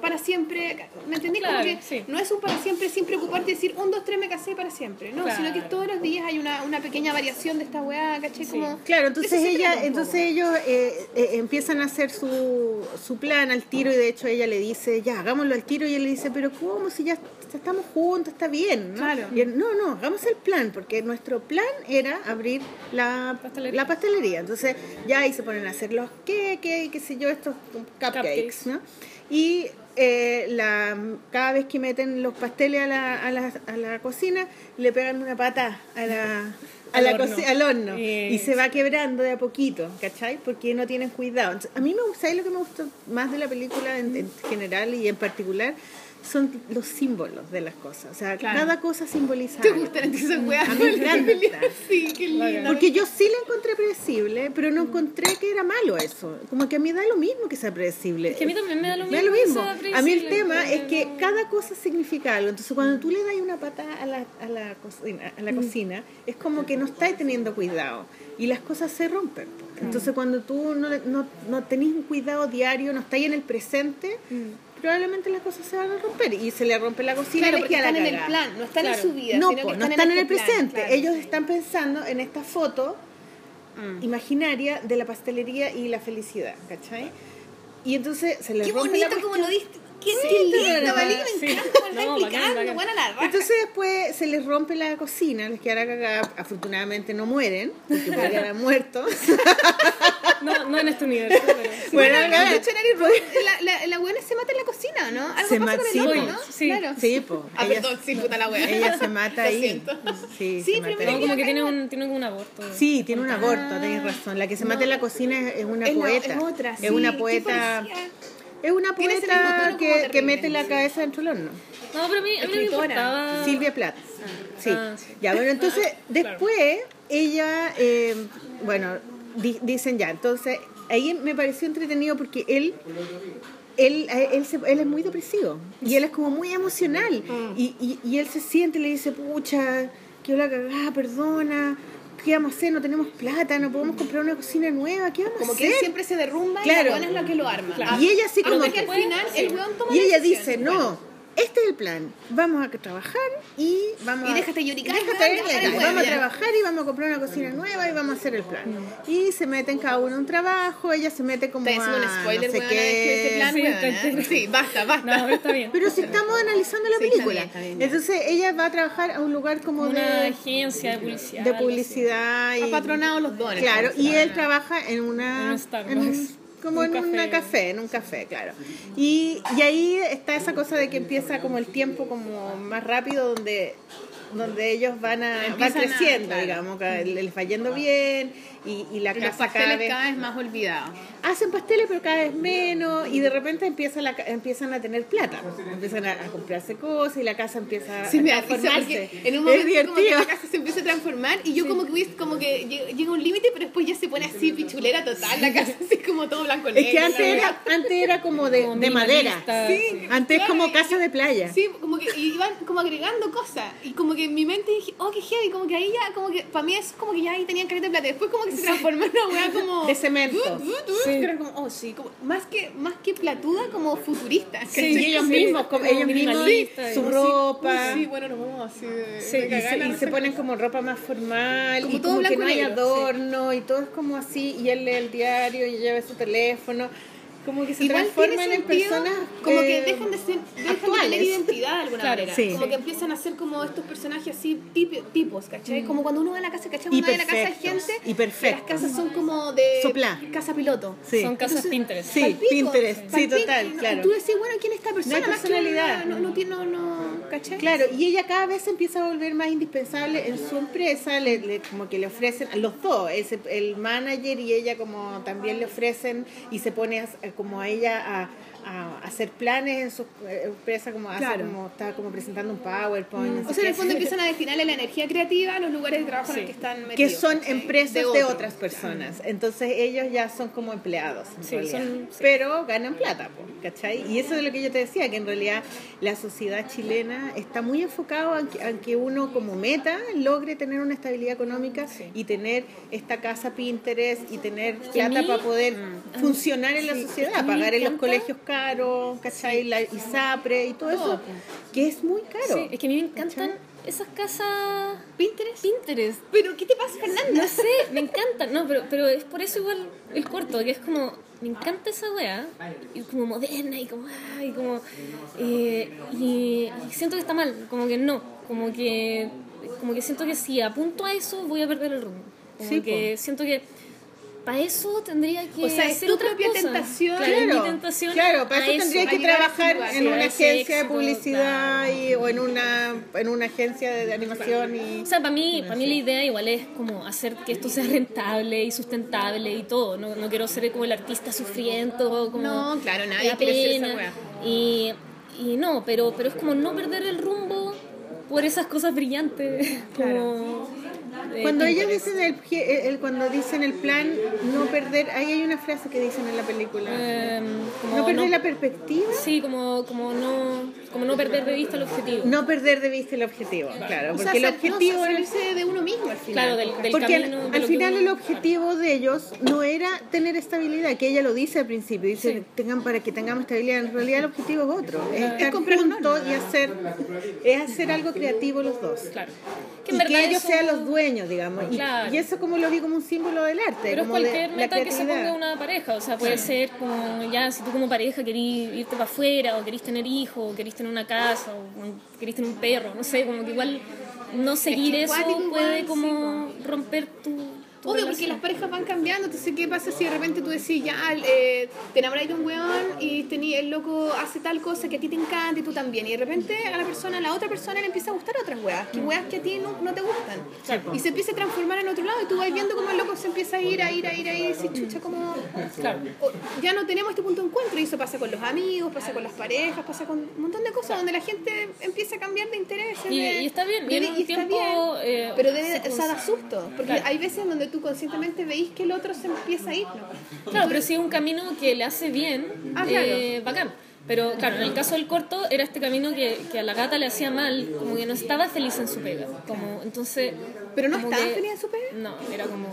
para siempre, ¿me entendí? Claro, como que sí. no es un para siempre sin preocuparte y decir un, dos, tres me casé para siempre, no, sino que Claro. todos los días hay una, una pequeña variación de esta weá, ¿cachai? Como, Claro, de entonces eso se trata ella, un entonces ellos eh, eh, empiezan a hacer su, su plan al tiro y de hecho ella le dice, ya, hagámoslo al tiro y él le dice, pero ¿cómo? Si ya, ya estamos juntos, está bien, ¿no? Claro. Y él, no, no, hagamos el plan, porque nuestro plan era abrir la Pastelería. la pastelería. Entonces ya ahí se ponen a hacer los queques y qué sé yo, estos cupcakes, Cupcakes. ¿no? Y eh, la, cada vez que meten los pasteles a la, a la, a la cocina, le pegan una pata a la, a Al la horno. coci- al horno. Eh, Y se va quebrando de a poquito, ¿cachai? Porque no tienen cuidado. Entonces, a mí me gusta, y lo que me gustó más de la película en, en general y en particular son los símbolos de las cosas. O sea, Claro. cada cosa simboliza ¿Te algo. gustan esas weas? A mí me encanta. Sí, qué lindo. Porque yo sí la encontré predecible, pero no encontré que era malo eso. Como que a mí da lo mismo que sea predecible. Que a mí también me da lo Me da mismo. lo mismo. esa A mí el presión, tema es que no- cada cosa significa algo. Entonces, cuando tú le das una patada a la, a la, cocina, Mm. a la cocina, es como que no estás teniendo cuidado y las cosas se rompen. Entonces, cuando tú no, le- no, no tenés un cuidado diario, no estás en el presente, probablemente las cosas se van a romper. Y se le rompe la cocina Mm. Claro, y porque queda la están en el cagada. plan, no están en Claro. su vida, No, sino po, que no están en el este plan, presente. claro. Ellos están pensando en esta foto Mm. imaginaria de la pastelería y la felicidad, ¿cachai? Y entonces se les Qué rompe la bonito como lo diste. Qué Sí, lindo, la Vali, verdad, me sí. encanta cómo lo No, está bacán, explicando. bacán. Buena la raja. Entonces después se les rompe la cocina, les queda cagada, afortunadamente no mueren, porque podrían haber muerto. No, no en este universo, pero. Bueno, de hecho, Nari Rose, la, la, la buena se mata en la cocina, ¿no? Algo Se pasa ma- con sí, el horno, po. ¿no? Sí. Claro. Sí, po. Ah, Ella- perdón, sí, puta la wea. ella se mata Lo ahí. siento. Sí, Sí, se pero mata mira Ah. No, ahí. como que tiene, un, tiene como un aborto. Sí, tiene un aborto, tenés razón. La que se mata en la cocina es, es una Es la- poeta. es otra, sí, una qué poeta. parecida. Es una Tiene ese mismo poeta tono como que, que terrible, mete la sí. cabeza dentro del horno. No, pero a mí, a mí no me Escritora. importaba. Silvia Plath. Sí. Ah, sí. Ya, bueno, entonces después ella, eh, bueno, di- dicen ya, entonces ahí me pareció entretenido porque él... Él, a- él, se- él es muy depresivo y él es como muy emocional Ah. y, y- y él se siente y le dice, pucha, que la cagada, perdona, ¿qué vamos a hacer? No tenemos plata, no podemos comprar una cocina nueva, ¿qué vamos Como a que él hacer? siempre se derrumba y Claro. la buena es la que lo arma. Claro. Ah, Y ella así hasta como- que al final el weón toma Y la ella decisión. dice, no, Bueno. este es el plan. Vamos a trabajar y vamos Y a... déjate lloricar, Déjate weón, lloricar. dejar el huevo, Vamos a ya. trabajar y vamos a comprar una cocina nueva y vamos a hacer el plan. Y se meten cada uno a un trabajo, ella se mete como Estoy haciendo a un spoiler, no sé weona, de qué. este plan, Sí, weona. Sí, basta, No, basta. pero está bien. Pero si estamos analizando la Sí, está película. bien, está bien, ya. Entonces ella va a trabajar a un lugar como Una de, agencia de publicidad. de algo así. publicidad. Ha Y, patronado los dones. Claro, y ah, él trabaja en una. En un Starbucks. un- como en Un un café. café, en un café, claro. Y, y ahí está esa cosa de que empieza como el tiempo como más rápido donde donde ellos van a van Empiezan a- creciendo, claro. digamos, que les va yendo bien y, y la Y Los casa cada pasteles vez cada vez más olvidados. hacen pasteles pero cada vez menos y de repente empieza la ca- empiezan a tener plata empiezan a, a comprarse cosas y la casa empieza Sí, a me da risa transformarse porque en un es momento como que divertido la casa se empieza a transformar y yo como que voy- como que lle- llega a un límite, pero después ya se pone así pichulera total, la casa así como todo blanco es que negro, antes la weá. era antes era como de, Como de madera minimalista, Sí, antes claro, como y- casa de playa Sí, como que iban como agregando cosas y como que en mi mente dije, "Oh, qué heavy", como que ahí ya como que para mí es como que ya ahí tenían careta de plata, después como que se transformó en una weá como De cemento. Uh, uh, uh, Sí. que era como, oh, sí, como más que más que platuda como futurista. Sí, Y ¿cachai? oh, ellos sí, mismos, como ellos mismos, minimalista, su sí. ropa, Sí, bueno, nos vamos así de Sí, de y cagada, se, y no se sé. ponen como ropa más formal, Como y todo como que blanco no y hay negro, adorno, y todo es como así, y él lee el diario, y lleva su teléfono, Como que se Igual tiene transforman en sentido, personas como eh, que dejan de ser, dejan de tener actuales. identidad de alguna Claro, manera. sí. Como Sí. que empiezan a ser como estos personajes así tipi- tipos, ¿cachai? Como cuando uno va a la casa, ¿cachai? Mm. Y Uno va a la casa de perfectos, gente. y perfectos. Las casas son como de Soplá. casa piloto. Sí. Son casas Entonces, Pinterest. Sí, Palpico, Pinterest, sí, palpico, total, y no- claro. y tú decís, bueno, ¿quién es esta persona? No hay Más que personalidad. nada, no, no tiene, no, no, ¿cachai? Claro, y ella cada vez se empieza a volver más indispensable en su empresa, le, le- como que le ofrecen, a los dos, ese- el manager y ella como también le ofrecen y se pone a- como a ella a, a hacer planes en su eh, empresa, como, hace Claro. Mm. como está como presentando un PowerPoint. no sé O sea, en el qué. fondo empiezan a destinarle la energía creativa a los lugares de trabajo en Sí. los que están que metidos. son ¿cachai? empresas de, otro. otras personas. Entonces ellos ya son como empleados, en Sí, realidad. son- sí. pero ganan plata, po, ¿cachai? Y eso es lo que yo te decía, que en realidad la sociedad chilena está muy enfocada a que, a que uno como meta logre tener una estabilidad económica y tener esta casa Pinterest y tener plata mí- para poder funcionar en la a sociedad, mí me pagar en los encanta- colegios caros, ¿cachai? La ISAPRE y todo Todo, eso, que es muy caro. Sí, es que a mí me encantan esas casas Pinterest. Pinterest. Pero, ¿qué te pasa, Fernanda? No sé, me encantan. No, pero, pero es por eso igual el corto, que es como, me encanta esa wea, y como moderna, y como, ah, y como, eh, y, y siento que está mal, como que no, como que, como que siento que si apunto a eso voy a perder el rumbo. Como Sí, que siento que para eso tendría que O sea, es hacer tu otra propia cosa. tentación. Claro, es mi Claro, tentación claro, para a eso, tendría que a llegar a ese trabajar lugar, en sí, una a ese agencia de éxito, publicidad y- o en una, en una agencia de, de animación. Y, O sea, para mí, para mí la idea igual es como hacer que esto sea rentable y sustentable y todo. No, no quiero ser como el artista sufriendo, como No, claro, que nadie da quiere ser esa pena. wea. Y, y no, pero, pero es como no perder el rumbo por esas cosas brillantes. como, eh, cuando ellos Pinterest. dicen el, pie- el- el- cuando dicen el plan no perder, ahí hay una frase que dicen en la película. Em, como No perder no- la perspectiva, Sí, como, como, no, como no perder de vista el objetivo. no perder de vista el objetivo, claro, O sea, porque el sal- no, objetivo es- salirse de uno mismo al final. Claro, del, del Porque al, camino. de al lo que final uno- el objetivo de ellos no era tener estabilidad, que ella lo dice al principio, dice tengan para que tengamos estabilidad, en realidad el objetivo es otro, es estar juntos y hacer, es hacer algo creativo los dos. Claro. Y en verdad que ellos eso- sean los dueños, digamos. Y, Claro. y eso como lo vi como un símbolo del arte, Pero es como de cualquier la meta que se creatividad. ponga una pareja, o sea, puede ser como ya, si tú como pareja querís irte para afuera, o querís tener hijos, o querís tener una casa, o un- querís tener un perro, no sé, como que igual no seguir que eso cuático puede igual, como romper tu. tu Obvio, porque relación. las parejas van cambiando, entonces ¿qué pasa si de repente tú decís, ya, eh, te enamoráis de un weón y tení, el loco hace tal cosa que a ti te encanta y tú también, y de repente a la persona, a la otra persona le empieza a gustar otras weas, que weas que a ti no, no te gustan, y se empieza a transformar en otro lado, y tú vas viendo cómo el loco se empieza a ir, a ir, a ir, a ir, y decís, chucha, como, Claro. o- ya no tenemos este punto de encuentro, y eso pasa con los amigos, pasa con las parejas, pasa con un montón de cosas, donde la gente empieza a cambiar de intereses. Y- de- y está bien, y en de- un y está tiempo, eh, pero debe, se o sea, da susto, porque Claro. hay veces donde tú conscientemente veís que el otro se empieza a ir, ¿no? Claro, pero si es un camino que le hace bien, Ah, eh, bacán. Pero claro, en el caso del corto era este camino que, que a la gata le hacía mal, como que no estaba feliz en su pega. Como, entonces, Pero no como estaba que- feliz en su pega. No, era como,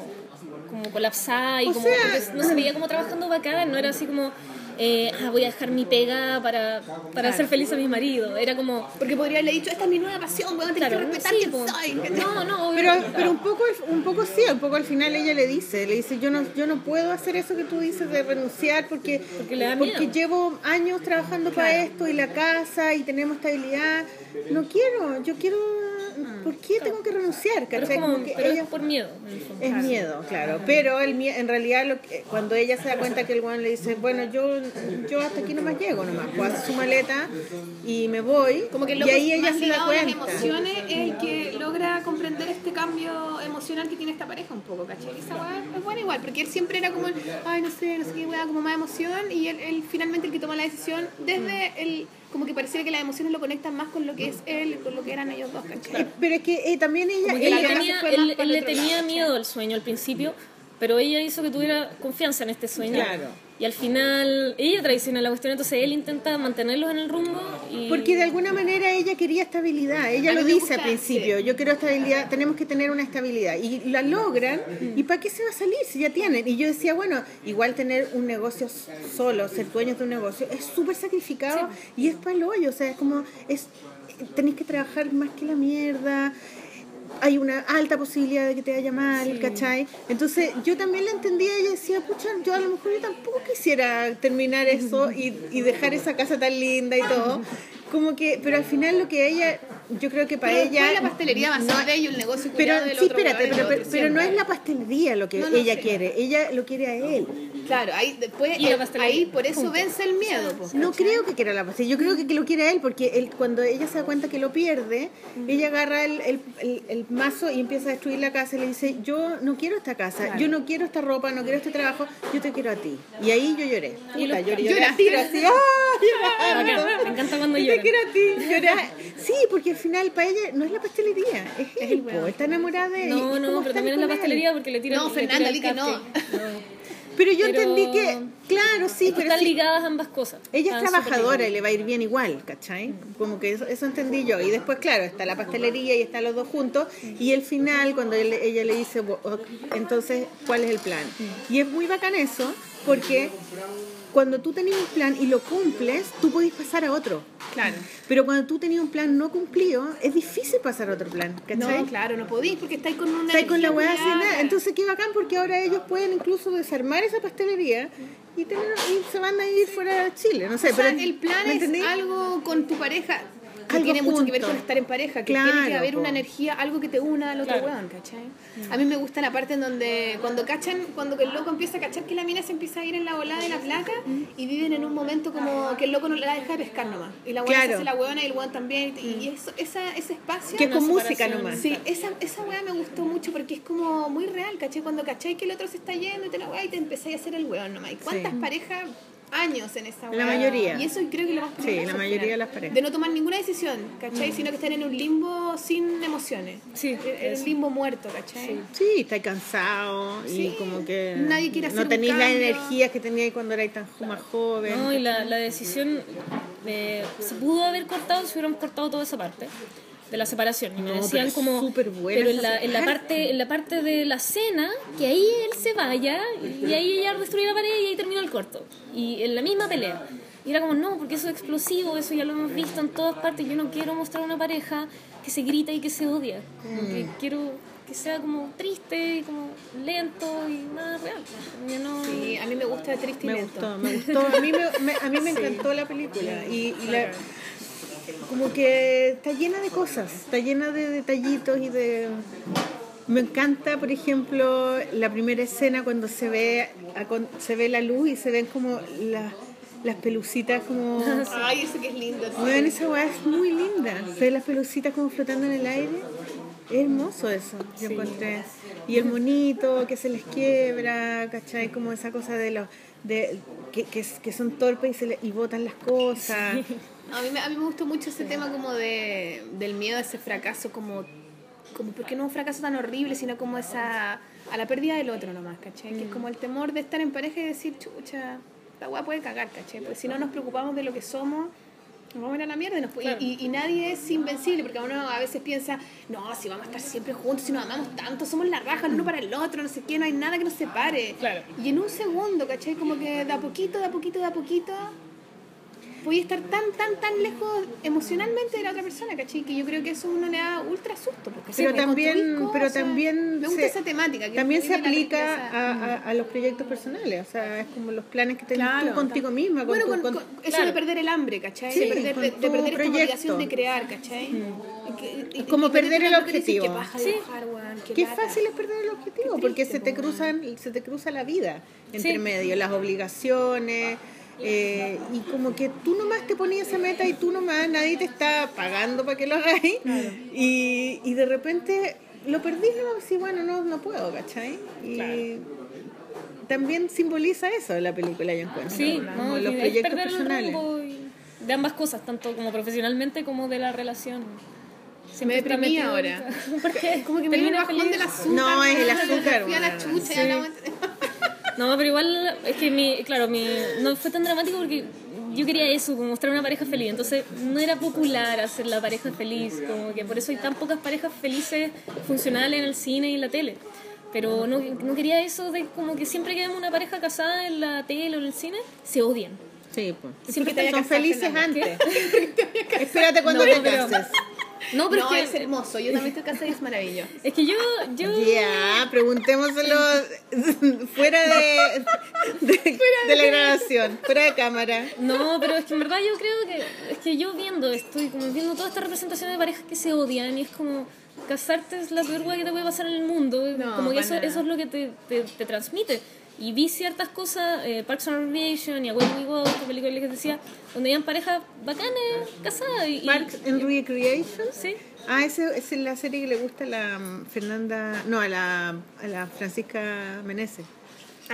como colapsada y O como sea- porque no se veía como trabajando bacán, no era así como, eh, ah, voy a dejar mi pega para, para hacer feliz a mi marido. Era como, Porque podría haberle dicho, esta es mi nueva pasión, weón, tenés claro, que respetar sí, quién po. soy. No, no, obvio, Pero, claro. pero un poco un poco sí, un poco al final ella le dice, le dice, yo no yo no puedo hacer eso que tú dices de renunciar porque Porque le da porque miedo. llevo años trabajando para esto y la casa y tenemos estabilidad. No quiero, yo quiero ¿Por qué tengo que renunciar? Mm. pero ¿Cachai? es, como- Como que pero ella- es por miedo. en el fondo. Es miedo, claro. Pero el mie- en realidad lo que- cuando ella se da cuenta que el guan le dice, bueno, yo, yo hasta aquí nomás llego nomás, pues hace su maleta y me voy. Como que el y loco ahí ella más se da ligado a las cuenta. emociones es el que logra comprender este cambio emocional que tiene esta pareja un poco, ¿cachai? Esa weá es buena igual, porque él siempre era como, el, ay, no sé, no sé qué weá, como más emoción, y él, él finalmente el que toma la decisión desde el, como que pareciera que las emociones lo conectan más con lo que es él, con lo que eran ellos dos, ¿cachai? Pero es que eh, también ella, Como que ella le tenía, fue más él, para el él le otro tenía lado. miedo al sueño al principio, pero ella hizo que tuviera confianza en este sueño. Claro. Y al final ella traiciona la cuestión, entonces él intenta mantenerlos en el rumbo y... porque de alguna manera ella quería estabilidad. Ella A mí lo me dice gusta, al principio, yo quiero estabilidad, tenemos que tener una estabilidad. Y la logran, ¿y para qué se va a salir si ya tienen? Y yo decía, bueno, igual tener un negocio solo, ser dueños de un negocio, es súper sacrificado y es para el hoyo, o sea, es como, es tenéis que trabajar más que la mierda. hay una alta posibilidad de que te vaya mal, ¿cachai? Entonces yo también la entendía y ella decía, pucha, yo a lo mejor yo tampoco quisiera terminar eso y, y dejar esa casa tan linda y todo. Como que, pero al final lo que ella, yo creo que para Pero ella... después la pastelería va a ser de ella y un negocio Pero culiado del sí, otro espérate, huevón, pero, del pero- otro, pero no es siempre. la pastelería lo que No, no, ella sí. quiere, ella lo quiere a él. Claro, ahí después Y la pastelería. ahí por eso vence el miedo, po. No creo que quiera la pastilla, yo creo que, que lo quiere a él, porque él, cuando ella se da cuenta que lo pierde, ella agarra el, el- el- el mazo y empieza a destruir la casa y le dice, yo no quiero esta casa, yo no quiero esta ropa, no quiero este trabajo, yo te quiero a ti. Y ahí yo lloré. Y Puta, los- lloré, lloraste. lloré así, ¡ah! llorando. Bacán, me encanta cuando Yo lloran. Te quiero a ti, llorar. Sí, porque al final para ella no es la pastelería, es, él, po, está enamorada de él. es No, como no, estar pero también es la con él. pastelería porque le tiran No, le tira Fernanda, el di que no. cupcake. Pero yo Pero- entendí que, claro, sí, pero Están sí, ligadas ambas cosas. Ella es Están súper trabajadora ligadas. y le va a ir bien igual, ¿cachai? Como que eso, eso entendí yo. Y después, claro, está la pastelería y están los dos juntos. Y el final, cuando él- ella le dice, "Bu- ok, entonces, ¿cuál es el plan? Y es muy bacán eso, porque cuando tú tenías un plan y lo cumples, tú podés pasar a otro. Claro. Pero cuando tú tenías un plan no cumplido, es difícil pasar a otro plan, No, ¿cachai? claro, no podís porque estáis con una. Estáis con la weá energía sin nada. culiada. Entonces, qué bacán, porque ahora ellos pueden incluso desarmar esa pastelería y, tener, y se van a ir fuera de Chile. No sé, O sea, pero. el plan ¿me es entendí? algo con tu pareja. Que Algo tiene mucho que ver junto. con estar en pareja, que Claro, tiene que haber po. una energía, algo que te una al otro Claro. weón, ¿cachai? A mí me gusta la parte en donde cuando cachan, cuando el loco empieza a cachar que la mina se empieza a ir en la volada de la placa y viven en un momento como que el loco no la deja de pescar nomás. Y la weona se Claro. Mm. hace la weona y el weón también. Y y eso, esa, ese espacio. Que es con Una música separación. nomás. Sí, esa, esa weá me gustó mucho porque es como muy real, ¿cachai? Cuando cachai que el otro se está yendo y te la weá y te empezáis a hacer el weón nomás. ¿Y cuántas Sí. parejas años en esa La weá? mayoría. Y eso creo que es lo más Sí, peligroso la al mayoría final. de las parejas. De no tomar ninguna decisión, ¿cachai? Sino que están en un limbo sin emociones. Sí, El- El, eso. limbo muerto, ¿cachai? Sí, estáis cansado Sí. y como que Nadie quiere hacer no un tenéis las cambio. energías que teníais cuando erais tan jo- más joven. No, y la, la decisión eh, se pudo haber cortado si hubiéramos cortado toda esa parte de la separación. Y me No, pero decían es como. súper buena pero en esa la, en la parte. parte, en la parte de la cena, que ahí él se vaya y ahí ella destruye la pared y ahí termina el corto. Y en la misma pelea. Y era como, no, porque eso es explosivo, eso ya lo hemos visto en todas partes. Yo no quiero mostrar una pareja que se grita y que se odia. Como Mm. que quiero que sea como triste, y como lento y más real. Yo no- Y a mí me gusta triste y me lento. gustó, me gustó. A mí me, me- a mí me encantó la película. Y, y la- como que está llena de cosas, está llena de detallitos y de... Me encanta, por ejemplo, la primera escena cuando se ve a con- se ve la luz y se ven como las, las pelucitas como... Ay, eso que es lindo. sí. Weón, esa weá es muy linda. Se ven las pelucitas como flotando en el aire. Es hermoso eso, yo encontré. Y el monito que se les quiebra, ¿cachai? Como esa cosa de los. De, que, que, que son torpes y, se le- y botan las cosas. A mí, me- a mí me gustó mucho ese tema como de, del miedo a ese fracaso, como, como porque no un fracaso tan horrible, sino como esa a la pérdida del otro nomás, ¿cachai? Que es como el temor de estar en pareja y decir, chucha, la weá puede cagar, ¿cachai? Porque si no nos preocupamos de lo que somos, nos vamos a ir a la mierda. y nos pu- y, y- y nadie es invencible, porque uno a veces piensa, no, si vamos a estar siempre juntos, si nos amamos tanto, somos la raja el uno para el otro, no sé qué, no hay nada que nos separe. Claro. Y en un segundo, ¿cachai? Como que de a poquito, de a poquito, de a poquito voy a estar tan, tan, tan lejos emocionalmente de la otra persona, ¿cachai? Que yo creo que eso a uno le da ultra susto. Porque Pero siempre también- construís cosas. pero también Me gusta se- esa temática. que También es se muy de la aplica tristeza. a, a- a los proyectos personales, o sea, es como los planes que tenés Claro, tú contigo tam- misma. con bueno, tu- con, con- con- eso claro. de perder el hambre, ¿cachai? Sí, de perder, con de, tu de perder esta proyecto. obligación de crear, ¿cachai? Y que- y- Es como y perder tener lo el que decís, objetivo. Qué paja Sí. dibujar, weón, qué Qué lata. fácil es perder el objetivo, Qué porque triste, se te po, cruzan, se te cruza la vida entre Sí. Ah, medio, las obligaciones, eh, y como que tú nomás te ponías esa meta y tú nomás nadie te está pagando para que lo hagas, y, y de repente lo perdís y decís, bueno, no, no puedo, ¿cachai? Y también simboliza eso la película, yo encuentro. Sí, como no, los y de ahí proyectos perder el personales. rumbo y- de ambas cosas, tanto como profesionalmente como de la relación. Se me está deprimí metido ahora. ahorita. ¿Por qué? Como que me dio un Termina bajón feliz. del azúcar. No, es el weón, azúcar, Fui a la weón. chucha. Sí. la weón- No, pero igual es que mi, claro, mi, no fue tan dramático porque yo quería eso, como mostrar una pareja feliz. Entonces no era popular hacer la pareja feliz, como que por eso hay tan pocas parejas felices funcionales en el cine y en la tele. Pero no, no quería eso de como que siempre que vemos una pareja casada en la tele o en el cine, se odian. Sí, pues. Siempre te haya Son están casado, felices Fernanda. antes. Espérate cuando te pero- cases. No, pero No, es es que. hermoso. Yo también estoy casada y es maravilloso. Es que yo. yo Ya, preguntémoselo fuera de, de- de la grabación, fuera de cámara. No, pero es que en verdad yo creo que. Es que yo viendo esto y como viendo toda esta representación de parejas que se odian y es como. Casarte es la peor hueá que te puede pasar en el mundo. y No, como que para eso, nada. eso es lo que te, te, te transmite. Y vi ciertas cosas, eh, Parks and Recreation y Away We Go, esta película que les decía, donde habían parejas bacanes, casadas. Y, y- Parks and Recreation. Sí. Ah, ese- esa es la serie que le gusta a la mm, Fernanda, no, a la, a la Francisca Meneses.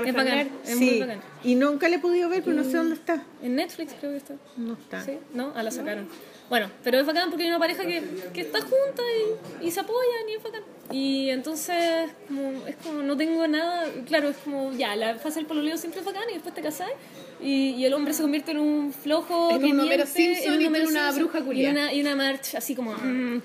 Es bacán, es muy bacán. Y nunca le he podido ver, pero no sé dónde está. En Netflix creo que está. No está. ¿Sí? ¿No? Ah, la sacaron. Bueno, pero es bacán porque hay una pareja que, que está junta y, y se apoyan y es bacán. Y entonces como, es como, no tengo nada, claro, es como, ya, la fase del pololeo siempre es bacán y después te casás y, y el hombre se convierte en un flojo, En un que Homero miente, Simpson y tú en una bruja y culiá. una, y una march así como... mm,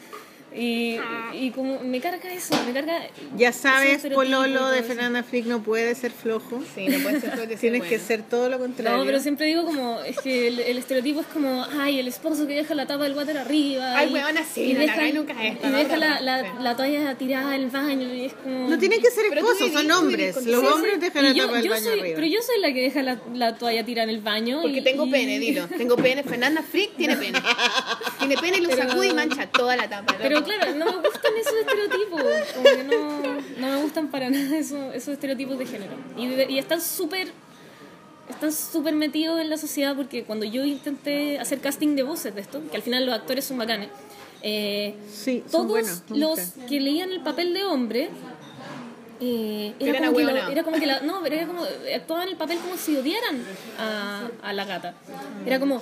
y, y como me carga eso, me carga... Ya ese sabes, estereotipo y Pololo todo de eso. Fernanda Frick no puede ser flojo. Sí, no puede ser todo que sea Tienes que bueno. ser todo lo contrario. No, pero siempre digo como, es que el, el estereotipo es como, ay, el esposo que deja la tapa del water arriba. Ay, y- huevona, sí, y no la deja, hagáis nunca esto, Y no, deja no, la, no, la, no. la toalla tirada en el baño y es como... No tienen que ser Pero tú esposos, vivís- tú son vivís hombres. con- Los Sí, sí. hombres dejan Y la yo- tapa del yo baño soy- arriba. Pero yo soy la que deja la, la toalla tirada en el baño. Porque y- tengo y- pene, dilo. Tengo pene. Fernanda Frick tiene pene. Tiene pene y lo Pero- sacude y mancha toda la tapa. Pero claro, no me gustan esos estereotipos. Como que no, no me gustan para nada esos, esos estereotipos de género. Y, de- y están súper están súper metidos en la sociedad porque cuando yo intenté hacer casting de voces de esto, que al final los actores son bacanes, eh, Sí, son todos buenos, me los gustan. que leían el papel de hombre eh, era, Eran como que la- ahueonados. era como que la- no, pero era como actuaban el papel como si odiaran a, a la gata. Era como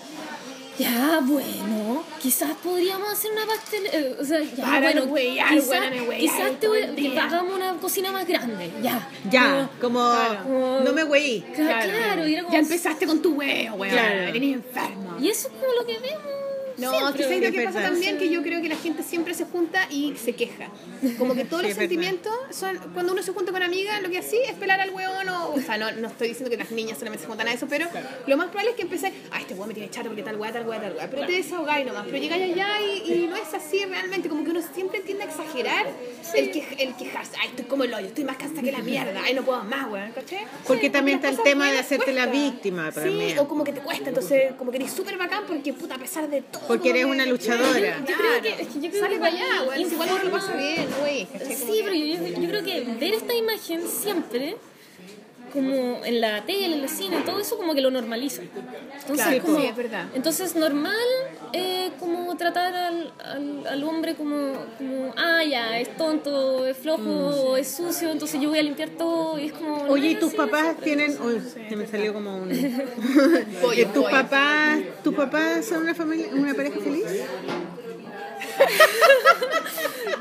ya, bueno, quizás podríamos hacer una pastel, eh, o sea, ya, Para de bueno, huear, quizás, buena de huear quizás te todo voy- el que día. hagamos una cocina más grande, ya. Ya, como Como- no me güey. Ca- Claro, y era como- Ya empezaste con tu huevo, huevona. Claro. Eres enfermo. Y eso es como lo que vemos. No, Siempre. que ¿sabes lo Sí, que es pasa verdad. también? Que yo creo que la gente siempre se junta y se queja. Como que todos Sí, los es verdad. sentimientos son. Cuando uno se junta con amigas, lo que así es pelar al hueón o. O sea, no, no estoy diciendo que las niñas solamente se juntan a eso, pero lo más probable es que empecé. Ah, este hueón me tiene chato porque tal hueá, tal hueá, tal hueá. Pero te desahogáis nomás. Pero llegáis allá y, y no es así realmente. Como que uno siempre tiende a exagerar el, que, el quejarse. Ay, estoy como el hoyo, estoy más cansada que la mierda. Ay, no puedo más, hueón, ¿cachai? Porque también las está el cosas tema de buenas hacerte la cuestan. víctima Sí, también. o como que te cuesta, entonces como que eres súper bacán porque puta a pesar de todo. Porque eres como que- una luchadora. Yo creo que- es que yo creo Sale que para allá, igual güey, si igual no lo pasa bien, güey. ¿cachai? Como Sí, pero yo, yo- yo creo que ver esta imagen siempre, como en la tele, en el cine, todo eso como que lo normaliza. Entonces, Claro, como, sí, es verdad. Entonces, normal eh, como tratar al, al, al hombre como, como, ah, ya, es tonto, es flojo, Mm. o es sucio, entonces yo voy a limpiar todo. Y es como, Oye, ¿y nada, tus sí, papás siempre. tienen...? Uy, se me salió como un... que- Eh, Pollo, ¿Tus pollo. papás, tus papás son una familia, una pareja feliz?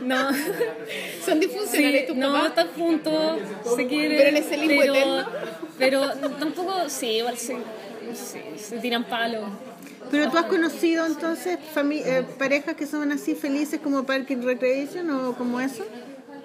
No, Son sí, disfuncionales tus no, papás. están juntos, se quieren. Pero les el hijo pero- eterno. Pero tampoco, sí, igual se, se- se tiran palos. Pero tú has conocido entonces fami- eh, parejas que son así felices como Park and Recreation o como eso?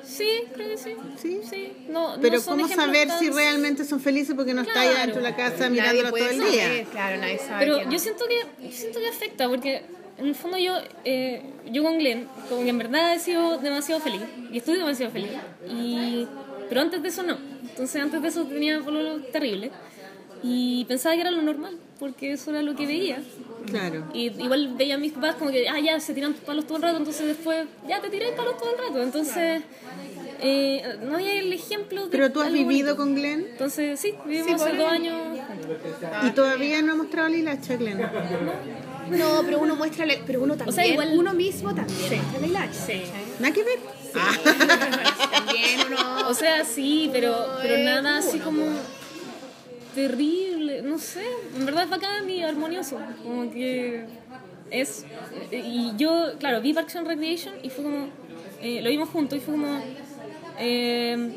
Sí, creo que sí. Sí. No, no Pero son cómo ejemplos saber si tan- realmente son felices porque no está ahí Claro. adentro de la casa Nadie mirándola todo puede el saber, día. claro, nadie sabe. Pero quién. yo siento que yo siento que afecta porque en el fondo yo eh, yo con Glenn como que en verdad he sido demasiado feliz y estoy demasiado feliz y pero antes de eso no. Entonces antes de eso tenía pololos terribles y pensaba que era lo normal porque eso era lo que veía. Claro. Y igual veía a mis papás como que, ah, ya, se tiran palos todo el rato, entonces después, ya, te tiráis palos todo el rato. Entonces, eh, no había el ejemplo de Pero tú has algo vivido bonito. con Glenn Entonces, sí, vivimos hace dos años juntos. y todavía no ha mostrado la hilacha Glenn. No, pero uno muestra. la- Pero uno también. igual- Uno mismo también. muestra la hilacha, ¿cachai? ¿Nada que ver? También uno. O sea, sí, pero, pero eh, nada tú, así no, como terrible, no sé, en verdad es bacán y armonioso, como que es, y yo, claro, vi Parks and Recreation y fue como, eh, lo vimos juntos y fue como, eh,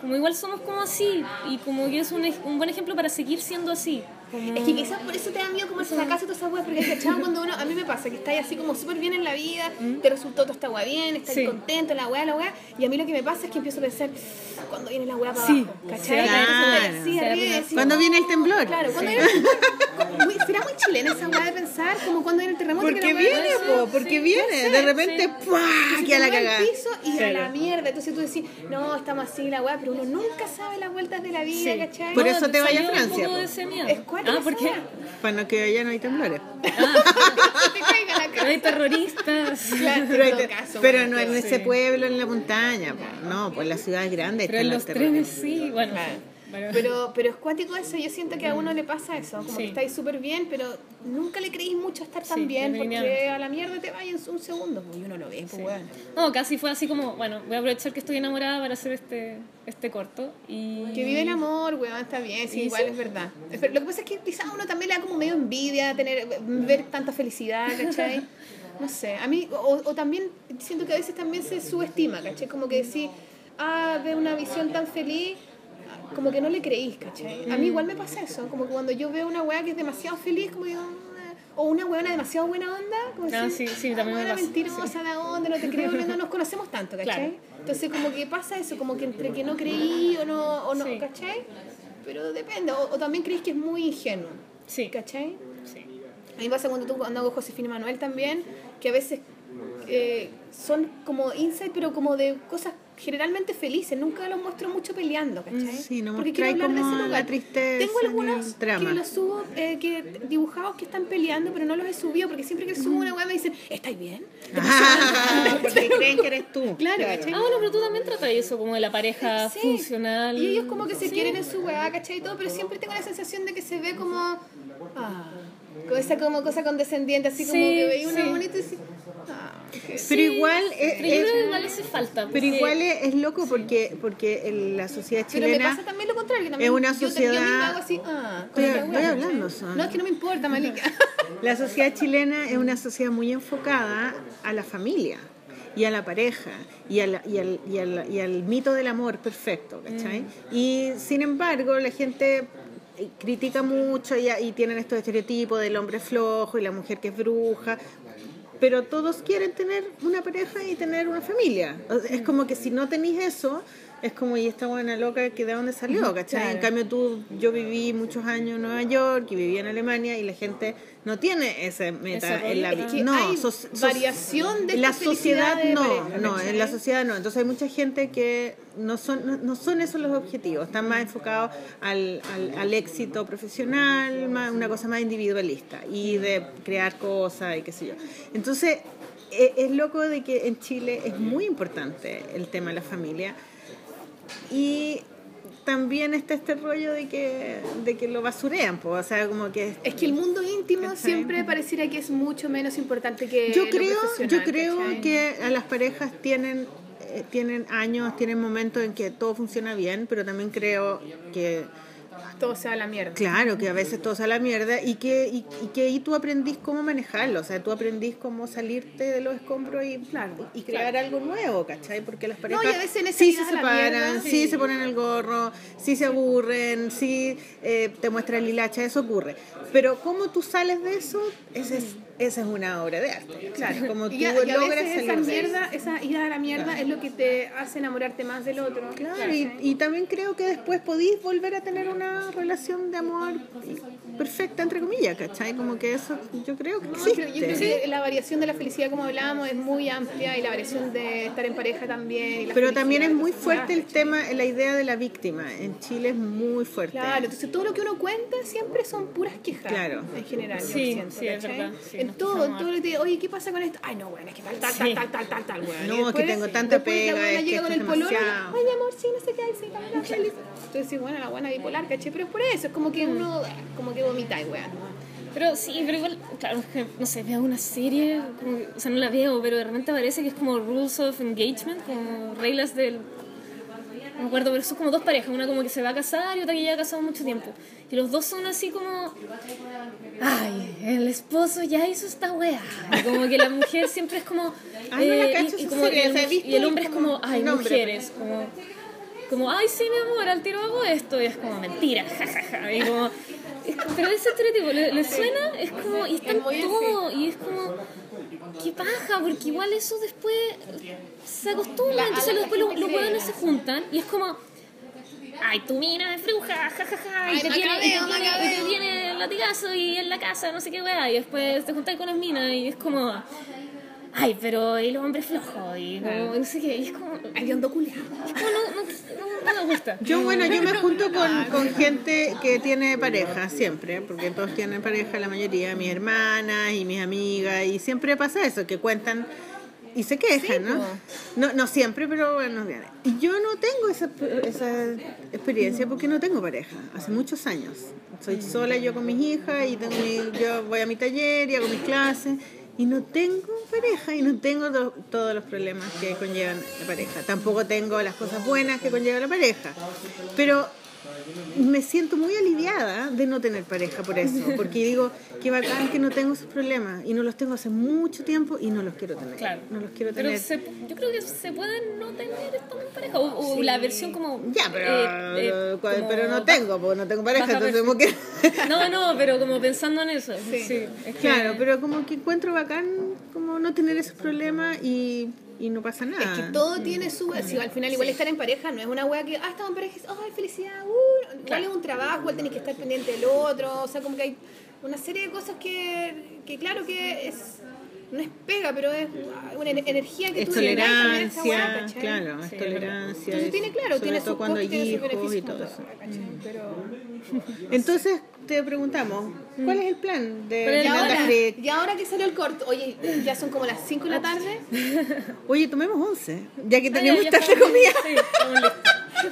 como igual somos como así y como que es un, ej- un buen ejemplo para seguir siendo así. como- Es que quizás por eso te da miedo como el fracaso y todas esas weas, porque cachado cuando uno, a mí me pasa que estáis así como súper bien en la vida, te resultó toda esta wea bien, estás Sí. contento, la wea, la wea, y a mí lo que me pasa es que empiezo a pensar, cuando viene la wea para Sí. abajo? ¿Cachai? Claro. Entonces, así, Claro. arriba y decimos, ¿Cuándo viene el temblor? Claro, cuando viene el temblor? Muy Será muy chilena esa weá de pensar, como cuando viene el terremoto. que Porque la weá- viene, po, porque viene. De repente, ¡pua! se Que a la mueve el cagada. piso y a la mierda. Entonces tú decís, no, estamos así la weá, pero uno nunca sabe las vueltas de la vida, ¿cachai? Por eso te vaya a salió un Francia, poco po. de ese miedo. Es cuática Ah, porque esa weá. Para no que allá no hay temblores. te caiga la cara. hay terroristas. Claro, en Pero, hay todo te- caso, pero bueno, no en sí. ese pueblo, en la montaña. po. No, pues las ciudades grandes. Pero están en las los trenes terroristas. sí, Ah, bueno. Pero- Pero, pero es cuático eso, yo siento que a uno le pasa eso, como Sí. que estáis súper bien, pero nunca le creís mucho estar tan Sí, bien porque definitivamente. a la mierda te vayas un segundo po, y uno lo ve, pues weón. No, casi fue así como, bueno, voy a aprovechar que estoy enamorada para hacer este, este corto. Y... Que vive el amor, weón, está bien, sí, Y igual sí. es verdad. Pero lo que pasa es que quizás a uno también le da como medio envidia tener, ver tanta felicidad, ¿cachai? No sé, a mí, o, o también siento que a veces también se subestima, ¿cachai? Como que decís, ah, ve una visión tan feliz, como que no le creís, ¿cachai? A mí igual me pasa eso, como que cuando yo veo una weá que es demasiado feliz, como que, ah, o una weona demasiado buena onda, como Ah, decir, sí, sí, "Ah, también me weona pasa, mentirosa, de onda, no te creo, no, no nos conocemos tanto, ¿cachai? Claro. Entonces como que pasa eso, como que entre que no creí o no, o no Sí. ¿cachai? Pero depende, o, o también crees que es muy ingenuo, Sí, ¿cachai? sí. A mí pasa cuando, tú, cuando hago Josefina Manuel también, que a veces eh, son como insight, pero como de cosas generalmente felices, nunca los muestro mucho peleando, ¿cachai? Mm, Sí, no Porque quiero mostráis hablar de como ese la lugar. tristeza Tengo ni el algunos drama. que los subo, eh, que dibujados que están peleando, pero no los he subido, porque siempre que subo una web me dicen, ¿estáis bien? Ah, Mm. porque creen que eres tú. Claro, ¿cachai? Ah, bueno, pero tú también tratas eso, como de la pareja Sí. funcional. Y ellos como que se quieren en su weá, ¿cachai? Y todo, pero siempre tengo la sensación de que se ve como... Ah, con esa como cosa condescendiente, así como Sí, que veía una sí. bonita y decís... Ah, ok. Pero igual es- Pero yo creo que es, igual hace falta. pues. pero porque- igual es, es loco porque, porque en la sociedad Pero me pasa chilena... también lo contrario, que también es una yo, yo misma sociedad- hago así, ah, con Estoy- otra estoy weá, hablando, ¿cachai? son. No, es que no me importa, Malika. La sociedad chilena es una sociedad muy enfocada a la familia y a la pareja y, a la- y al, y al- y al mito del amor perfecto, ¿cachai? Y sin embargo, la gente eh, critica mucho y, y tienen estos estereotipos del hombre flojo y la mujer que es bruja. Pero todos quieren tener una pareja y tener una familia. O sea, Es como que si no tenéis eso, es como, y esta buena loca que de dónde salió, ¿cachai? En cambio tú, yo viví muchos años en Nueva York y viví en Alemania y la gente no tiene ese meta Ese en la rollo. vida. Es que no, hay sos- sos- variación de la esta sociedad felicidad de no, pareja, no, ¿cachai? en la sociedad no. Entonces hay mucha gente que no son, no, no son esos los objetivos, están más enfocados al, al, al éxito profesional, más- una cosa más individualista y de crear cosas y qué sé yo. Entonces e- es loco de que en Chile es muy importante el tema de la familia y también está este rollo de que, de que lo basurean, po, o sea, como que Es que el mundo íntimo ¿Cachai? siempre pareciera que es mucho menos importante que yo lo creo yo profesional, creo ¿cachai? que a las parejas tienen eh, tienen años tienen momentos en que todo funciona bien pero también creo que Todo sea la mierda. claro que a veces todo sale a la mierda y que y, y que ahí tú aprendís cómo manejarlo o sea tú aprendís cómo salirte de los escombros y y crear algo nuevo ¿cachai? porque las parejas y a veces en esa sí vida se a la separan mierda, sí. sí. se ponen el gorro sí se aburren sí eh, te muestran el hilacha eso ocurre pero cómo tú sales de eso esa es, esa es una obra de arte claro como tú Y, a, y a logras veces esa salir de eso. mierda, esa ida a la mierda es lo que te hace enamorarte más del otro. Claro, y, y también creo que después podís volver a tener una relación de amor perfecta, entre comillas, ¿cachai? Como que eso yo creo que No, creo- existe. yo creo que la variación de la felicidad, como hablábamos, es muy amplia y la variación de estar en pareja también. y la Pero también es felicidad, muy entonces, fuerte el tema, la idea de la víctima. En Chile es muy fuerte. Claro, entonces todo lo que uno cuenta siempre son puras quejas. Claro. En general, yo Sí, siento, sí, es ¿cachai? verdad, sí, en nos todo, en pasamos todo lo que te digo, oye, ¿qué pasa con esto? Ay, no, bueno, es que tal, tal, tal, tal, tal, tal, tal, weón. No, Y es que después- tengo tanta después pega, La buena es que llega con el esto es pololo, demasiado. ay, amor, sí, no sé qué hay, sí, la buena feliz. Entonces, bueno, la buena bipolar, ¿cachai? Pero es por eso, es como Mm. que uno, como que vomita, y weón. Pero sí, pero igual, claro, es que, no sé, veo una serie, como que- o sea, no la veo, pero de repente parece que es como Rules of Engagement, como reglas del... No me acuerdo, pero son como dos parejas, una como que se va a casar y otra que ya ha casado mucho tiempo. Y los dos son así como... Ay, el esposo ya hizo esta wea. Y como que la mujer siempre es como... Ah, no la eh, cacho y- y, esa como serie, el, la he visto y el y hombre es como, como pues. ay, un hombre". mujeres, como... Como, ay, sí, mi amor, al tiro hago esto. Y es como, mentira, jajaja. Y como, es- pero ese estereotipo, ¿le, le suena? Es como, y está en todo. Y es como, qué paja, porque igual eso después se acostumbra. Entonces después los, los hueones se juntan y es como, ay, tu mina es fruja, jajaja. Y te Macabeo, viene, y te viene, y te viene el latigazo y en la casa, no sé qué weá, y después te juntas con las minas y es como, ay, pero el hombre flojo y como, no sé qué, y es como, ay, ando culiado. Es como, no, no, no, no me gusta. Yo, bueno, yo me junto con, con gente que tiene pareja, siempre, porque todos tienen pareja, la mayoría, mis hermanas y mis amigas, y siempre pasa eso, que cuentan y se quejan, ¿no? No, no siempre, pero bueno, bien. Y yo no tengo esa, esa experiencia porque no tengo pareja, hace muchos años. Soy sola yo con mis hijas y tengo mi- yo voy a mi taller y hago mis clases. Y no tengo pareja y no tengo to- todos los problemas que conllevan la pareja. Tampoco tengo las cosas buenas que conlleva la pareja. Pero me siento muy aliviada de no tener pareja por eso. Porque digo, qué bacán que no tengo esos problemas. Y no los tengo hace mucho tiempo y no los quiero tener. Claro. No los quiero Pero tener. se- yo creo que se puede no tener esto en pareja, o, o la versión como... Ya, pero, eh, eh, cual- como pero no ba- tengo, porque no tengo pareja, baja entonces como que... No, no, pero como pensando en eso. Sí, es que- Claro, pero como que encuentro bacán como no tener esos problemas y, y Ah, no pasa nada. Es que todo tiene su versión. Al final, igual estar en pareja no es una wea que, ah, estamos en pareja, es, ay, felicidad, uh, igual es un trabajo, igual tenés que estar pendiente del otro. O sea, como que hay una serie de cosas que, que claro que es. No es pega, pero es una ener- energía que es tú generas con esta weá, tolerancia, ¿cachai? claro, es tolerancia. Entonces es- tiene, claro, sobre tiene todo sus cuando costos, hay tiene sus hijos beneficios y como todo todo, eso. Mm. ¿cachai? Pero Entonces te preguntamos, ¿cuál es el plan de Mm. Pero Y Renata ahora, Frick? y ahora que salió el corto, oye, ya son como las 5 de la tarde. Oye, tomemos once, ya que Ah, ya, tenemos ya tanta estamos- comida. Sí, estamos listos.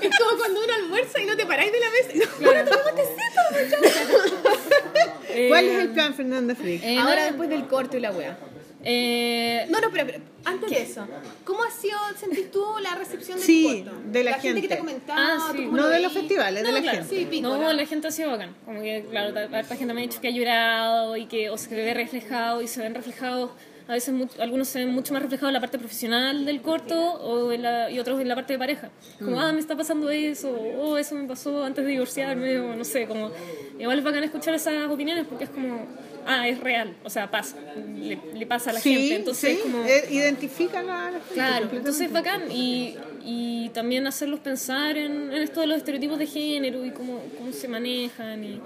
Es como cuando uno almuerza y no te paráis de la mesa. Bueno, toma tecito, muchachos. ¿Cuál Eh, es el plan, Fernanda Frick? eh, Ahora no, después del corto y la wea. eh, No, no, pero, pero antes de eso, ¿cómo ha sido, sentís tú la recepción del Sí, corto? de la que te gente. ha comentado. Ah, sí. ¿tú cómo No lo de los veís? festivales, de no, la claro. gente. Sí, pico, no, ¿no? la gente ha sido bacán. Como que, claro, ta- harta gente me ha dicho que ha llorado y que o se ve reflejado y se ven reflejados. A veces mucho- algunos se ven mucho más reflejados en la parte profesional del corto o en la- y otros en la parte de pareja. Mm. Como, ah, me está pasando eso, o oh, eso me pasó antes de divorciarme, o no sé. como Igual es bacán escuchar esas opiniones porque es como, ah, es real, o sea, pasa, le, le pasa a la gente. Entonces, sí, es como, eh, identifica a la gente Claro, completamente. entonces es bacán y, y también hacerlos pensar en, en esto de los estereotipos de género y cómo, cómo se manejan y,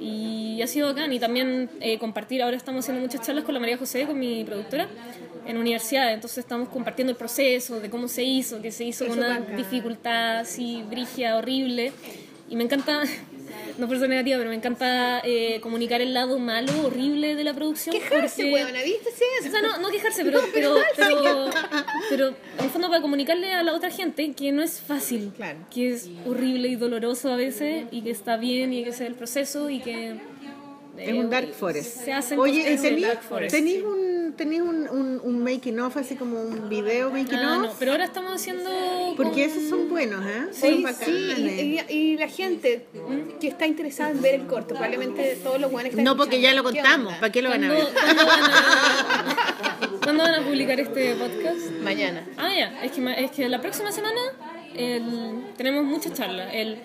y ha sido bacán y también eh, compartir, ahora estamos haciendo muchas charlas con la María José, con mi productora en universidad, entonces estamos compartiendo el proceso de cómo se hizo, que se hizo con una dificultad así brigia, horrible y me encanta, no por ser negativa, pero me encanta eh, comunicar el lado malo, horrible de la producción. Quejarse, porque- huevona, ¿viste? Sí, o eso. sea, no, no quejarse, pero, pero, pero, pero en el fondo para comunicarle a la otra gente que no es fácil, Claro. que es horrible y doloroso a veces y que está bien y que ese es el proceso y que... eh, Es un Dark Forest. Se hacen Oye, ¿y cosas en el tenís, Dark Forest. tenís un, tenís un, un, un making of, así como un video making Ah, no, of? pero ahora estamos haciendo... Porque con- esos son buenos, ¿eh? Oye, son sí, bacanes. y, y- y la gente mm, que está interesada en ver el corto, probablemente todos los buenos que están no, porque ya lo escuchando, ¿qué contamos, onda? ¿para qué lo van a ¿Cuándo, ver? cuándo van a, cuándo van a publicar este podcast? Mañana. Ah, ya, es que, ma- es que la próxima semana el- tenemos muchas charlas. El,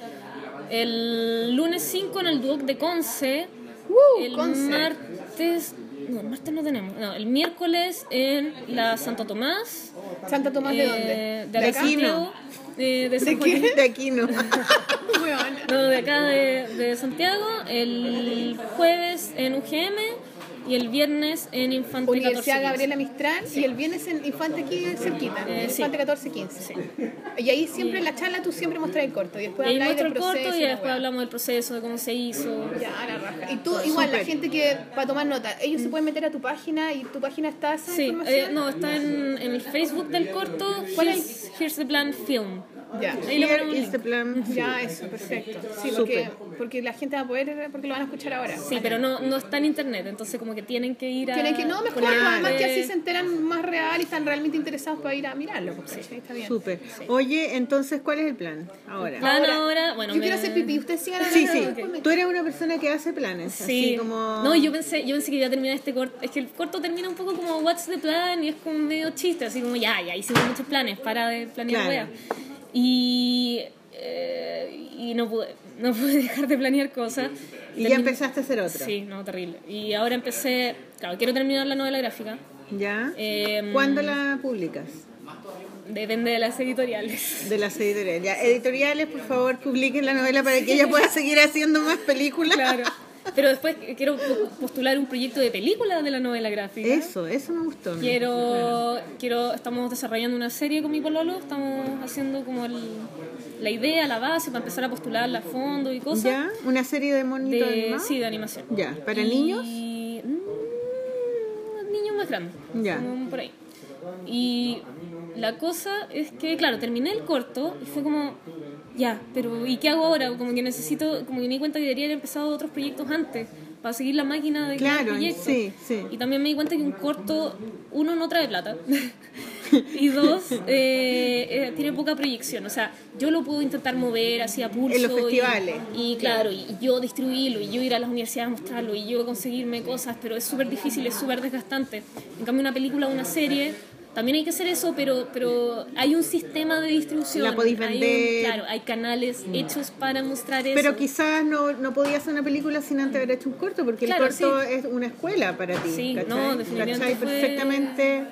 el lunes 5 en el Duoc de Conce. Uh, el Conce. martes. No, martes no tenemos. No, el miércoles en la Santo Tomás. ¿Santa Tomás de eh, dónde? De, De acá, aquí no. Santiago, eh, de San ¿De Joaquín. qué? De aquí no. Huevona. No, de acá de, de Santiago. El jueves en UGM. Y el viernes en Infante Universidad 14. Gabriela Mistral y el viernes en Infante aquí cerquita, Eh, sí. Infante 14 15. Y ahí siempre en la charla tú siempre mostras el corto y después Y ahí habláis muestro del el proceso. corto y la después weá. hablamos del proceso, de cómo se hizo. Ya, a la raja. Y tú, igual, la gente que, para tomar nota, ellos se pueden meter a tu página y tu página está esa Sí, eh, información. no, está en, en el Facebook del corto. ¿Cuál es? Here's the Plan Film. Ya. Ahí le Here ponemos el is the link. Este plan. Ya, eso, perfecto. Sí, porque, porque la gente va a poder, porque lo van a escuchar ahora. Sí, pero no, no está en internet, entonces como que tienen que ir a... Tienen que, no, mejor, poner- además que así Eh, se enteran más real y están realmente interesados para ir a mirarlo. pues, ¿cachai? está bien. Súper. Oye, entonces, ¿cuál es el plan ahora? Plan ahora, bueno, Yo me- quiero hacer pipí, ustedes sigan Sí, hablando, sí. después me- Tú eres una persona que hace planes. Sí. Así como... No, yo pensé, yo pensé que iba a terminar este corto. Es que el corto termina un poco como What's the plan y es como medio chiste, así como ya, ya hicimos muchos planes, para de planear Claro. weas. Y, eh, y no pude, no pude dejar de planear cosas. Y ya Termin- empezaste a hacer otro. Sí, no, terrible. Y ahora empecé, claro, quiero terminar la novela gráfica. ¿Ya? Em, ¿Cuándo la publicas? Depende de las editoriales. De las editoriales. Ya, editoriales, por favor, publiquen la novela para que ella pueda seguir haciendo más películas. Claro. Pero después quiero po- postular un proyecto de película de la novela gráfica. Eso, eso me gustó. ¿no? Quiero, quiero, estamos desarrollando una serie con mi pololo, estamos haciendo como el- la idea, la base para empezar a postularla a fondo y cosas. ¿Ya? ¿Una serie de monitos De, animados? sí, de animación. Ya, ¿para Y- niños? mm, niños más grandes. Ya. como por ahí. Y la cosa es que, claro, terminé el corto y fue como, ya, pero ¿y qué hago ahora? Como que necesito, como que me di cuenta que debería haber empezado otros proyectos antes para seguir la máquina de crear Claro, proyectos. sí, sí. Y también me di cuenta que un corto, uno, no trae plata. y dos, eh, eh, tiene poca proyección. O sea, yo lo puedo intentar mover así a pulso. En los y- festivales. Y, claro, y yo distribuirlo, y yo ir a las universidades a mostrarlo, y yo conseguirme cosas, pero es súper difícil, es súper desgastante. En cambio, una película o una serie, también hay que hacer eso, pero, pero hay un sistema de distribución. La podéis Hay un- vender. claro, hay canales hechos para mostrar eso. Pero quizás no, no podías hacer una película sin antes haber hecho un corto, porque Claro, el corto es una escuela para ti. Sí, ¿cachai? no, definitivamente ¿Cachai? fue- perfectamente.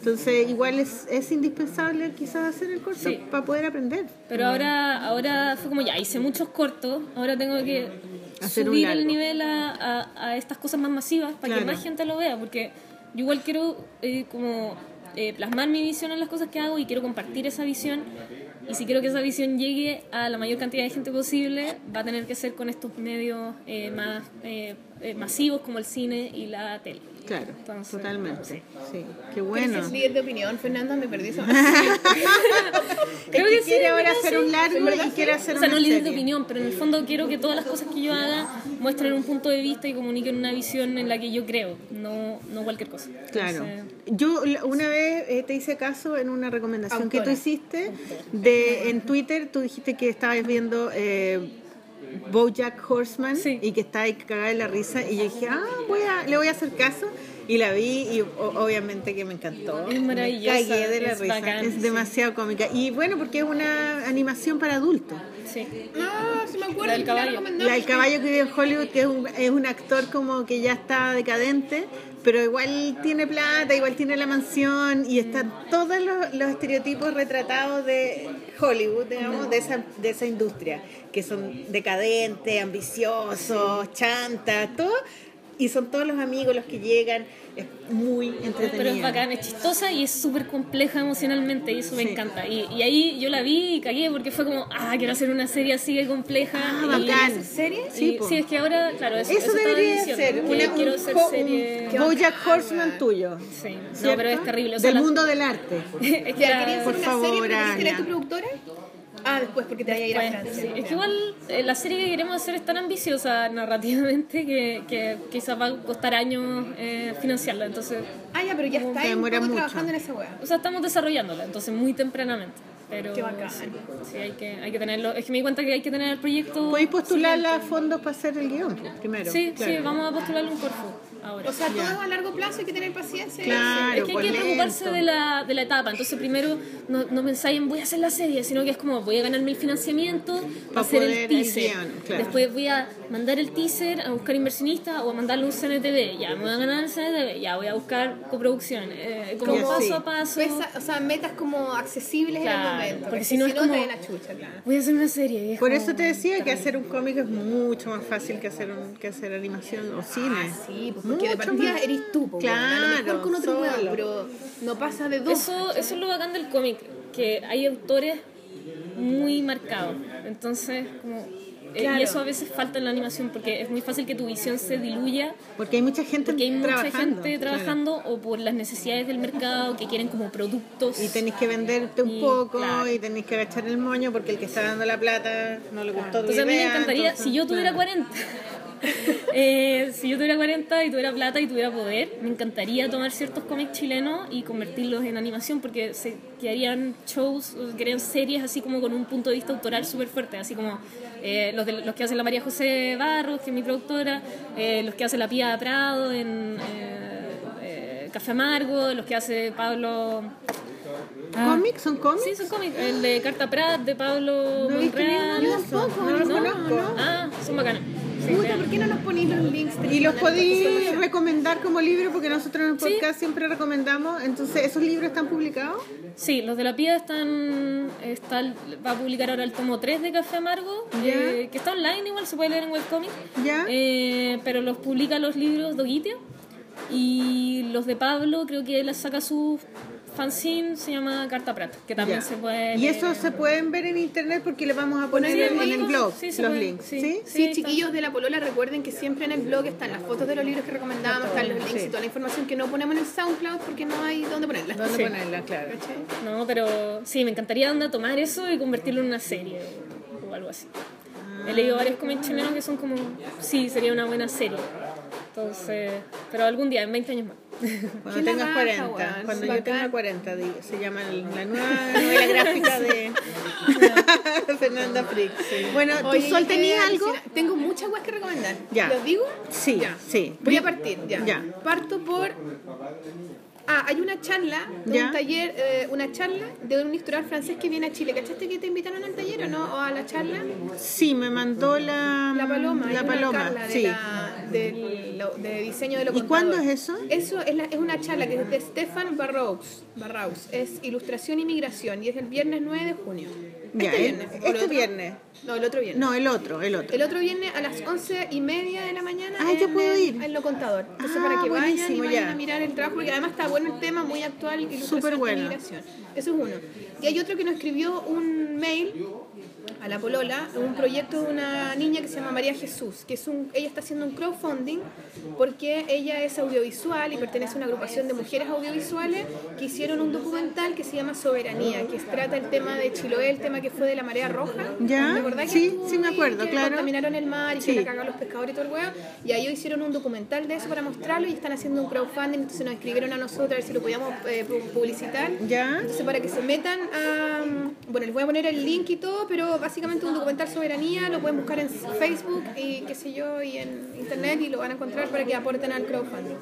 Entonces, igual es, es indispensable quizás hacer el corto Sí. para poder aprender. Pero ahora, ahora fue como ya, hice muchos cortos, ahora tengo que Hacer un subir largo. el nivel a, a- a estas cosas más masivas para que Claro. más gente lo vea, porque yo igual quiero eh, como eh, plasmar mi visión en las cosas que hago y quiero compartir esa visión. Y si quiero que esa visión llegue a la mayor cantidad de gente posible, va a tener que ser con estos medios eh, más eh, eh, masivos como el cine y la tele. Claro, Entonces, totalmente. Sí. qué Bueno. bueno. Es líder de opinión, Fernanda, me perdí. eso. Es que quiere ahora mira, hacer sí. un largo ¿Verdad? y quiere hacer O sea, una no líder de serie. opinión, pero en el fondo quiero que todas las cosas que yo haga muestren un punto de vista y comuniquen una visión en la que yo creo, no, no cualquier cosa. Claro. Entonces, Yo la- una vez eh, te hice caso en una recomendación que tú Autora. hiciste de en Twitter, tú dijiste que estabas viendo eh, BoJack Horseman Sí. y que estaba ahí cagada de la risa y yo dije, ah, voy a, le voy a hacer caso y la vi y o- obviamente que me encantó. Es Me maravillosa, Cagué de la es risa, bacán, es sí. demasiado cómica y bueno porque es una animación para adultos. sí. Ah, sí me acuerdo. La que me del la caballo. recomendaron. La del caballo que vive en Hollywood, que es un, es un actor como que ya está decadente, pero igual tiene plata, igual tiene la mansión y están todos los, los estereotipos retratados de Hollywood, digamos, de esa, de esa industria, que son decadentes, ambiciosos, chantas, todo. Y son todos los amigos los que llegan, es muy entretenida. Pero es bacán, es chistosa y es súper compleja emocionalmente y eso me Sí. encanta. Y, y ahí yo la vi y cagué porque fue como, ah, quiero hacer una serie así de compleja. Ah, y- bacán. y- ¿Serie? Sí, Sí, po. es que ahora, claro, eso, Eso estaba debería diciendo, ser que una, quiero un, hacer jo- un serie... Bojack Horseman tuyo. Sí. No, ¿cierto? pero es terrible. O sea, Del la- mundo del arte. es que Ya, la- ¿querías hacer Por una favor, serie? ¿Pero Ana. ¿Será tu productora? Ah, después, porque te vaya a ir a Pues, Francia. sí, es que igual eh, la serie que queremos hacer es tan ambiciosa narrativamente que, que quizás va a costar años eh, financiarla. Entonces, Ah, ya, pero ya está Te ahí un demora poco mucho. trabajando en esa hueá. o sea, estamos desarrollándola, entonces muy tempranamente. Pero, Qué bacán. Sí, sí, hay, que, hay que tenerlo. Es que me di cuenta que hay que tener el proyecto. Podéis postular a fondos para hacer el guión primero. Sí, sí, claro. vamos a postularlo en Corfu ahora. O sea, todo es a largo plazo, hay que tener paciencia. Claro. es que hay que pues, preocuparse lento. de la, de la etapa. Entonces, primero, no, no pensáis en voy a hacer la serie, sino que es como voy a ganarme el financiamiento Pa' para hacer poder el el teaser. guión, claro. Después voy a mandar el teaser a buscar inversionistas o a mandarle un CNTV. Ya, me voy a ganar el CNTV. Ya, voy a buscar coproducción. eh, como Como paso sí. a paso. Pesa- o sea, metas como accesibles Claro, en el momento. porque si no es te como- ven la chucha, claro. Voy a hacer una serie. y es Por como- eso te decía que hacer un cómic es mucho más fácil que hacer un, que hacer animación o Ah, cine. Sí, pues porque de Mucho partida más. eres tú, po, pues, weón. a lo mejor Claro, con otro solo. hueón, pero no pasa de dos. Eso, eso es lo bacán del cómic, que hay autores muy marcados. Entonces, como. eh, Claro. Y eso a veces falta en la animación porque es muy fácil que tu visión se diluya Porque hay mucha gente porque hay mucha trabajando. gente claro. trabajando o por las necesidades del mercado que quieren como productos Y tenéis que venderte un Y, poco claro. y tenéis que agachar el moño porque el que está dando la plata no le gustó tu entonces a mí me idea, encantaría entonces, si yo tuviera claro. 40 eh, si yo tuviera 40 y tuviera plata y tuviera poder me encantaría tomar ciertos cómics chilenos y convertirlos en animación porque se crearían shows o se crearían series así como con un punto de vista autoral súper fuerte así como eh, los, de- los que hace la María José Barros que es mi productora eh, los que hace la Pía Prado en eh, eh, Café Amargo los que hace Pablo Ah. ¿Cómics? ¿Son cómics? Sí, son cómics. El de Carta Prat, de Pablo No he visto Monreal. ninguno de esos. No, No los no, conozco. no. Ah, son bacanas. Sí, Puta, ¿por qué no nos ponéis los links? Y los podéis recomendar como libro porque nosotros en el podcast siempre recomendamos. Entonces, ¿esos libros están publicados? Sí, los de la PIA están. Está, va a publicar ahora el tomo 3 de Café Amargo, Ya. eh, que está online igual, se puede leer en webcomic. Ya. Eh, pero los publica los libros Doguitio. Y los de Pablo, creo que él saca su fanzine, se llama Carta Prata, que también Ya. se puede. Y leer eso en- se pueden ver en internet porque le vamos a poner Sí, en, en el bueno, blog sí, se los puede, links. sí. ¿sí? Sí, Sí, chiquillos de la Polola, recuerden que siempre en el blog están las fotos de los libros que recomendamos, están los links Sí. y toda la información que no ponemos en el SoundCloud porque no hay dónde ponerla. ¿Dónde Sí. ponerla? Claro. ¿Cachai? No, pero sí, me encantaría onda, tomar eso y convertirlo en una serie o algo así. He Ah. leído varios cómics chilenos que son como, sí, sería una buena serie. Entonces, pero algún día, en 20 años más. Cuando Qué la tengas raja, 40. weón, cuando sí, yo bacán. tenga 40, digo, se llama el- la nueva novela gráfica de Fernanda Frick. Bueno, ¿tú Oye, eh, Sol yo tenías quería algo? decir- Tengo muchas weas que recomendar. Ya. ¿Los digo? Sí, Ya. sí. Voy a partir, ya. Ya. Parto por. Ah, hay una charla, de Ya. un taller, eh, una charla de un historiador francés que viene a Chile. ¿Cachaste que te invitaron al taller o no? ¿O a la charla? Sí, me mandó la, La Paloma. hay La una paloma, charla de sí. la- del- lo- de diseño de lo ¿Y contador. cuándo es eso? Eso es, la- es una charla que es de Stefan Barraus. Barraus. Es Ilustración y Migración y es el viernes 9 de junio. Ya, ¿o el- el este otro? viernes. No, el otro viernes. No, el otro, el otro. El otro viene a las once y media de la mañana Ah, en, yo puedo el- ir. en lo contador. Entonces Ah, para que vayan y buenísimo, vayan ya. a mirar el trabajo, porque además está bueno el tema, muy actual y Súper bueno. Eso es uno. Y hay otro que nos escribió un mail a la Polola, un proyecto de una niña que se llama María Jesús, que es un, ella está haciendo un crowdfunding porque ella es audiovisual y pertenece a una agrupación de mujeres audiovisuales que hicieron un documental que se llama Soberanía, que trata el tema de Chiloé, el tema que fue de la marea roja. ¿Ya? ¿Te acordás que Sí, estuvo sí me ahí, acuerdo, que claro. contaminaron el mar y Sí. que la cagaron los pescadores y todo el huevo. Y ahí hicieron un documental de eso para mostrarlo y están haciendo un crowdfunding, entonces nos escribieron a nosotros a ver si lo podíamos eh, pu- publicitar. ¿Ya? Entonces, para que se metan a. mm, Bueno, les voy a poner el link y todo, pero básicamente un documental soberanía lo pueden buscar en Facebook y qué sé yo, y en internet y lo van a encontrar para que aporten al crowdfunding.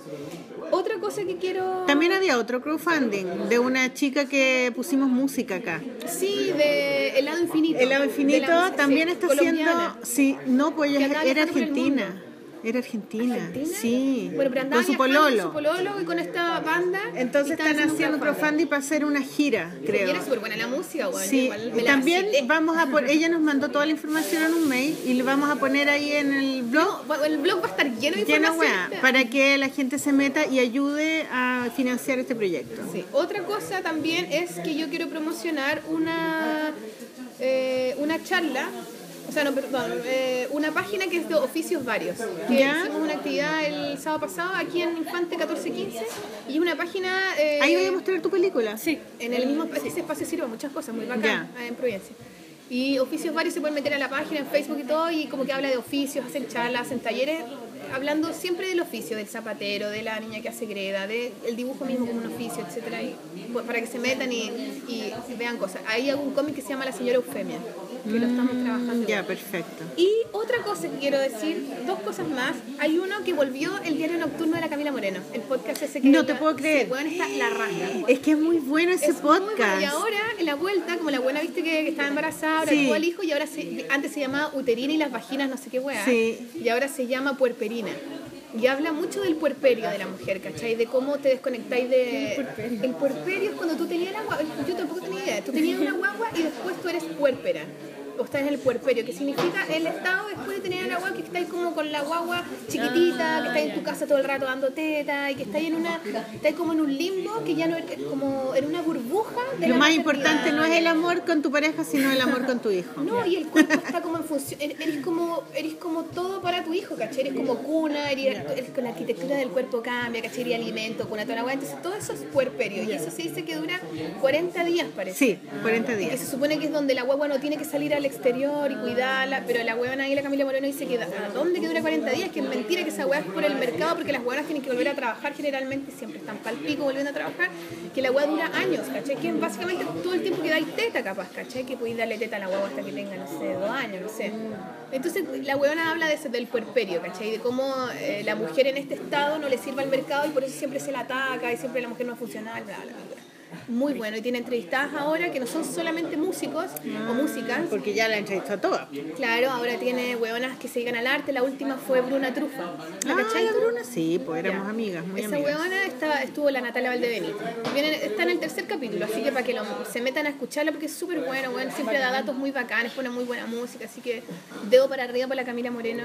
Otra cosa que quiero. También había otro crowdfunding de una chica que pusimos música acá. Sí, de El lado infinito. El lado De la infinito música, también sí, está colombiana. haciendo. Sí, no, pues Que ella andaba era viajando por el argentina. Era argentina. ¿Argentina? Sí. Bueno, pero andaba con su viajando pololo. Con su pololo y con esta banda. y Entonces estaban están crowdfunding. haciendo crowdfunding para hacer una gira, Y creo. era súper buena la música, bueno, Sí, igual me y la Eh, también vacilé. vamos a por ella nos mandó toda la información en un mail y le vamos a poner ahí en el blog Bueno, el blog va a estar lleno de llena información. weá, para que la gente se meta y ayude a financiar este proyecto. Sí. Otra cosa también es que yo quiero promocionar una, eh, una charla, o sea, no, perdón, eh, una página que es de oficios varios. Que Ya. Hicimos una actividad el sábado pasado aquí en Infante 1415 y es una página... eh, Ahí voy a mostrar tu película. Sí. en el mismo es que ese espacio sirve para muchas cosas, muy bacán, Ya. ah, en Providencia. Y oficios varios se pueden meter a la página, en Facebook y todo, y como que habla de oficios, hacen charlas, hacen talleres, hablando siempre del oficio, del zapatero, de la niña que hace greda, del dibujo mismo como un oficio, etcétera y, pues, Para que se metan y, y vean cosas. Ahí hago un cómic que se llama La señora Eufemia, que lo estamos trabajando. Ya, perfecto. Y otra cosa que quiero decir, dos cosas más. Hay uno que volvió el diario nocturno de la Camila Moreno, el podcast ese que... No ella- te puedo sí, creer. weón, está la raja. Es que es muy bueno ese Es muy bueno. podcast. Y ahora, en la vuelta, como la buena viste que, que estaba embarazada, ahora Sí. tuvo al hijo y ahora se- antes se llamaba uterina y las vaginas, no sé qué hueá. Sí. Y ahora se llama puerperina. Y habla mucho del puerperio de la mujer, ¿cachai? De cómo te desconectáis de... El puerperio es cuando tú tenías la guagua. Yo tampoco tenía idea. Tú tenías una guagua y después tú eres puerpera. O estás en el puerperio, que significa el estado después de tener a la guagua, que estáis como con la guagua chiquitita, que estáis en tu casa todo el rato dando teta y que estáis en una... Estáis como en un limbo, que ya no... es Como en una burbuja de Lo la más maternidad. importante no es el amor con tu pareja, sino el amor con tu hijo. No, y el cuerpo está como en función. er- Eres como, eres como todo para tu hijo, ¿cachai? Eres como cuna, eres, eres con la arquitectura del cuerpo cambia, ¿cachai? Y alimento, cuna, toda la hueá. Entonces todo eso es puerperio. Y eso se dice que dura 40 días, parece. Sí, 40 Y que días. se supone que es donde la guagua no tiene que salir al exterior y cuidarla, pero la huevona ahí, la Camila Moreno, dice que ¿a dónde que dura 40 días? Que es mentira que esa hueá es por el mercado porque las huevonas tienen que volver a trabajar generalmente, siempre están pal pico volviendo a trabajar, que la hueá dura años, ¿cachai? Que es básicamente todo el tiempo que dais teta capaz, ¿cachai? Que podéis darle teta a la guagua hasta que tenga, no sé, dos años, no sé. Entonces la huevona habla de ese- del puerperio, ¿cachai? De cómo eh, la mujer en este estado no le sirve al mercado y por eso siempre se la ataca y siempre la mujer no es funcional, bla, bla, bla. muy bueno y tiene entrevistadas ahora que no son solamente músicos o músicas. Porque ya la entrevistó a todas. Claro, ahora tiene hueonas que se dedican al arte. La última fue Bruna Trufa. ¿La Ah, cachai? la Bruna, sí, pues éramos Ya. amigas, muy Esa amigas. huevona estaba- estuvo la Natalia Valdebenito. Vienen- está en el tercer capítulo, así que para que lo- se metan a escucharla porque es súper bueno, weón. Siempre da datos muy bacanes, pone muy buena música, así que dedo para arriba para la Camila Moreno.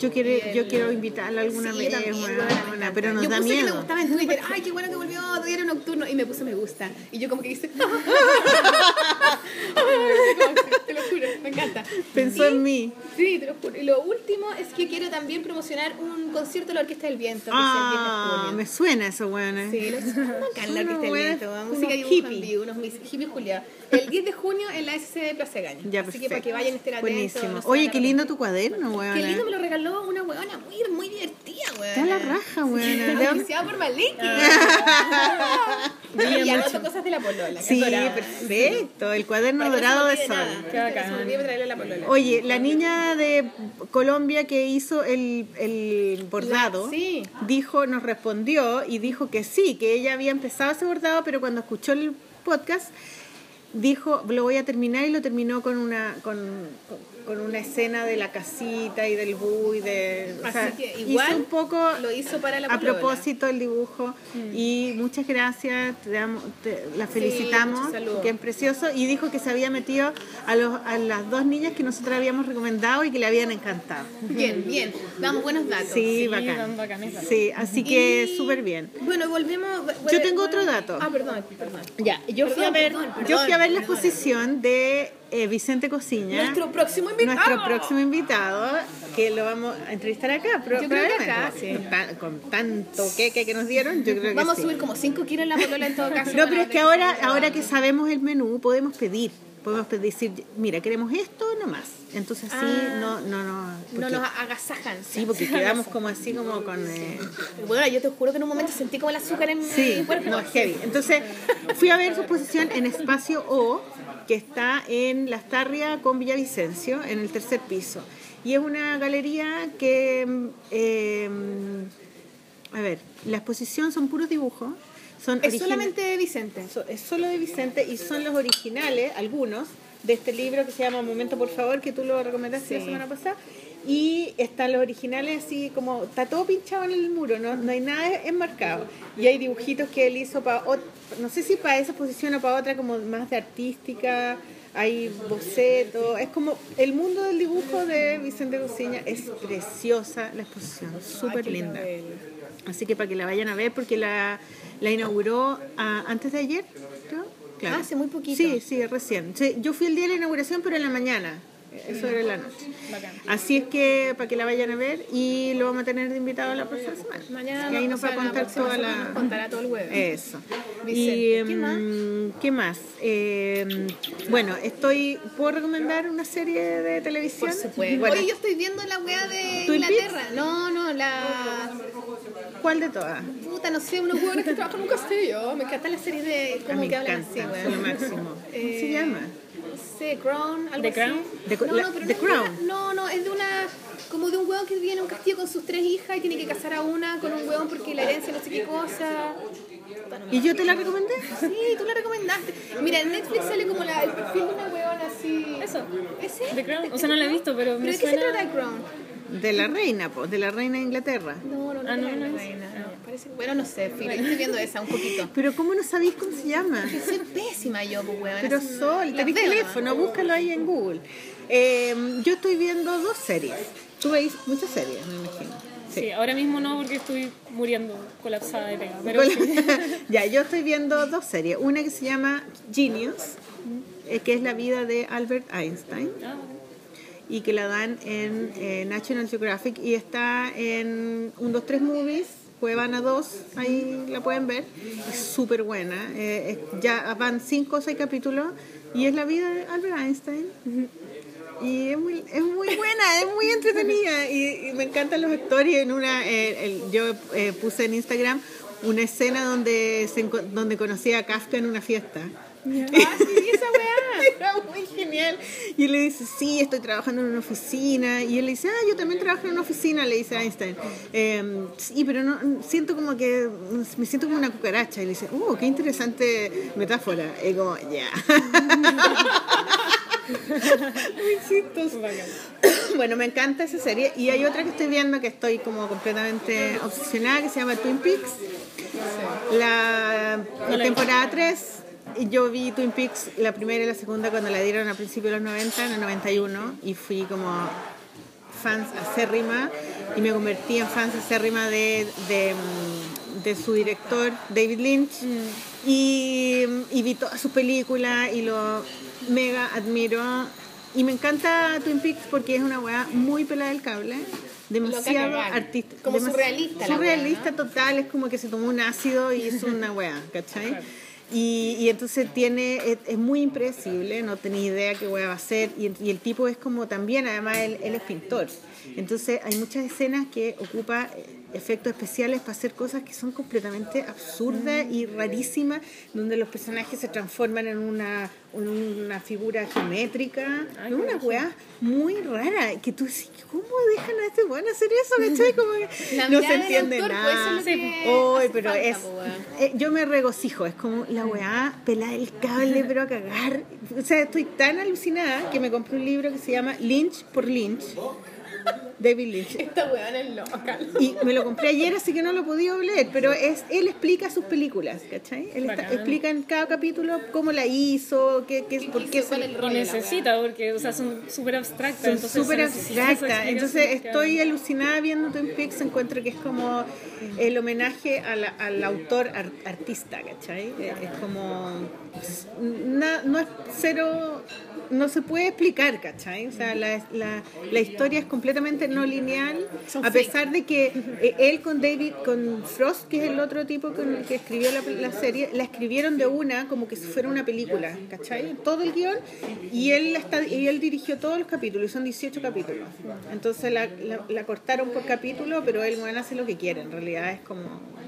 Yo quiero, yo quiero invitarla alguna Sí, vez, también, huevona, weona, me encanta. pero nos Yo da puse que me miedo. gustaba en Twitter, ay, qué bueno que volvió, todavía era nocturno, y me puso me gusta. Y yo como que hice... como así, te lo juro, me encanta. Pensó Y- en mí. Sí, te lo juro. Y lo último es que quiero también promocionar un concierto de la Orquesta del Viento. que es el viernes Ah, junio. me suena eso, weona. Sí, los bacán la Unos orquesta del buenos- viento, ¿va? música unos y dibujo en hippies. vivo, unos mis- hippies culiados. El 10 de junio en la SC de Plaza Gaña. Ya, Así perfecto. que para que vayan estén atentos. Buenísimo. no se van Oye, a qué lindo tu cuaderno, arrepentir. weona. Qué lindo me lo regaló una huevona muy, muy divertida, weona. Está la raja, weona. ¿De dónde- Iniciada por Maliki. y anoto cosas de la polola. Sí, dorada. perfecto. El cuaderno Para que no se dorado me de olvide sol. nada. Para que no se me olvide traerle la polola. Oye, la niña de Colombia que hizo el, el bordado La- sí. dijo, nos respondió y dijo que sí, que ella había empezado ese bordado, pero cuando escuchó el podcast dijo, lo voy a terminar y lo terminó con una con, con- con una escena de la casita y del bus y de o Así sea, que igual hizo un poco lo hizo para la a polola. propósito el dibujo y muchas gracias te damos- te- la felicitamos muchos saludos. que es precioso y dijo que se había metido a, los, a las dos niñas que nosotros habíamos recomendado y que le habían encantado Bien, bien. Damos buenos datos. sí, tan bacán bacanes, bacán. sí así que súper bien Bueno, volvemos. Yo tengo otro dato. Ah, perdón, perdón. ya yo fui Perdón, a ver perdón, yo fui a ver la perdón. exposición de eh, Vicente Cosiña Nuestro próximo invitado. Nuestro próximo invitado, que lo vamos a entrevistar acá, pero Yo creo que acá, probablemente. Con tan- Con, tanto queque que nos dieron, yo creo que Vamos sí. a subir como 5 kilos en la polola en todo caso. No, pero es que ahora, ahora que sabemos el menú, podemos pedir. Podemos pe- decir, mira, queremos esto nomás. Entonces así Ah. no, no, no. No porque- nos agasajan. sí, porque quedamos como así, como con. eh, Bueno, yo te juro que en un momento sentí como el azúcar en sí, mi cuerpo. no, es heavy. Entonces fui a ver su exposición en Espacio O, que está en Las Tarrias con Villavicencio, en el tercer piso. Y es una galería que. mm, eh, mm, a ver, la exposición son puros dibujos. Son Es origina- solamente de Vicente. Ah, So- es solo de Vicente y son los originales, algunos, de este libro que se llama Momento por favor, que tú lo recomendaste la Sí. semana pasada. Y están los originales así como, está todo pinchado en el muro, no, no hay nada enmarcado. Y hay dibujitos que él hizo para, no sé si para esa exposición o para otra como más de artística, hay bocetos, es como el mundo del dibujo de Vicente Luciña es preciosa la exposición, súper linda. Así que para que la vayan a ver, porque la, la inauguró ah, antes de ayer, creo. Claro. Ah, hace muy poquito. Sí, sí, recién. Sí, yo fui el día de la inauguración, pero en la mañana. Eso era en la noche. Así es que para que la vayan a ver y lo vamos a tener de invitado la próxima semana. Mañana y ahí nos o sea, va a contar próxima toda semana la. Nos contará todo el huevo. Eso. Vicente, y, ¿qué más? mm, ¿qué más? Eh, bueno, estoy. ¿Puedo recomendar una serie de televisión? Por supuesto. Bueno, Oye, yo estoy viendo la weá de ¿Twin Inglaterra. No, no, la. ¿Cuál de todas? Puta, no sé, unos hueones que trabajan en un castillo. Me encantan las series de. A ¿Cómo mí que Ah, me hablan encanta, así, son weón? lo máximo. ¿Cómo se Eh, llama? No sé, Crown, algo The así. Crown. The- no, la- no, pero no, The Es de Crown. una, no, no, es de una. Como de un hueón que vive en un castillo con sus tres hijas y tiene que casar a una con un hueón porque la herencia no sé qué cosa. ¿Y yo te la recomendé? Sí, tú la recomendaste. Mira, en Netflix sale como la, el perfil de una hueona así. Eso. ¿Ese? The Crown. O sea, no la he visto, pero me ¿Pero de qué se suena- trata The Crown? De la reina, pues, de la reina de Inglaterra. No, no, no. Ah, no, era no la es. reina, no. Parece, bueno, no sé, filo, yo estoy viendo esa un poquito. Pero ¿cómo no sabéis cómo se llama? Que soy pésima yo, pues, hueona. Pero así, las Sol, tenés veo nomás. teléfono, búscalo ahí en Google. Eh, yo estoy viendo dos series. Tú veis muchas series, me imagino. Sí, Sí. ahora mismo no porque estoy muriendo colapsada de pega. Pero Con- sí. ya, yo estoy viendo dos series. Una que se llama Genius, eh, que es la vida de Albert Einstein. Ah, y que la dan en eh, National Geographic y está en 1, 2, 3 Movies, Cuevana 2, ahí la pueden ver. Es súper buena. eh, es- ya van 5 o 6 capítulos y es la vida de Albert Einstein. Y es muy, es muy buena, es muy entretenida y, y me encantan los actores. En una, eh, el- yo eh, puse en Instagram una escena donde, se enco- donde conocí a Kafka en una fiesta. Ah, sí, esa weá. Era muy genial. Y él le dice, sí, estoy trabajando en una oficina. Y él le dice, ah, yo también trabajo en una oficina, le dice Einstein. Eh, sí, pero no, siento como que me siento como una cucaracha. Y le dice, oh, qué interesante metáfora. Y como, ya. muy chistoso. bueno, me encanta esa serie. Y hay otra que estoy viendo que estoy como completamente obsesionada, que se llama Twin Peaks. La, la temporada 3. Y Yo vi Twin Peaks la primera y la segunda cuando la dieron a principios de los 90, en el 91, y fui como fans acérrima y me convertí en fans acérrima de, de, mm, de su director David Lynch Mm. y, y vi todas sus películas y lo mega admiro y me encanta Twin Peaks porque es una weá muy pelada del cable demasiado cagar. artista Como demasi- surrealista la weá, surrealista total es como que se tomó un ácido y hizo una weá ¿cachai? Y, y entonces tiene, es, es muy impredecible, no tenía idea qué hueá va a ser. Y, y el tipo es como también, además, él, él es pintor. Entonces hay muchas escenas que ocupa eh, efectos especiales para hacer cosas que son completamente absurdas y rarísimas, donde los personajes se transforman en una, en una figura geométrica. Es una hueá muy rara, que tú dices, ¿cómo dejan a este weón hacer eso? ¿Cachai? Como que La no mirada del se entiende autor, pues, eso es nada. lo que Sí. Oy, hace pero falta, es, po, weón. eh, yo me regocijo, es como la weá, pelar el cable, pero a cagar. O sea, estoy tan alucinada que me compré un libro que se llama Lynch por Lynch, David Lynch. Esta weá es loca. Y me lo compré ayer, así que no lo he podido leer, pero es él explica sus películas, ¿cachai? Él está- explica en cada capítulo cómo la hizo, qué, qué, por qué hizo? ¿Cuál es se- el Lo rollo de la necesita porque, o sea, son súper abstractas. son entonces súper se necesita esa abstractas. explicación, Entonces claro. estoy alucinada viendo Twin Peaks. Encuentro que es como el homenaje a la- al autor ar- artista, ¿cachai? Eh, Es es como. na- no es cero. No se puede explicar, ¿cachai? O sea, la, la- la historia es completamente no lineal, a pesar de que eh, él con David, con Frost, que es el otro tipo con el que escribió la, la serie, la escribieron de una como que si fuera una película, ¿cachai? Todo el guión, y él, la está, y él dirigió todos los capítulos, y son 18 capítulos. Entonces la, la- la cortaron por capítulo, pero él, bueno, hace lo que quiere, en realidad es como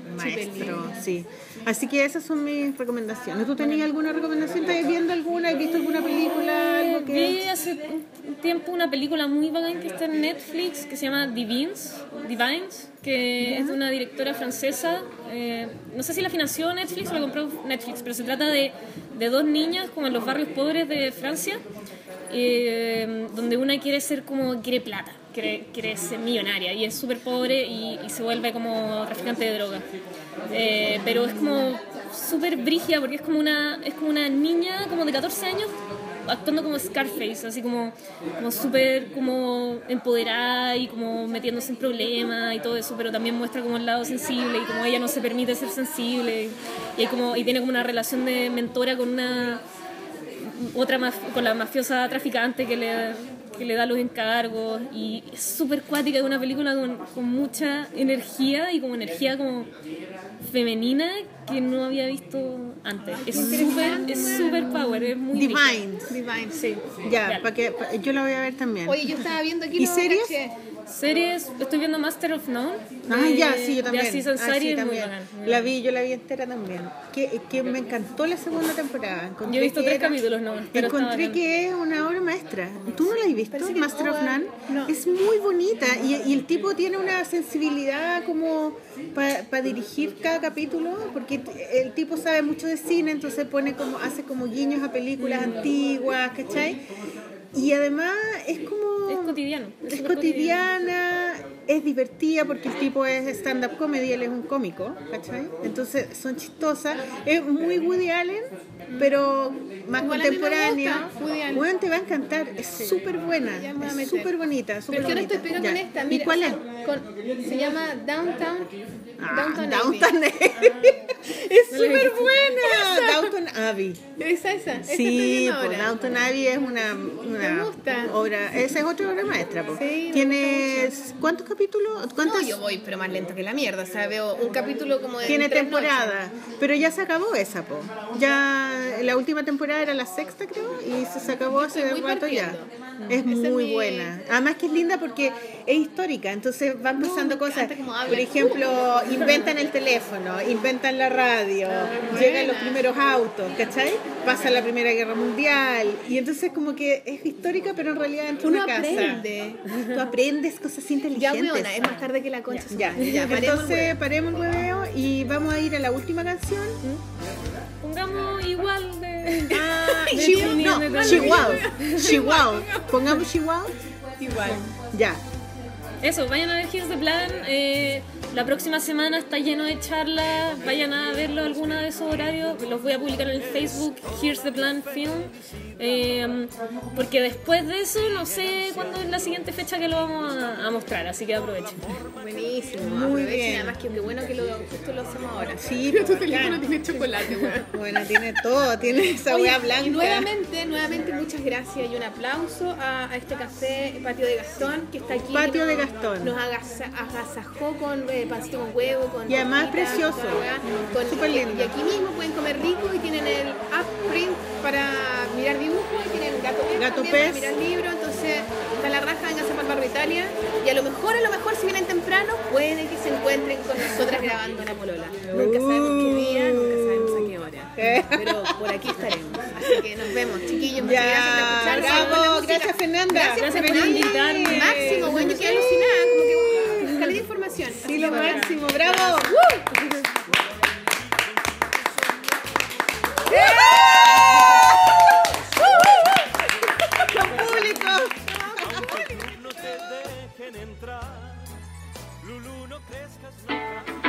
un maestro, sí. Así que esas son mis recomendaciones. ¿Tú tenías alguna recomendación? ¿Estás viendo alguna? ¿Has visto alguna película? Algo que... Eh, Vi hace un tiempo una película muy bacán que está en Netflix que se llama Divines, Divines que es de una directora francesa. eh, no sé si la financió Netflix o la compró Netflix, pero se trata de, de dos niñas como en los barrios pobres de Francia, eh, donde una quiere ser como, quiere plata, quiere, quiere ser millonaria y es súper pobre y, y se vuelve como traficante de droga. Eh, pero es como súper brígida porque es como una, es como una niña como de 14 años actuando como Scarface, así como, como súper como empoderada y como metiéndose en problemas y todo eso, pero también muestra como el lado sensible y como ella no se permite ser sensible y, hay como, y tiene como una relación de mentora con una otra maf- con la mafiosa traficante que le, que le da los encargos y es súper cuática, es una película con, con mucha energía y como energía como femenina que no había visto antes. Es súper es super power, es muy brígida. Divine. Divine, sí. Ya, Ya. para que, pa- yo la voy a ver también. Oye, yo estaba viendo aquí ¿Y los series? caché. Series, estoy viendo Master of None. Ah, de- ya, sí, yo también. De Aziz Ah, sí, Ansari, es muy también. bacán. muy La bacán. vi, yo la vi entera también. Que, que me encantó la segunda temporada. Encontré Yo he visto que tres era- capítulos, no, pero está encontré bacán. que es una obra maestra. ¿Tú no la has visto? Parece que Master no, of ah, None. no. Es muy bonita y, y el tipo tiene una sensibilidad como para dirigir cada capítulo, porque t- el tipo sabe mucho de cine, entonces pone como hace como guiños a películas Mm. antiguas, ¿cachai? Y además es como Es cotidiano, es es súper cotidiano. cotidiana, es divertida porque el tipo es stand-up comedy, él es un cómico, ¿cachai? Entonces son chistosas. Es muy Woody Allen, pero más Igual a mí me contemporánea. gusta Woody Allen. Bueno, te va a encantar, es súper buena, Ya me voy a es meter. súper bonita. Pero súper es que ahora bonita. estoy pegada Ya. con esta. ¿Y Mira, cuál o es? sea, con- se llama Downtown. Ah, Downtown Abbey. Downton Abbey. es súper buena. Downton Abbey. Esa, esa. esa estoy Sí, viendo pues, ahora. Downton Abbey es una, una Me gusta. obra, esa es otra obra maestra. pues. Sí, me ¿Tienes cuántos capítulos? No, ¿Cuántas? yo voy, pero más lento que la mierda. O sea, veo un capítulo como de. Tiene tres temporada, pero ya se acabó esa, po. Ya la última temporada era la sexta, creo, y se, se acabó hace muy rato ya. partiendo. Es Esa es muy mi- buena. Además que es linda porque es histórica, entonces van pasando me cosas. encanta cómo hablan. Por ejemplo, inventan el teléfono, inventan la radio, Ah, llegan los primeros autos, ¿cachai? Pasa la Primera Guerra Mundial y entonces como que es histórica pero en realidad dentro de Uno una casa. aprende. Tú aprendes cosas Ya, inteligentes. weona, es más tarde que la concha. Ya, ya, entonces paremos el hueveo y vamos a ir a la última canción. Pongamos igual de. Ah, de Chihu- Disney, no, de todo. Chihuahua. Chihuahua. Pongamos Chihuahua. Igual. Ya. Eso, vayan a ver Hits de Plan. eh, la próxima semana está lleno de charlas. Vayan a verlo alguna de esos horarios. Los voy a publicar en el Facebook, Here's the Plan Film. eh, porque después de eso, no sé cuándo es la siguiente fecha que lo vamos a, a mostrar. Así que aprovechen. Buenísimo. Muy aprovechen, bien. Además, que qué bueno que lo, justo lo hacemos ahora. Sí, pues, Mira, tu bacán. teléfono tiene chocolate, weón. Bueno, tiene todo, tiene esa Oye, hueá blanca. Y nuevamente, nuevamente muchas gracias y un aplauso a, a este café Patio de Gastón que está aquí. Patio de Gastón. Nos agaza- agasajó con eh, pancito con huevo, con Y además tortitas, precioso. con toda la weá, con- Súper y- lindo. Y aquí mismo pueden comer rico y tienen el app print para mirar dibujos y tienen gato pez, Gato también para Pez. mirar libros. Entonces, está la raja, vengan a Zapal Barro Italia. Y a lo mejor, a lo mejor, si vienen temprano, puede que se encuentren con nosotras grabando una polola. Nunca sabemos qué día, nunca sabemos a qué hora. Pero por aquí estaremos. Así que nos vemos, chiquillos. Muchas Eh. Ya, gracias por escucharnos. Vamos con la bravo, música. gracias Fernanda. Gracias, Gracias por Fernanda. invitarme. Máximo, bueno, yo quedé alucinada. Como que, calidad de información. Sí, Así lo que bacán. máximo, bravo. ¡Woo! Con público. Aunque tú no te dejen entrar, Lulu, no crezcas nunca.